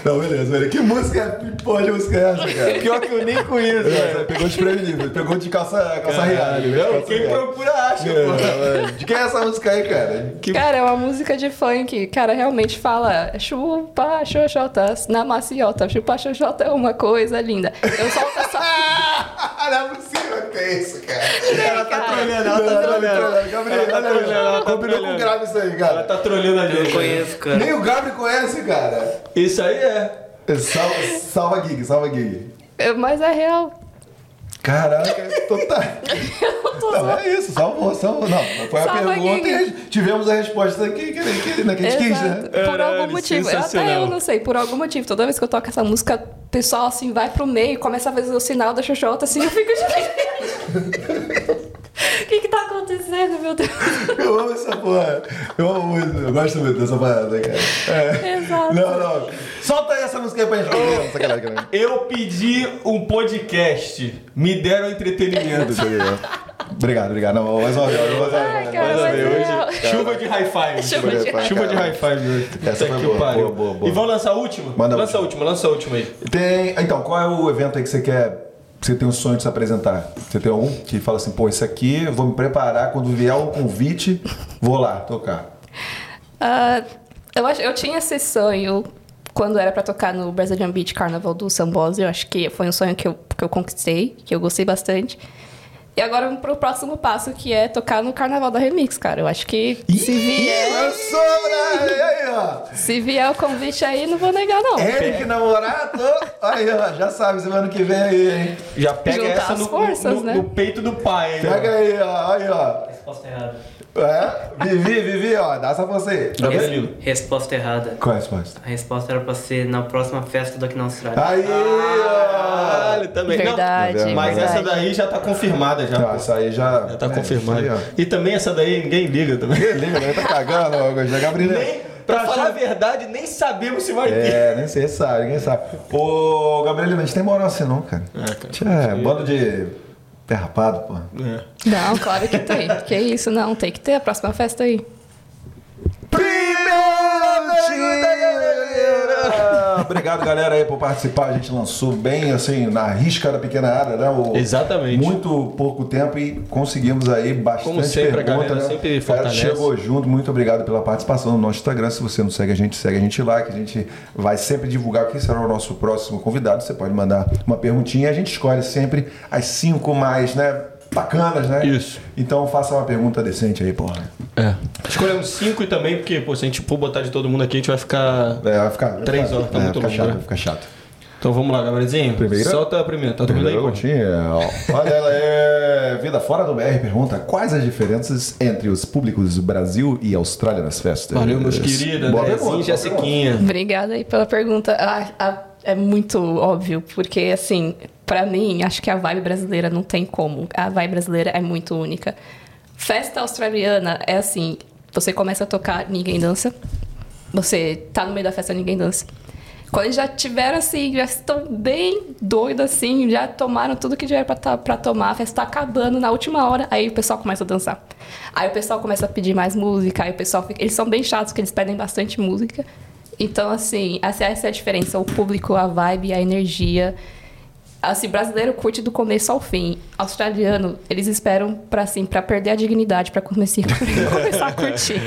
Speaker 5: Não, beleza, velho. Que música, que porra de música é essa, cara?
Speaker 2: Pior que eu nem conheço,
Speaker 5: Você
Speaker 2: velho.
Speaker 5: pegou desprevenido, pegou de calça, calça riada.
Speaker 2: Caralho,
Speaker 5: né?
Speaker 2: não,
Speaker 5: Calça
Speaker 2: quem
Speaker 5: riada.
Speaker 2: procura acha,
Speaker 5: É,
Speaker 2: pô.
Speaker 5: velho. De quem é essa música aí, cara?
Speaker 3: Cara, é uma música de funk. Cara, realmente fala é chupa xoxotas na maciota. Chupa xoxota é uma coisa linda. Eu solto essa.
Speaker 5: Ah, não é possível que é isso, cara.
Speaker 2: Ela tá trolhando, ela
Speaker 5: Não,
Speaker 2: tá
Speaker 5: não,
Speaker 2: trolhando.
Speaker 5: não, Gabriel,
Speaker 2: Ela tá
Speaker 5: não,
Speaker 2: trolhando, ela
Speaker 5: não.
Speaker 2: tá
Speaker 5: Combinou com o
Speaker 2: trolhando.
Speaker 5: grave isso aí,
Speaker 2: Ela
Speaker 5: cara.
Speaker 2: tá trolhando a
Speaker 4: Eu
Speaker 2: gente.
Speaker 4: não conheço, cara.
Speaker 5: Nem o Gabriel conhece, cara.
Speaker 2: Isso aí é.
Speaker 5: Salva, salva gig, salva gig.
Speaker 3: Mas é real.
Speaker 5: Caraca, total. Não, é isso, salvou, salvou. Não, foi a
Speaker 3: Salva
Speaker 5: pergunta
Speaker 3: gig.
Speaker 5: e tivemos a resposta aqui que, que, que, né, que a gente quis, né?
Speaker 3: Exato. Por
Speaker 2: Caralho,
Speaker 3: algum motivo. Até
Speaker 2: sensacional.
Speaker 3: eu não sei, por algum motivo. Toda vez que eu toco essa música, o pessoal assim vai pro meio, começa a fazer o sinal da Xoxota, assim, eu fico de. O que que tá acontecendo, meu Deus?
Speaker 5: Eu amo essa porra. Eu amo muito. Eu gosto muito dessa parada, cara. É.
Speaker 3: Exato.
Speaker 5: Não, não. Solta aí essa música aí pra gente. Não, sacanagem, sacanagem.
Speaker 2: Eu pedi um podcast. Me deram entretenimento.
Speaker 5: Obrigado, obrigado. Não, mais uma vez, mais uma
Speaker 3: Ai,
Speaker 5: vez.
Speaker 3: cara,
Speaker 5: mais uma
Speaker 3: mas
Speaker 5: vez.
Speaker 3: é real.
Speaker 2: Hoje, chuva de high five.
Speaker 3: Chuva de
Speaker 5: high-five.
Speaker 2: Chuva de high five hoje.
Speaker 5: Essa
Speaker 2: Puta
Speaker 5: foi
Speaker 2: que
Speaker 5: boa,
Speaker 2: pariu.
Speaker 5: boa, boa, boa.
Speaker 2: E vamos lançar a última?
Speaker 5: Manda a
Speaker 2: lança a última, lança a última aí.
Speaker 5: Tem, então, qual é o evento aí que você quer? que Você tem um sonho de se apresentar? Você tem algum que fala assim, pô, isso aqui eu vou me preparar, quando vier o convite, vou lá tocar.
Speaker 3: Ah, eu, acho, eu tinha esse sonho quando era pra tocar no Brazilian Beach Carnival do Sambose. Eu acho que foi um sonho que eu, que eu conquistei, que eu gostei bastante. E agora vamos pro próximo passo, que é tocar no Carnaval da Remix, cara. Eu acho que se vier,
Speaker 5: Eu sou bravo! E aí, ó!
Speaker 3: se vier o convite aí, não vou negar, não.
Speaker 5: Eric namorado! Aí, ó, já sabe, semana que vem aí, hein?
Speaker 2: Já pega
Speaker 3: Juntar
Speaker 2: essa
Speaker 3: as
Speaker 2: no,
Speaker 3: forças,
Speaker 2: no-
Speaker 3: né?
Speaker 2: no peito do pai. hein,
Speaker 5: Pega
Speaker 2: mano.
Speaker 5: aí, ó, aí, ó.
Speaker 4: Resposta errada.
Speaker 5: É? Vivi, Vivi, ó, dá essa pra você.
Speaker 2: Gabrielino.
Speaker 4: Resposta errada.
Speaker 5: Qual é a resposta?
Speaker 4: A resposta era pra ser na próxima festa do Aqui na Austrália.
Speaker 5: Aí, ó!
Speaker 2: Caralho, também. Não,
Speaker 3: Verdade,
Speaker 2: mas
Speaker 3: verdade.
Speaker 2: essa daí já tá confirmada já.
Speaker 5: Tá, isso aí já.
Speaker 2: Já tá
Speaker 5: é,
Speaker 2: confirmada.
Speaker 5: isso aí, ó.
Speaker 2: E também essa daí ninguém liga também.
Speaker 5: Beleza, né? Tá cagando, ó, já Gabriel. Tá
Speaker 2: Nem, pra falar a verdade, nem sabemos se vai ter.
Speaker 5: É, nem sei, sabe, ninguém sabe. Ô, Gabrielino, a gente tem moral assim não, cara.
Speaker 2: É, cara.
Speaker 5: Tchê, É, bando de perrapado, pô.
Speaker 2: É.
Speaker 3: Não, claro que tem. Que isso, não. Tem que ter a próxima festa aí.
Speaker 5: Primeiro Obrigado, galera, aí, por participar. A gente lançou bem, assim, na risca da pequena área, né? O-
Speaker 2: Exatamente.
Speaker 5: Muito pouco tempo e conseguimos aí bastante
Speaker 2: Como sempre, a
Speaker 5: pergunta,
Speaker 2: galera
Speaker 5: né?
Speaker 2: sempre
Speaker 5: Galera
Speaker 2: fortalece.
Speaker 5: chegou junto. Muito obrigado pela participação no nosso Instagram. Se você não segue a gente, segue a gente lá, que a gente vai sempre divulgar quem será o nosso próximo convidado. Você pode mandar uma perguntinha. A gente escolhe sempre as cinco mais, né? Bacanas, né?
Speaker 2: Isso.
Speaker 5: Então faça uma pergunta decente aí, porra.
Speaker 2: É. Escolhemos cinco e também, porque, pô, se a gente for botar de todo mundo aqui, a gente vai ficar.
Speaker 5: É, vai ficar.
Speaker 2: Três
Speaker 5: vai ficar-
Speaker 2: horas, tá
Speaker 5: é,
Speaker 2: muito
Speaker 5: fica
Speaker 2: longe,
Speaker 5: chato,
Speaker 2: né?
Speaker 5: vai ficar chato.
Speaker 2: Então vamos lá, Gabrielzinho.
Speaker 5: Primeira?
Speaker 2: Solta a primeira. Tá dormindo aí,
Speaker 5: Primeira
Speaker 2: pô?
Speaker 5: gotinha. ó. Olha ela aí. Vida Fora do BR pergunta quais as diferenças entre os públicos do Brasil e Austrália nas festas.
Speaker 2: Valeu, meus queridos.
Speaker 5: Boa
Speaker 2: Andrezinho,
Speaker 5: pergunta, boa pergunta.
Speaker 2: Jessiquinha.
Speaker 3: Obrigada aí pela pergunta. Ah, ah, é muito óbvio, porque assim, pra mim, acho que a vibe brasileira não tem como. A vibe brasileira é muito única. Festa australiana é assim, você começa a tocar, ninguém dança. Você tá no meio da festa, ninguém dança. Quando eles já tiveram assim, já estão bem doidos assim, já tomaram tudo que tiveram pra, ta- pra tomar, a festa tá acabando na última hora, aí o pessoal começa a dançar. Aí o pessoal começa a pedir mais música, aí o pessoal fica- Eles são bem chatos, porque eles pedem bastante música. Então, assim, essa essa é a diferença, o público, a vibe, a energia. Assim, brasileiro curte do começo ao fim. Australiano, eles esperam pra assim, para perder a dignidade pra começar, começar a curtir.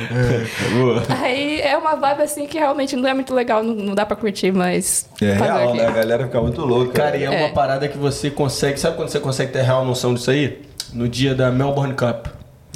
Speaker 3: Aí é uma vibe assim que realmente não é muito legal, não, não dá pra curtir, mas
Speaker 5: É
Speaker 3: fazer o
Speaker 5: real,
Speaker 3: quê?
Speaker 5: né? A galera fica muito louca.
Speaker 2: Cara, e é,
Speaker 3: É.
Speaker 2: uma parada que você consegue. Sabe quando você consegue ter real noção disso aí? No dia da Melbourne Cup.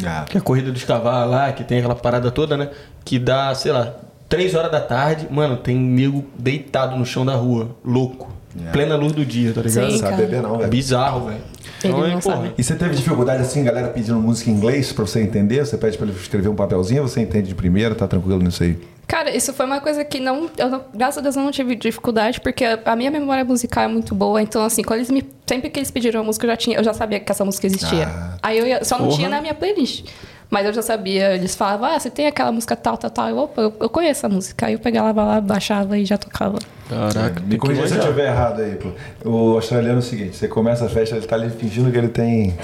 Speaker 5: Ah,
Speaker 2: Que é a corrida dos cavalos lá, que tem aquela parada toda, né? Que dá, sei lá, 3 horas da tarde, mano, tem nego deitado no chão da rua, louco.
Speaker 5: Yeah.
Speaker 2: Plena luz do dia, tá ligado?
Speaker 5: não
Speaker 3: Sim,
Speaker 5: É. sabe
Speaker 3: cara.
Speaker 5: beber não,
Speaker 2: É
Speaker 5: velho.
Speaker 2: bizarro, velho.
Speaker 3: Ele
Speaker 2: Então,
Speaker 3: não
Speaker 2: hein, porra.
Speaker 3: sabe.
Speaker 5: E você teve dificuldade assim, galera pedindo música em inglês pra você entender? Você pede pra ele escrever um papelzinho, você entende de primeira, tá tranquilo nisso aí?
Speaker 3: Cara, isso foi uma coisa que não, eu não- Graças a Deus eu não tive dificuldade, porque a minha memória musical é muito boa. Então, assim, quando eles me. Sempre que eles pediram a música, eu já, tinha, eu já sabia que essa música existia.
Speaker 5: Ah.
Speaker 3: Aí eu ia- só não
Speaker 2: Porra.
Speaker 3: tinha na minha playlist. Mas eu já sabia, eles falavam, ah, você tem aquela música tal, tal, tal. Eu, opa, eu, eu conheço a música. Aí eu pegava lá, baixava e já tocava.
Speaker 2: Caraca, tem
Speaker 5: Me
Speaker 2: que
Speaker 5: corrija se eu
Speaker 2: manjar.
Speaker 5: estiver errado aí, pô. O australiano é o seguinte, você começa a festa, ele tá ali fingindo que ele tem.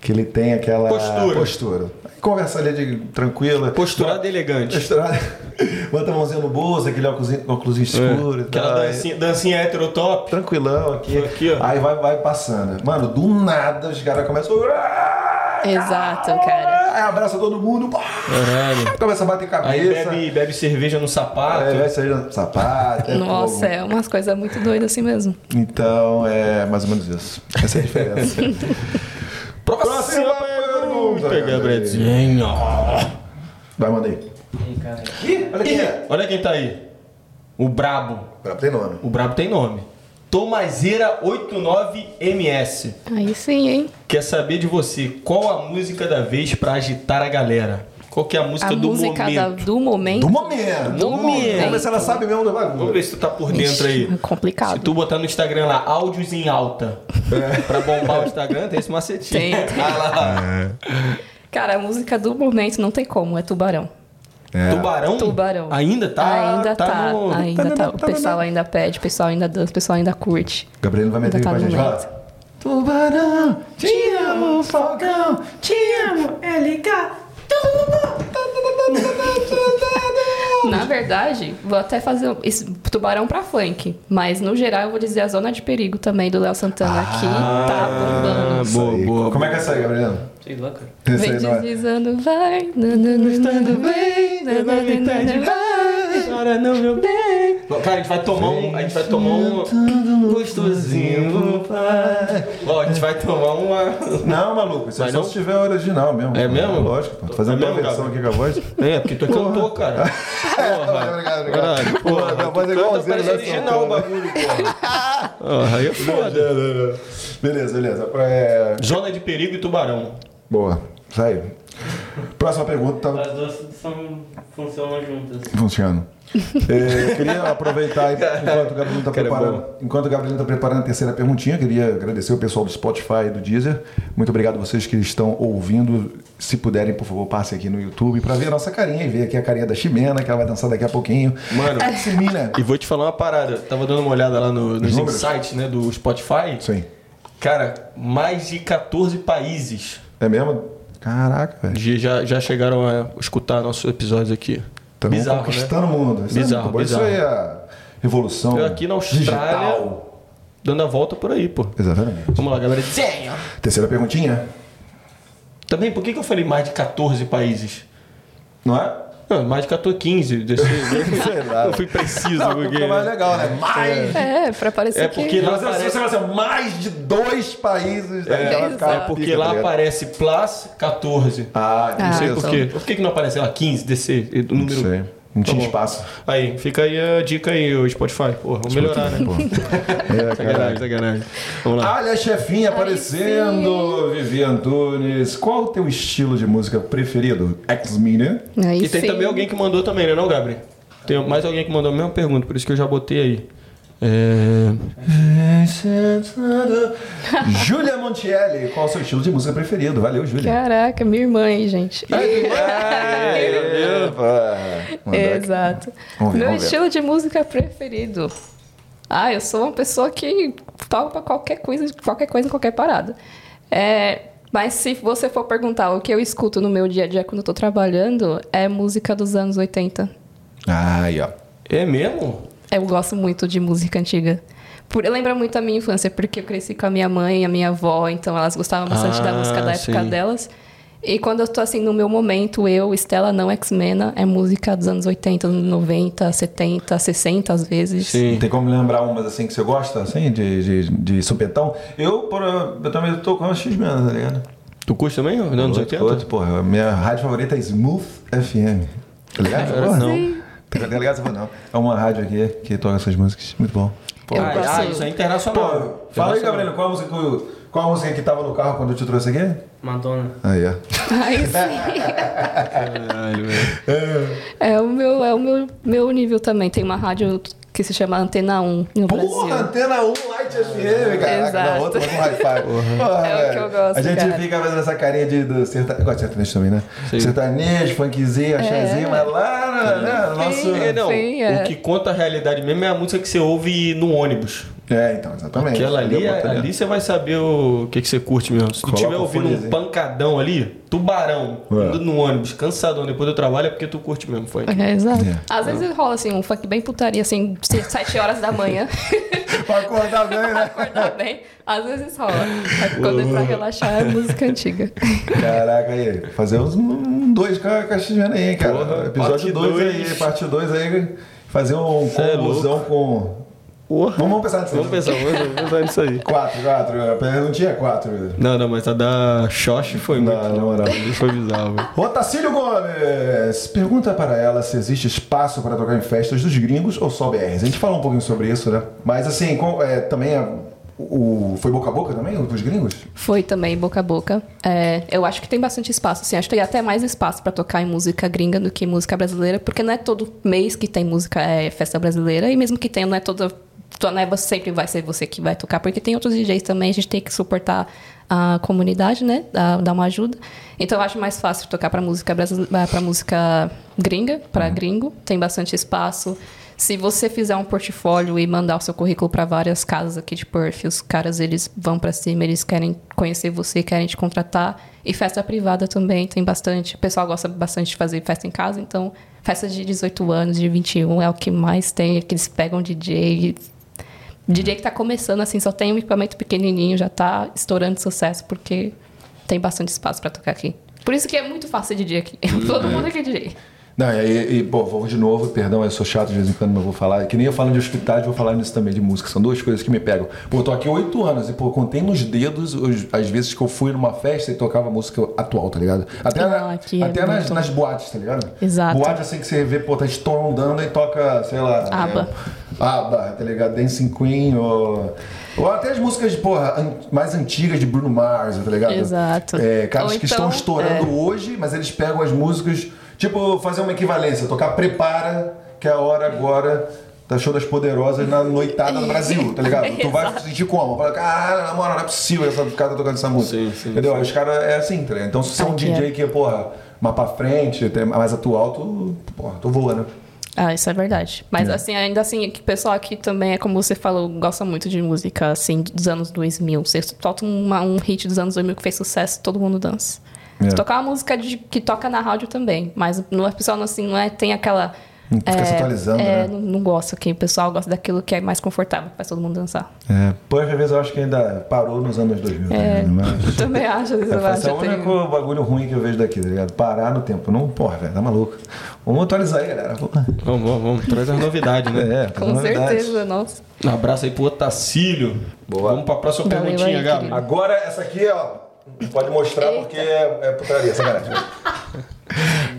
Speaker 5: Que ele tem aquela
Speaker 2: Postura.
Speaker 5: postura. Conversa ali de tranquila.
Speaker 2: Posturado e elegante.
Speaker 5: Misturado. Bota a mãozinha no bolso, aquele óculos, óculos escuro e tal.
Speaker 2: Aquela dancinha, dancinha hétero top.
Speaker 5: Tranquilão aqui.
Speaker 2: Aqui, ó.
Speaker 5: Aí vai, vai passando. Mano, do nada os caras começam.
Speaker 3: Exato, cara.
Speaker 5: Aí abraça todo mundo. pá,
Speaker 2: Caralho.
Speaker 5: Começa a bater
Speaker 2: Aí
Speaker 5: cabeça.
Speaker 2: bebe, bebe cerveja no sapato.
Speaker 5: Aí Ah, vai sair no sapato. é
Speaker 3: Nossa,
Speaker 5: fogo.
Speaker 3: é umas coisas muito doidas assim mesmo.
Speaker 5: Então é mais ou menos isso. Essa é a diferença. Próxima pergunta,
Speaker 2: Gabrielzinho.
Speaker 5: vai, manda aí.
Speaker 4: Ih, cara.
Speaker 5: Ih, olha quem é.
Speaker 2: Olha quem tá aí. O Brabo.
Speaker 5: Pra ter nome.
Speaker 2: O Brabo tem nome. Tomazeira 89MS.
Speaker 3: Aí sim, hein?
Speaker 2: Quer saber de você qual a música da vez pra agitar a galera? Qual que é a música
Speaker 3: a
Speaker 2: do
Speaker 3: música da-
Speaker 2: momento?
Speaker 3: do momento.
Speaker 5: Do momento.
Speaker 2: Do momento.
Speaker 5: Vamos ver se ela sabe mesmo da bagulho.
Speaker 2: Vamos ver se tu tá por
Speaker 3: Ixi,
Speaker 2: dentro aí.
Speaker 3: é complicado.
Speaker 2: Se tu botar no Instagram lá, áudios em alta.
Speaker 5: É.
Speaker 2: Pra bombar o Instagram, tem esse macetinho.
Speaker 3: Tem, tem.
Speaker 2: Ah lá.
Speaker 3: Cara, a música do momento não tem como, é tubarão.
Speaker 5: É.
Speaker 2: Tubarão?
Speaker 3: Tubarão.
Speaker 2: Ainda tá?
Speaker 3: ainda tá,
Speaker 2: no-
Speaker 3: ainda tá. O pessoal ainda pede, o pessoal ainda dança, o pessoal ainda curte.
Speaker 5: Gabriel não vai meter
Speaker 3: Ainda tá
Speaker 5: com a
Speaker 3: no
Speaker 5: gente. Vai lá.
Speaker 3: momento.
Speaker 5: Tubarão, te amo, fogão, te amo. tá
Speaker 3: Na verdade, vou até fazer um- esse tubarão pra funk. Mas no geral eu vou dizer a zona de perigo também do Léo Santana aqui.
Speaker 2: Ah,
Speaker 3: Tá bombando.
Speaker 2: Boa,
Speaker 5: Aí,
Speaker 2: boa,
Speaker 5: Como é que é essa aí, Gabriel?
Speaker 4: Sei lá, cara.
Speaker 5: Essa
Speaker 3: Vem
Speaker 5: aí não é.
Speaker 3: deslizando, vai. na, na, na, na,
Speaker 2: bem,
Speaker 3: na, na, na, na, na.
Speaker 2: Chora não, meu bem. Cara, a gente vai tomar um. A gente vai tomar um. Gostosinho, pai. Ó, a gente vai tomar uma.
Speaker 5: Não, maluco, isso é
Speaker 2: Vai
Speaker 5: só
Speaker 2: não?
Speaker 5: se tiver original mesmo.
Speaker 2: É mesmo?
Speaker 5: Lógico, pô. Tô
Speaker 2: É
Speaker 5: fazendo uma
Speaker 2: mesmo,
Speaker 5: versão
Speaker 2: Gabi?
Speaker 5: aqui com a voz.
Speaker 2: É, porque tu é cantor, cara. Porra.
Speaker 5: Obrigado,
Speaker 2: Caralho, porra.
Speaker 5: Minha voz
Speaker 2: Canta,
Speaker 5: é igualzinha.
Speaker 2: parece
Speaker 5: né?
Speaker 2: original o bagulho, porra. Porra, aí é foda.
Speaker 5: Beleza, beleza. É...
Speaker 2: Zona de perigo e tubarão.
Speaker 5: Boa, saiu. Próxima pergunta. tá
Speaker 4: As duas são, funcionam juntas.
Speaker 5: Funciona. É, eu queria aproveitar aí, enquanto o Gabriel está
Speaker 2: Cara, é
Speaker 5: preparando, enquanto o Gabriel tá preparando a terceira perguntinha, queria agradecer o pessoal do Spotify e do Deezer. Muito obrigado a vocês que estão ouvindo. Se puderem, por favor, passe aqui no YouTube para ver a nossa carinha e ver aqui a carinha da Ximena, que ela vai dançar daqui a pouquinho. né?
Speaker 2: Mano.
Speaker 5: essa mina.
Speaker 2: E vou te falar uma parada. Tava dando uma olhada lá no- nos
Speaker 5: números?
Speaker 2: insights, né, do Spotify.
Speaker 5: Sim.
Speaker 2: Cara, mais de 14 países
Speaker 5: É mesmo? Caraca, velho.
Speaker 2: já, já- já chegaram a escutar nossos episódios aqui.
Speaker 5: Estamos
Speaker 2: Bizarro, né?
Speaker 5: Então, conquistando o mundo. Isso
Speaker 2: Bizarro,
Speaker 5: é muito bom. Isso aí é a revolução.
Speaker 2: Eu aqui na Austrália,
Speaker 5: digital.
Speaker 2: dando a volta por aí, pô.
Speaker 5: Exatamente.
Speaker 2: Vamos lá, galera.
Speaker 5: Terceira perguntinha.
Speaker 2: Também, por que, que eu falei mais de 14 países?
Speaker 5: Não é?
Speaker 2: Não, mais de 14, 15. 16.
Speaker 5: Sei lá.
Speaker 2: eu fui preciso,
Speaker 5: Não, porque
Speaker 2: porque...
Speaker 5: é mais legal, né? Mais
Speaker 3: É, pra parecer
Speaker 2: É porque
Speaker 3: que.
Speaker 2: lá
Speaker 5: Mas assim,
Speaker 2: aparece...
Speaker 5: você vai ser mais de dois países daí ela
Speaker 3: é
Speaker 5: fica
Speaker 2: É porque
Speaker 5: pica, tá
Speaker 2: lá
Speaker 5: ligado?
Speaker 2: aparece plus 14.
Speaker 5: Ah,
Speaker 3: Ah,
Speaker 2: Não sei
Speaker 5: isso.
Speaker 2: Ah, por quê. Por que, que não aparece lá 15, 16, o número? Tá
Speaker 5: sei. Não tinha
Speaker 2: bom.
Speaker 5: espaço.
Speaker 2: Aí, fica aí a dica aí, o Spotify. Pô, vamos melhorar, né?
Speaker 5: Pô. É,
Speaker 2: Sacanagem,
Speaker 5: caralho.
Speaker 2: sacanagem. Vamos lá.
Speaker 5: Olha a chefinha aparecendo, Vivi Antunes. Qual o teu estilo de música preferido? X-Men, né?
Speaker 3: Aí
Speaker 2: E tem
Speaker 3: sim.
Speaker 2: também alguém que mandou também, né, não, Gabriel? Tem mais alguém que mandou a mesma pergunta, por isso que eu já botei aí. É...
Speaker 5: Júlia Montielli, qual o seu estilo de música preferido? Valeu, Júlia.
Speaker 3: Caraca, minha irmã aí, gente.
Speaker 5: Exato.
Speaker 3: É, Exato.
Speaker 5: Vamos ver,
Speaker 3: Meu
Speaker 5: vamos ver.
Speaker 3: estilo de música preferido. Ah, eu sou uma pessoa que topa qualquer coisa, qualquer coisa em qualquer parada. É, mas se você for perguntar o que eu escuto no meu dia a dia quando eu tô trabalhando, é música dos anos 80.
Speaker 5: Aí, ó.
Speaker 2: É mesmo?
Speaker 3: Eu gosto muito de música antiga. Por, lembra muito a minha infância, porque eu cresci com a minha mãe e a minha avó, então elas gostavam bastante da
Speaker 2: Ah,
Speaker 3: música da época
Speaker 2: sim.
Speaker 3: delas. E quando eu tô assim, no meu momento, eu, Estela, não X-Mena, é música dos anos 80, 90, 70, 60 às vezes.
Speaker 5: Não
Speaker 2: Sim.
Speaker 5: tem como lembrar umas assim que você gosta, assim, de, de, de supetão? Eu, por, eu também tô com uma X-Men, tá ligado?
Speaker 2: Tu curte também, ó, nos anos 80?
Speaker 5: Outro, porra, minha rádio favorita é Smooth FM. Tá ligado?
Speaker 2: Cara,
Speaker 5: Porra,
Speaker 2: não.
Speaker 5: Tá ligado? Essa porra, Não. É uma rádio aqui que toca essas músicas. Muito bom.
Speaker 3: Eu
Speaker 2: ah,
Speaker 3: gosto-
Speaker 2: ah, isso é
Speaker 5: Pô,
Speaker 2: internacional.
Speaker 5: fala aí,
Speaker 2: Internacional.
Speaker 5: Gabriel, qual a música, que- qual a música que tava no carro quando eu te trouxe aqui?
Speaker 4: Madonna.
Speaker 5: Aí, ó.
Speaker 3: Aí sim.
Speaker 2: Caralho, velho.
Speaker 3: É o, meu, é o meu, meu nível também. Tem uma rádio que se chama Antena 1 no
Speaker 5: Porra,
Speaker 3: Brasil.
Speaker 5: antena 1, Light FM, caraca.
Speaker 3: Exato.
Speaker 5: Não, outra mas um hi-fi. Porra,
Speaker 3: É o que
Speaker 5: velho.
Speaker 3: eu gosto,
Speaker 5: A gente
Speaker 3: cara.
Speaker 5: fica fazendo essa carinha de do sertanejo. Gosto de sertanejo também, né?
Speaker 2: Sim.
Speaker 5: Sertanejo, funkzinho, achazinho, mas lá, né, né? Nosso.
Speaker 2: É, não,
Speaker 3: É. Sim, é.
Speaker 2: o que conta a realidade mesmo é a música que você ouve no ônibus.
Speaker 5: É, então, exatamente.
Speaker 2: Aquela ali, é
Speaker 5: Eu boto
Speaker 2: ali você vai saber o que, que você curte mesmo. Se tu
Speaker 5: Coloca
Speaker 2: tiver
Speaker 5: o
Speaker 2: ouvindo um
Speaker 5: fonezinho.
Speaker 2: pancadão ali, tubarão,
Speaker 5: É.
Speaker 2: indo no ônibus, cansadão depois do trabalho, é porque tu curte mesmo, foi.
Speaker 3: É, exato.
Speaker 5: É.
Speaker 3: Às vezes rola assim, um funk bem putaria, assim, 7 horas da manhã.
Speaker 5: Pra acordar bem, né?
Speaker 3: acordar bem, às vezes rola. Mas quando é pra relaxar, é música antiga.
Speaker 5: Caraca, aí, fazer uns um, dois com a, com a Xijana aí, cara.
Speaker 2: Porra, parte
Speaker 5: Episódio 2 aí,
Speaker 2: dois.
Speaker 5: parte 2 aí, fazer um
Speaker 2: Cê é
Speaker 5: combusão com.
Speaker 2: Porra.
Speaker 5: Vamos, vamos pensar nisso.
Speaker 2: Vamos pensar, vamos vamos pensar nisso aí.
Speaker 5: Quatro, quatro. A perguntinha é quatro.
Speaker 2: Não, não, mas a da Xoxi foi
Speaker 5: Não,
Speaker 2: muito.
Speaker 5: na moral.
Speaker 2: Ali foi bizarro, velho.
Speaker 5: Otacílio Gomes pergunta para ela se existe espaço para tocar em festas dos gringos ou só BRs. A gente fala um pouquinho sobre isso, né? Mas assim, qual- é, também é- o, o- foi boca a boca também, o dos gringos?
Speaker 3: Foi também boca a boca. É, eu acho que tem bastante espaço, assim. Acho que tem até mais espaço pra tocar em música gringa do que em música brasileira, porque não é todo mês que tem música, é, festa brasileira, e mesmo que tenha, não é toda. Tua neva sempre vai ser você que vai tocar, porque tem outros DJs também, a gente tem que suportar a comunidade, né? Dar, dar uma ajuda. Então eu acho mais fácil tocar pra música brasileira, para música gringa, pra gringo. Tem bastante espaço. Se você fizer um portfólio e mandar o seu currículo para várias casas aqui de Perth, os caras eles vão para cima, eles querem conhecer você, querem te contratar. E festa privada também tem bastante. O pessoal gosta bastante de fazer festa em casa, então festa de 18 anos, de 21 é o que mais tem, é que eles pegam DJ. DJ que tá começando assim, só tem um equipamento pequenininho, já tá estourando de sucesso porque tem bastante espaço para tocar aqui. Por isso que é muito fácil ser DJ aqui. Todo mundo aqui é DJ.
Speaker 5: Não, e, aí, e pô, vou de novo, perdão, eu sou chato de vez em quando, mas vou falar. Que nem eu falando de hospitalidade, vou falar nisso também, de música. São duas coisas que me pegam. Pô, eu tô aqui oito anos e, pô, eu contei nos dedos os- as vezes que eu fui numa festa e tocava música atual, tá ligado? Até, na-
Speaker 3: Ah, aqui é
Speaker 5: até nas,
Speaker 3: muito.
Speaker 5: nas boates, tá ligado?
Speaker 3: Exato.
Speaker 5: Boate assim que você vê, pô, tá estourando e toca, sei lá.
Speaker 3: Abba.
Speaker 5: é, Abba, tá ligado? Dancing Queen ou. Ou até as músicas, porra, an- mais antigas de Bruno Mars, tá ligado?
Speaker 3: Exato.
Speaker 5: É, caras
Speaker 3: Ou
Speaker 5: que estão
Speaker 3: então,
Speaker 5: estourando
Speaker 3: é.
Speaker 5: hoje, mas eles pegam as músicas, tipo, fazer uma equivalência, tocar Prepara, que é a hora agora da Show das Poderosas na noitada no Brasil, tá ligado? tu vai sentir como? Fala, cara, na moral, não é possível essa cara tá tocando essa música.
Speaker 2: Sim, sim,
Speaker 5: Entendeu? Os caras é assim, tá ligado? Então se você é um
Speaker 3: Aqui
Speaker 5: DJ
Speaker 3: é.
Speaker 5: que é, porra, mais pra frente, tem- mais atual, tu, porra, tu voa, né?
Speaker 3: Ah, isso é verdade. Mas assim, ainda assim, o pessoal aqui também é como você falou, gosta muito de música assim dos anos 2000. Você toca uma- um hit dos anos 2000 que fez sucesso, todo mundo dança.
Speaker 5: É.
Speaker 3: Se tocar uma música de- que toca na rádio também, mas não é o pessoal não, assim, não é tem aquela
Speaker 5: Fica se atualizando,
Speaker 3: é,
Speaker 5: né?
Speaker 3: não, não gosta aqui. O pessoal gosta daquilo que é mais confortável, que faz todo mundo dançar.
Speaker 5: É, por às vezes eu acho que ainda parou nos anos 2000, tá
Speaker 3: É.
Speaker 5: ligado? Mas-
Speaker 3: Eu também acho, às vezes eu
Speaker 5: Esse
Speaker 3: acho.
Speaker 5: é o
Speaker 3: até-
Speaker 5: único bagulho ruim que eu vejo daqui, tá ligado? Parar no tempo. Não, porra, velho, tá maluco. Vamos atualizar aí, galera. Vamos.
Speaker 2: Vamos, vamos, vamos. Traz as novidades, né?
Speaker 5: É,
Speaker 3: Com
Speaker 5: novidades.
Speaker 3: certeza, nossa.
Speaker 2: Um abraço aí pro Otacílio.
Speaker 5: Boa.
Speaker 2: Vamos pra próxima
Speaker 3: Valeu
Speaker 2: perguntinha,
Speaker 3: aí,
Speaker 2: Gabi.
Speaker 3: querido.
Speaker 5: Agora, essa aqui, ó. Pode mostrar porque é, é putaria, sacanagem.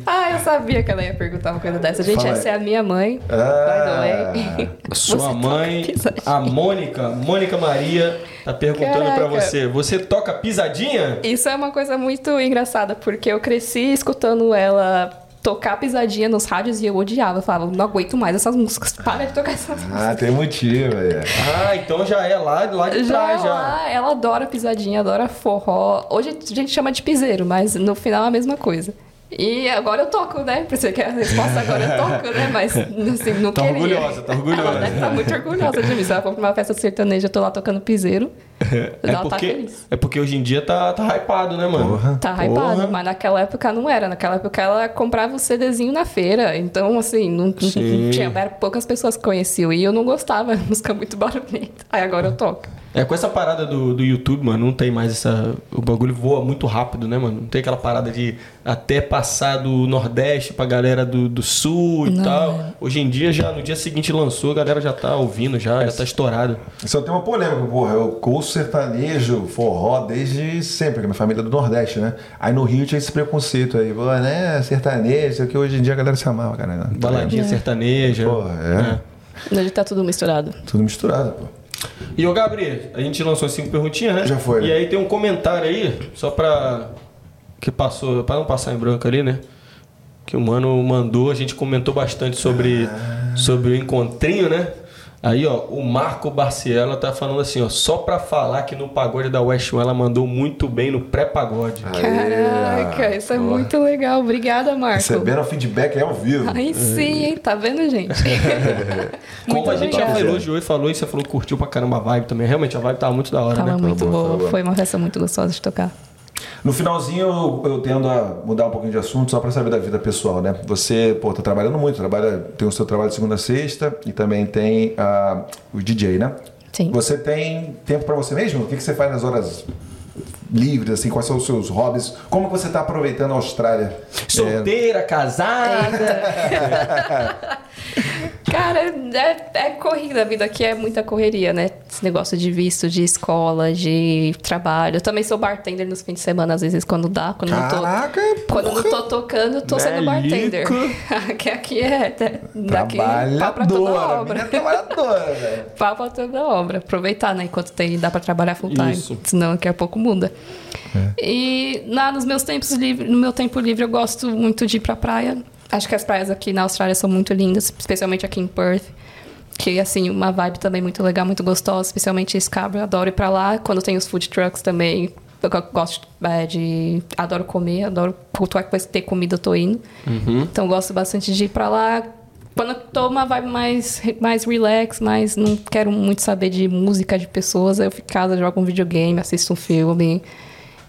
Speaker 3: Ai, Ah, eu sabia que ela ia perguntar uma coisa dessa. Gente,
Speaker 5: Fala aí.
Speaker 3: essa é a minha mãe.
Speaker 5: Ah.
Speaker 3: by the way. Você
Speaker 2: Sua
Speaker 3: toca
Speaker 2: mãe,
Speaker 3: pisadinha?
Speaker 2: a Mônica, Mônica Maria, tá perguntando pra
Speaker 3: Caraca.
Speaker 2: você: você toca pisadinha?
Speaker 3: Isso é uma coisa muito engraçada, porque eu cresci escutando ela tocar pisadinha nos rádios e eu odiava. Eu falava, não aguento mais essas músicas, para de tocar essas músicas.
Speaker 5: Ah, tem motivo, é.
Speaker 2: Ah, então já é lá, lá de
Speaker 3: Já,
Speaker 2: trás, já.
Speaker 3: ela, ela adora pisadinha, adora forró. Hoje a gente chama de piseiro, mas no final é a mesma coisa. E agora eu toco, né? Por isso que a resposta agora eu toco, né? Mas assim, não
Speaker 2: Tá
Speaker 3: queria.
Speaker 2: orgulhosa, tá orgulhosa.
Speaker 3: Ela deve estar muito orgulhosa de mim. Se ela for pra uma festa sertaneja, eu tô lá tocando piseiro.
Speaker 2: É
Speaker 3: ela tá
Speaker 2: porque,
Speaker 3: feliz.
Speaker 2: é porque hoje em dia tá, tá hypado, né, mano?
Speaker 3: Tá
Speaker 2: Porra.
Speaker 3: hypada, mas naquela época não era. Naquela época ela comprava o CDzinho na feira. Então, assim, não, não
Speaker 2: Sim.
Speaker 3: tinha. Era poucas pessoas que conheciam. E eu não gostava, música muito barulhenta. Aí agora eu toco.
Speaker 2: É, com essa parada do, do YouTube, mano, não tem mais essa. O bagulho voa muito rápido, né, mano? Não tem aquela parada de até passar do Nordeste pra galera do, do Sul e
Speaker 3: Não,
Speaker 2: tal. Hoje em dia, já no dia seguinte lançou, a galera já tá ouvindo, já, já tá estourado.
Speaker 5: Isso é um tema polêmico, porra. Eu ouço sertanejo, forró desde sempre, que minha família é do Nordeste, né? Aí no Rio tinha esse preconceito aí, pô, né? Sertanejo, isso aqui hoje em dia a galera se amava, cara. né?
Speaker 2: Baladinha sertaneja.
Speaker 5: Porra, é.
Speaker 3: Hoje tá tudo misturado.
Speaker 5: Tudo misturado, pô.
Speaker 2: E ô Gabriel, a gente lançou as cinco perguntinhas, né?
Speaker 5: Já foi, né?
Speaker 2: E aí tem um comentário aí, só pra. Que passou, pra não passar em branco ali, né? Que o mano mandou, a gente comentou bastante sobre,
Speaker 5: Ah.
Speaker 2: sobre o encontrinho, né? Aí, ó, o Marco Barciela tá falando assim, ó, só pra falar que no pagode da West One ela mandou muito bem no pré-pagode.
Speaker 5: Ah.
Speaker 2: ah,
Speaker 3: Caraca, isso é muito legal. Obrigada,
Speaker 2: é
Speaker 3: Marco.
Speaker 5: Receberam feedback aí ao vivo.
Speaker 3: Aí sim, hein? Tá vendo, gente?
Speaker 2: Como
Speaker 3: muito
Speaker 2: a gente tá né? já
Speaker 3: legal.
Speaker 2: elogiou e falou, e você falou que curtiu pra caramba a vibe também. Realmente, a vibe tava muito da hora,
Speaker 3: Tava
Speaker 2: né?
Speaker 3: muito
Speaker 5: boa,
Speaker 3: boa.
Speaker 5: tá boa.
Speaker 3: Foi uma festa muito gostosa de tocar.
Speaker 5: No finalzinho, eu, eu tendo a mudar um pouquinho de assunto só pra saber da vida pessoal, né? Você, pô, tá trabalhando muito, trabalha, tem o seu trabalho de segunda a sexta e também tem ah, o DJ, né?
Speaker 3: Sim.
Speaker 5: Você tem tempo pra você mesmo? O que, que você faz nas horas livres, assim? Quais são os seus hobbies? Como que você tá aproveitando a Austrália? É,
Speaker 2: Solteira, casada.
Speaker 3: Cara, é, é corrida, a vida aqui é muita correria, né? Esse negócio de visto, de escola, de trabalho. Eu também sou bartender nos fins de semana, às vezes, quando dá, quando
Speaker 5: Caraca,
Speaker 3: não tô. Quando eu não tô tocando, eu tô sendo bartender.
Speaker 2: Melico.
Speaker 3: que aqui é. né? Daqui, pau pra toda
Speaker 5: trabalhadora,
Speaker 3: obra.
Speaker 5: menina trabalhadora, velho.
Speaker 3: Pau pra toda obra. Aproveitar, né? Enquanto tem, dá pra trabalhar full time.
Speaker 2: Isso.
Speaker 3: Senão daqui a pouco muda. E na, nos meus tempos livres, no meu tempo livre, eu gosto muito de ir pra praia. Acho que as praias aqui na Austrália são muito lindas, especialmente aqui em Perth. Que, assim, uma vibe também muito legal, muito gostosa, especialmente Scarborough. Adoro ir pra lá. Quando tem os food trucks também, eu go- gosto é, de... Adoro comer, adoro... Quanto é que vai ter comida, eu tô indo. Então, eu gosto bastante de ir pra lá. Quando eu tô uma vibe mais, mais relax, mas não quero muito saber de música, de pessoas, aí eu fico em casa, jogo um videogame, assisto um filme.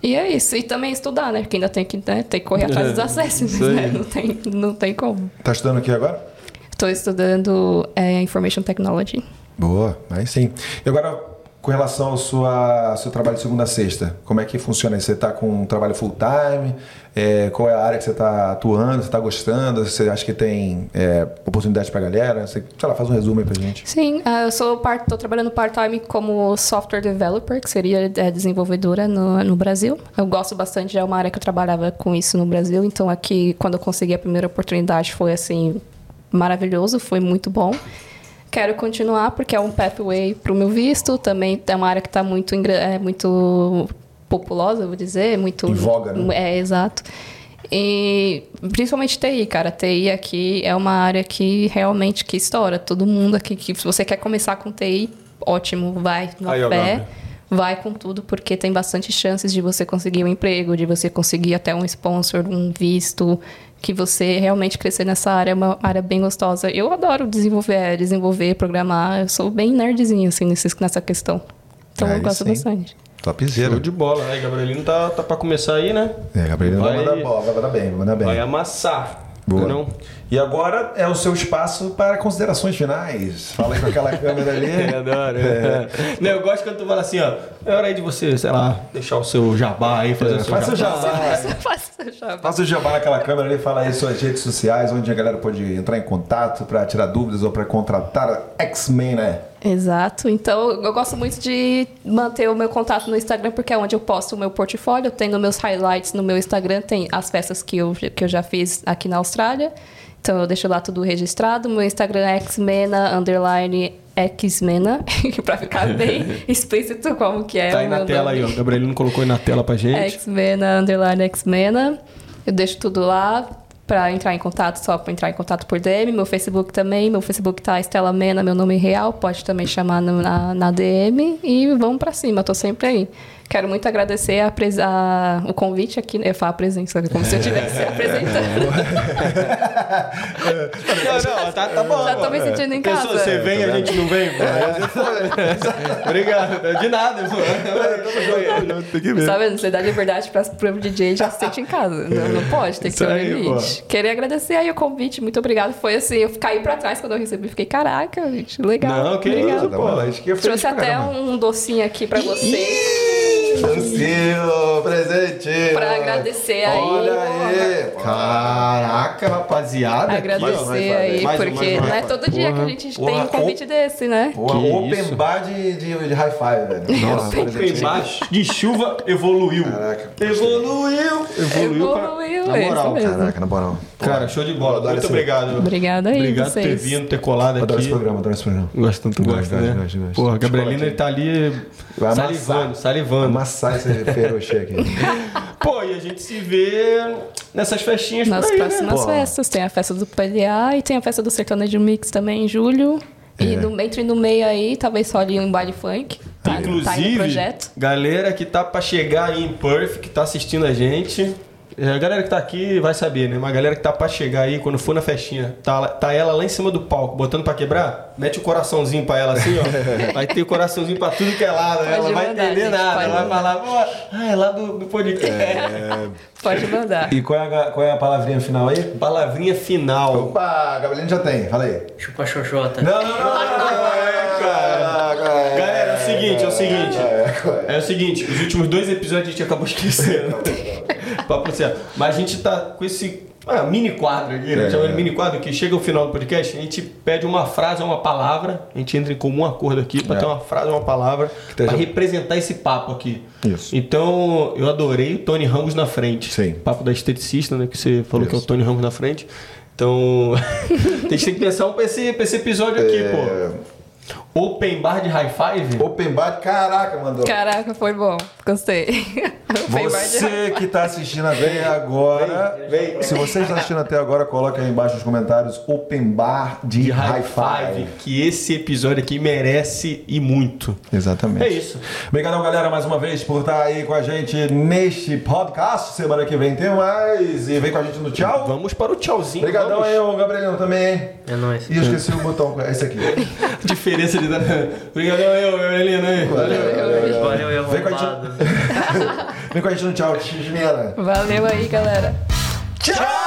Speaker 3: E é isso. E também estudar, né? Porque ainda tem que, né? tem que correr atrás dos acessos,
Speaker 2: É, isso
Speaker 3: né?
Speaker 2: aí.
Speaker 3: Não tem, não tem como.
Speaker 5: Tá estudando aqui agora?
Speaker 3: Estou estudando é, Information Technology.
Speaker 5: Boa, aí sim. E agora, com relação ao, sua, ao seu trabalho de segunda a sexta, como é que funciona isso? Você está com um trabalho full time? É, qual é a área que você está atuando? Você está gostando? Você acha que tem é, oportunidade para galera? Você, sei lá, faz um resumo aí pra gente.
Speaker 3: Sim, ah, eu sou part, tô trabalhando part-time como software developer, que seria eh, desenvolvedora no, no Brasil. Eu gosto bastante, já é uma área que eu trabalhava com isso no Brasil, então aqui, quando eu consegui a primeira oportunidade, foi assim, maravilhoso, foi muito bom. Quero continuar, porque é um pathway para o meu visto, também é uma área que está muito, engra- é, muito populosa, eu vou dizer, muito...
Speaker 5: Em voga, né?
Speaker 3: É, exato. E principalmente TI, cara. TI aqui é uma área que realmente que estoura. Todo mundo aqui que se você quer começar com TI, ótimo, vai no
Speaker 2: Aí, ó,
Speaker 3: pé.
Speaker 2: Gabi.
Speaker 3: Vai com tudo, porque tem bastante chances de você conseguir um emprego, de você conseguir até um sponsor, um visto, que você realmente crescer nessa área, é uma área bem gostosa. Eu adoro desenvolver, é, desenvolver, programar. Eu sou bem nerdzinho, assim, nesses- nessa questão. Então
Speaker 2: É,
Speaker 5: Aí
Speaker 3: eu gosto
Speaker 5: sim.
Speaker 3: bastante.
Speaker 2: Show
Speaker 5: Topzera.
Speaker 2: de bola. Aí, Gabrielino tá, tá pra começar aí, né?
Speaker 5: É, Gabriel vai
Speaker 2: Vai-
Speaker 5: mandar bola, vai mandar bem, vai mandar bem.
Speaker 2: Vai amassar.
Speaker 5: Boa.
Speaker 2: Não?
Speaker 5: E agora é o seu espaço para considerações finais. Fala aí com aquela câmera ali.
Speaker 2: Eu adoro. é. Não, eu gosto quando tu fala assim, ó. É hora aí de você, sei lá, deixar o seu jabá aí, fazer o seu
Speaker 5: Faz seu
Speaker 2: jabá.
Speaker 5: jabá.
Speaker 3: Faço- seu jabá.
Speaker 5: Faça o jabá naquela câmera ali, fala aí suas redes sociais, onde a galera pode entrar em contato pra tirar dúvidas ou pra contratar X-Men, né?
Speaker 3: Exato. Então, eu gosto muito de manter o meu contato no Instagram, porque é onde eu posto o meu portfólio. Eu tenho meus highlights no meu Instagram, tem as festas que eu, que eu já fiz aqui na Austrália. Então, eu deixo lá tudo registrado. Meu Instagram é xmena, underline xmena, pra ficar bem explícito como que é
Speaker 2: Tá
Speaker 3: o
Speaker 2: aí na
Speaker 3: meu É,
Speaker 2: tela
Speaker 3: nome.
Speaker 2: aí, ó. O Gabrielino colocou aí na tela pra gente.
Speaker 3: Xmena, underline Xmena. Eu deixo tudo lá pra entrar em contato, só pra entrar em contato por DM. Meu Facebook também. Meu Facebook tá Estela Mena, meu nome real. Pode também chamar no- na, na DM. E vamos pra cima, eu tô sempre aí. Quero muito agradecer a pres- a- o convite aqui. né? Eu falo a presença, como se eu estivesse apresentando.
Speaker 2: Não, não, tá, tá bom.
Speaker 3: tipo, Já tô me sentindo em casa.
Speaker 2: Pessoa, você
Speaker 5: Tá
Speaker 2: vem, a gente não vem? pô. É, Obrigado. De nada, pô.
Speaker 3: Tá vendo? Você dá liberdade para o DJ já se sente em casa. Não, não pode, tem que
Speaker 2: É, Isso
Speaker 3: ter um
Speaker 2: aí,
Speaker 3: limite. Queria agradecer aí o convite, muito obrigado. Foi assim, eu caí pra trás quando eu recebi. Fiquei, caraca, gente, legal.
Speaker 2: Não, que
Speaker 3: Obrigada.
Speaker 2: isso, pô.
Speaker 5: acho que eu
Speaker 3: Trouxe até um docinho aqui pra vocês,
Speaker 5: Seu presente!
Speaker 3: pra agradecer aí.
Speaker 5: Olha aí!
Speaker 2: Caraca, rapaziada.
Speaker 5: Mais um, mais
Speaker 3: Agradecer
Speaker 5: um,
Speaker 3: aí,
Speaker 5: mais um,
Speaker 3: porque
Speaker 5: mais um,
Speaker 3: não é
Speaker 5: mais um.
Speaker 3: todo dia que a gente
Speaker 5: Porra,
Speaker 3: tem um convite desse, né?
Speaker 5: Porra,
Speaker 2: Que
Speaker 5: open
Speaker 2: isso?
Speaker 5: bar de, de, de hi-fi, velho. Nossa,
Speaker 2: Open
Speaker 3: um
Speaker 2: bar de chuva evoluiu.
Speaker 5: Caraca.
Speaker 2: Evoluiu. Evoluiu. pra-
Speaker 3: Evoluiu,
Speaker 2: na
Speaker 3: é
Speaker 2: moral,
Speaker 3: isso mesmo.
Speaker 5: Caraca, na moral.
Speaker 2: Cara, show de bola.
Speaker 5: Adoro
Speaker 2: Muito
Speaker 5: esse-
Speaker 2: obrigado.
Speaker 3: Obrigada aí,
Speaker 2: Obrigado por ter
Speaker 3: vocês.
Speaker 2: vindo, ter colado
Speaker 5: Adoro
Speaker 2: aqui.
Speaker 5: esse programa, adoro esse programa.
Speaker 2: Gosto tanto,
Speaker 5: Gosto,
Speaker 2: gosto,
Speaker 5: gosto,
Speaker 2: né?
Speaker 5: gosto, gosto.
Speaker 2: Porra,
Speaker 5: Chocolate.
Speaker 2: Gabrielino, ele tá ali
Speaker 5: Vai amassar.
Speaker 2: salivando, salivando.
Speaker 5: Amassar esse feroche aqui.
Speaker 2: Pô, e a gente se vê nessas festinhas
Speaker 3: Nas
Speaker 2: por aí, né?
Speaker 3: próximas festas. Tem a festa do PLA e tem a festa do Sertanejo Mix também em julho. E
Speaker 5: É.
Speaker 3: no- entre no meio aí, talvez só ali um baile funk. Tá, tá aí
Speaker 2: Inclusive,
Speaker 3: no projeto.
Speaker 2: galera que tá pra chegar aí em Perth, que tá assistindo a gente. é, A galera que tá aqui vai saber, né? Mas a galera que tá pra chegar aí, quando for na festinha, tá, tá ela lá em cima do palco, botando pra quebrar, mete o coraçãozinho pra ela assim, ó. Vai ter coraçãozinho pra tudo que é lado. Ela não vai
Speaker 3: mandar,
Speaker 2: entender
Speaker 3: gente,
Speaker 2: nada.
Speaker 3: pode
Speaker 2: Ela vai falar, "Pô, ah, é lá do, do podcast.
Speaker 5: É.
Speaker 3: Pode mandar.
Speaker 5: e qual é, a, qual é a palavrinha final aí?
Speaker 2: Palavrinha final.
Speaker 5: Opa, Gabrielino já tem, fala aí.
Speaker 4: Chupa xoxota.
Speaker 5: Não, não, não, não, não, é, cara.
Speaker 2: Galera, é o seguinte, é o seguinte.
Speaker 5: Ah,
Speaker 2: É o seguinte, os últimos dois episódios a gente acabou esquecendo. Papo sério. Mas a gente tá com esse ah, mini quadro aqui, né?
Speaker 5: É.
Speaker 2: Chamando de mini quadro, que chega ao final do podcast, a gente pede uma frase ou uma palavra, a gente entra em comum acordo aqui pra ter uma frase ou uma palavra pra
Speaker 5: É. esteja-
Speaker 2: representar esse papo aqui.
Speaker 5: Isso.
Speaker 2: Então, eu adorei o Tony Ramos na frente.
Speaker 5: Sim.
Speaker 2: Papo da esteticista, né? Que você falou que é o Tony Ramos na frente. Então, a gente tem que pensar um pra esse, pra esse episódio aqui, pô. Open bar de high five?
Speaker 5: É. Open bar, caraca, mandou.
Speaker 3: Caraca, foi bom. Gostei. Foi mais-
Speaker 5: Você que tá assistindo até agora, se você está assistindo até agora, coloca aí embaixo nos comentários Open Bar de,
Speaker 2: de
Speaker 5: Hi-Fi.
Speaker 2: high five, que esse episódio aqui merece e muito.
Speaker 5: Exatamente.
Speaker 2: É isso.
Speaker 5: Obrigadão, galera, mais uma vez por estar aí com a gente neste podcast. Semana que vem tem mais. E vem com a gente no tchau.
Speaker 2: Vamos para o tchauzinho.
Speaker 5: Obrigadão
Speaker 2: vamos.
Speaker 5: aí, ô Gabrielão, também. hein?
Speaker 4: É nóis.
Speaker 5: Ih, eu esqueci o botão, é esse aqui.
Speaker 2: Diferença de. Obrigadão aí, ô, Evelina aí.
Speaker 4: Valeu, eu
Speaker 5: Vem com a gente.
Speaker 4: roubado.
Speaker 5: Vem com a gente no tchau, Ximena.
Speaker 3: Valeu aí, galera.
Speaker 5: Tchau!